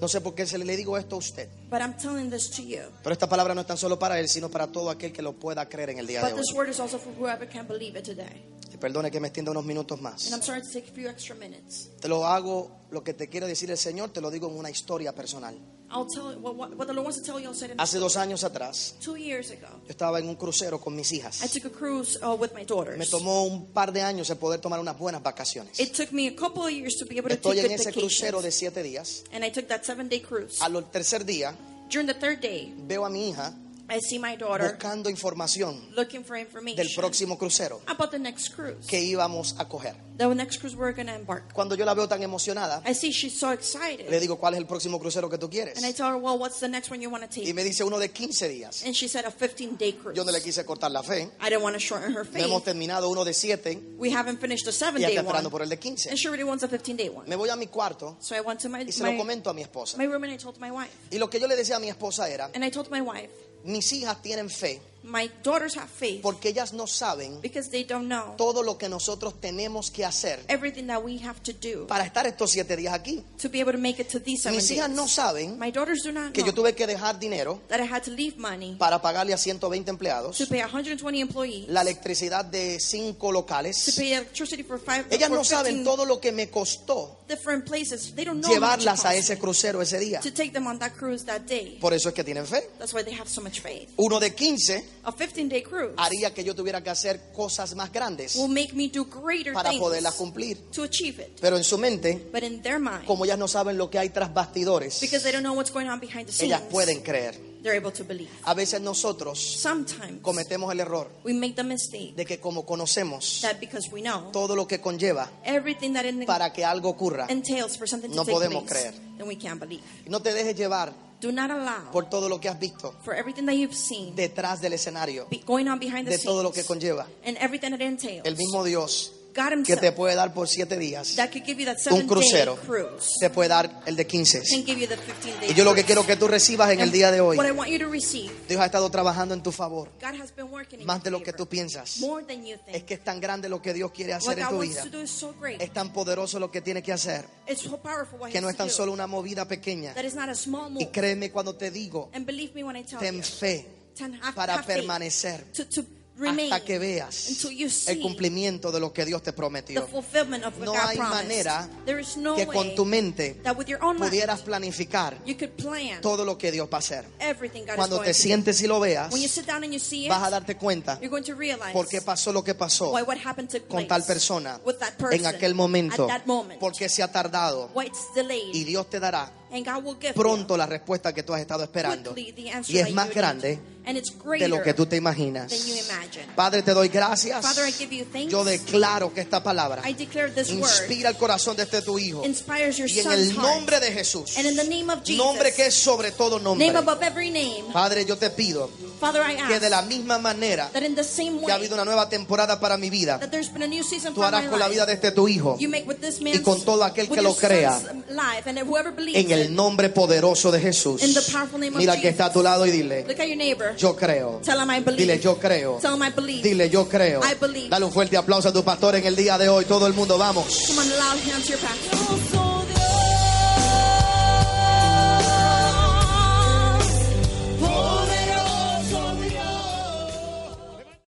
Speaker 1: no sé por qué se le digo esto a usted.
Speaker 2: But I'm telling this to you.
Speaker 1: Pero esta palabra no es tan solo para él, sino para todo aquel que lo pueda creer en el día de
Speaker 2: But
Speaker 1: hoy.
Speaker 2: this word is also for whoever can believe it today.
Speaker 1: Y perdone que me extienda unos minutos
Speaker 2: And
Speaker 1: más.
Speaker 2: I'm sorry to take a few extra minutes.
Speaker 1: Te lo hago, lo que te quiere decir el Señor, te lo digo en una historia personal.
Speaker 2: I'll tell you what, what, what the Lord wants to tell you. I'll say it
Speaker 1: Hace dos años atrás,
Speaker 2: two years ago.
Speaker 1: yo estaba en un crucero con mis
Speaker 2: I
Speaker 1: hijas.
Speaker 2: took a cruise uh, with my
Speaker 1: Me
Speaker 2: daughters.
Speaker 1: tomó un par de años el poder tomar unas buenas vacaciones.
Speaker 2: It took me a couple of years to be able to
Speaker 1: Estoy
Speaker 2: take
Speaker 1: en
Speaker 2: good
Speaker 1: ese crucero
Speaker 2: vacations.
Speaker 1: de siete días.
Speaker 2: And I took that seven day cruise.
Speaker 1: Al tercer día,
Speaker 2: During the third day,
Speaker 1: veo a mi hija
Speaker 2: I see my daughter
Speaker 1: buscando información
Speaker 2: looking for
Speaker 1: del
Speaker 2: information
Speaker 1: próximo crucero
Speaker 2: about the next cruise.
Speaker 1: que íbamos a coger.
Speaker 2: The next cruise we're going to embark.
Speaker 1: Cuando yo la veo tan emocionada,
Speaker 2: I see she's so
Speaker 1: le
Speaker 2: excited.
Speaker 1: digo, ¿cuál es el próximo crucero que tú quieres?
Speaker 2: And I tell her, well, what's the next one you want to
Speaker 1: Y
Speaker 2: take?
Speaker 1: me dice uno de 15 días.
Speaker 2: And she said a 15-day cruise.
Speaker 1: Yo no le quise cortar la fe.
Speaker 2: I didn't want to shorten her
Speaker 1: No hemos
Speaker 2: faith.
Speaker 1: terminado uno de 7
Speaker 2: We haven't finished the
Speaker 1: y ya
Speaker 2: 7-day
Speaker 1: está esperando por
Speaker 2: one.
Speaker 1: el de 15.
Speaker 2: And she already wants a 15-day one.
Speaker 1: Me voy a mi cuarto
Speaker 2: So I went to my,
Speaker 1: y se lo
Speaker 2: my,
Speaker 1: comento a mi esposa.
Speaker 2: my room and I told my wife.
Speaker 1: Y lo que yo le decía a mi esposa era,
Speaker 2: And I told my wife,
Speaker 1: mis hijas tienen fe
Speaker 2: my daughters have faith
Speaker 1: porque ellas no saben
Speaker 2: because they don't know
Speaker 1: todo lo que nosotros tenemos que hacer
Speaker 2: everything that we have to do
Speaker 1: para estar estos siete días aquí.
Speaker 2: to be able to make it to these seven
Speaker 1: Mis hijas
Speaker 2: days.
Speaker 1: no saben
Speaker 2: My daughters do not
Speaker 1: que yo
Speaker 2: know
Speaker 1: tuve que dejar dinero
Speaker 2: that I had to leave money
Speaker 1: para pagarle a 120 empleados,
Speaker 2: to pay 120 employees,
Speaker 1: la electricidad de cinco
Speaker 2: to
Speaker 1: locales.
Speaker 2: pay electricity for five,
Speaker 1: Ellas
Speaker 2: for
Speaker 1: no
Speaker 2: 15
Speaker 1: saben todo lo que me costó
Speaker 2: different places. They don't know how much it
Speaker 1: llevarlas a
Speaker 2: costs
Speaker 1: ese crucero ese día.
Speaker 2: to take them on that cruise that day.
Speaker 1: Por eso es que tienen fe.
Speaker 2: That's why they have so much faith.
Speaker 1: Uno de 15
Speaker 2: A 15-day cruise
Speaker 1: haría que yo tuviera que hacer cosas más grandes
Speaker 2: will make me do greater
Speaker 1: para poderlas
Speaker 2: things
Speaker 1: cumplir.
Speaker 2: to achieve it.
Speaker 1: Pero en su mente,
Speaker 2: But in their mind,
Speaker 1: como ellas no saben lo que hay tras bastidores,
Speaker 2: because they don't know what's going on behind the scenes,
Speaker 1: ellas pueden creer.
Speaker 2: they're able to believe.
Speaker 1: A veces nosotros
Speaker 2: Sometimes
Speaker 1: cometemos el error
Speaker 2: we make the mistake
Speaker 1: de que como conocemos
Speaker 2: that because we know
Speaker 1: todo lo que conlleva
Speaker 2: everything that it
Speaker 1: para que algo ocurra,
Speaker 2: entails for something to
Speaker 1: No
Speaker 2: take
Speaker 1: podemos
Speaker 2: place,
Speaker 1: creer.
Speaker 2: then we can't believe.
Speaker 1: no te dejes llevar
Speaker 2: Do not allow
Speaker 1: por todo lo que has visto
Speaker 2: for everything that you've seen
Speaker 1: detrás del escenario,
Speaker 2: be going on behind the
Speaker 1: de
Speaker 2: scenes
Speaker 1: todo lo que conlleva.
Speaker 2: and everything it entails.
Speaker 1: El mismo Dios
Speaker 2: God
Speaker 1: que
Speaker 2: himself
Speaker 1: te puede dar por siete días,
Speaker 2: that could give you that
Speaker 1: un
Speaker 2: seven
Speaker 1: crucero,
Speaker 2: day cruise
Speaker 1: te puede dar el de 15.
Speaker 2: can give you the 15 day
Speaker 1: Y yo lo que
Speaker 2: cruise.
Speaker 1: quiero que tú recibas en el
Speaker 2: And
Speaker 1: día de hoy,
Speaker 2: What I want you to receive,
Speaker 1: Dios ha estado trabajando en tu favor,
Speaker 2: God has been working in
Speaker 1: más de lo
Speaker 2: your
Speaker 1: que
Speaker 2: favor.
Speaker 1: tú piensas.
Speaker 2: More than you think.
Speaker 1: Es que es tan grande lo que Dios quiere
Speaker 2: what
Speaker 1: hacer en
Speaker 2: God
Speaker 1: tu
Speaker 2: wants
Speaker 1: vida,
Speaker 2: to do is so great.
Speaker 1: es tan poderoso lo que tiene que hacer,
Speaker 2: it's so powerful what
Speaker 1: que
Speaker 2: he
Speaker 1: no
Speaker 2: has
Speaker 1: es tan
Speaker 2: to do.
Speaker 1: solo una movida pequeña.
Speaker 2: That is not a small move.
Speaker 1: Y créeme cuando te digo,
Speaker 2: and believe me when I tell you.
Speaker 1: ten fe
Speaker 2: Ten- have-
Speaker 1: para
Speaker 2: have faith
Speaker 1: permanecer
Speaker 2: to, to remain
Speaker 1: hasta que veas
Speaker 2: until you see
Speaker 1: el cumplimiento de lo que Dios te
Speaker 2: the
Speaker 1: prometió.
Speaker 2: fulfillment of what
Speaker 1: No
Speaker 2: God
Speaker 1: hay
Speaker 2: promised.
Speaker 1: manera
Speaker 2: there is no
Speaker 1: Que
Speaker 2: way
Speaker 1: con tu mente
Speaker 2: that with your own mind
Speaker 1: pudieras planificar
Speaker 2: you could plan
Speaker 1: todo lo que Dios va a hacer.
Speaker 2: everything God is
Speaker 1: Cuando
Speaker 2: going
Speaker 1: te
Speaker 2: to do.
Speaker 1: sientes y lo veas,
Speaker 2: When you sit down and you see it,
Speaker 1: vas a darte cuenta
Speaker 2: you're going to realize
Speaker 1: por qué pasó lo que pasó
Speaker 2: why what happened took
Speaker 1: con
Speaker 2: place
Speaker 1: tal persona
Speaker 2: with that person
Speaker 1: en aquel momento,
Speaker 2: at that moment,
Speaker 1: por qué se ha tardado
Speaker 2: why it's delayed,
Speaker 1: y Dios te dará
Speaker 2: and God will give
Speaker 1: pronto la respuesta que tú has estado
Speaker 2: you
Speaker 1: esperando
Speaker 2: quickly the answer
Speaker 1: y
Speaker 2: that
Speaker 1: es
Speaker 2: you
Speaker 1: más
Speaker 2: need.
Speaker 1: grande
Speaker 2: and it's greater
Speaker 1: de lo que tú te imaginas.
Speaker 2: than you imagine.
Speaker 1: Padre, te doy gracias.
Speaker 2: Father, I give you thanks.
Speaker 1: Yo declaro que esta palabra
Speaker 2: I declare this word
Speaker 1: inspira el corazón de este tu hijo.
Speaker 2: inspires your
Speaker 1: Y en
Speaker 2: son's
Speaker 1: el nombre
Speaker 2: heart.
Speaker 1: de Jesús,
Speaker 2: And in the name of Jesus,
Speaker 1: nombre que es sobre todo nombre.
Speaker 2: name above every name,
Speaker 1: Padre, yo te pido
Speaker 2: Father, I
Speaker 1: que
Speaker 2: ask
Speaker 1: de la misma manera
Speaker 2: that in the same
Speaker 1: que ha
Speaker 2: way
Speaker 1: habido una nueva temporada para mi vida,
Speaker 2: that there's been a new season
Speaker 1: tú
Speaker 2: for
Speaker 1: harás
Speaker 2: my
Speaker 1: con la
Speaker 2: life,
Speaker 1: vida de este tu hijo.
Speaker 2: you make with this
Speaker 1: y
Speaker 2: man's
Speaker 1: con todo aquel
Speaker 2: with
Speaker 1: que lo
Speaker 2: your son's
Speaker 1: crea.
Speaker 2: life, and whoever believes
Speaker 1: En el
Speaker 2: it.
Speaker 1: nombre poderoso de Jesús.
Speaker 2: In the powerful name of
Speaker 1: Mira al que
Speaker 2: Jesus.
Speaker 1: está a tu lado y dile,
Speaker 2: Look at your neighbor.
Speaker 1: yo creo.
Speaker 2: Tell him I believe.
Speaker 1: Dile, yo creo.
Speaker 2: Tell him I believe.
Speaker 1: Dile, yo creo.
Speaker 2: I believe.
Speaker 1: Dale un fuerte aplauso a tu pastor en el día de hoy. Todo el mundo, vamos.
Speaker 2: Come on, loud hands to your pastor.
Speaker 3: Yo soy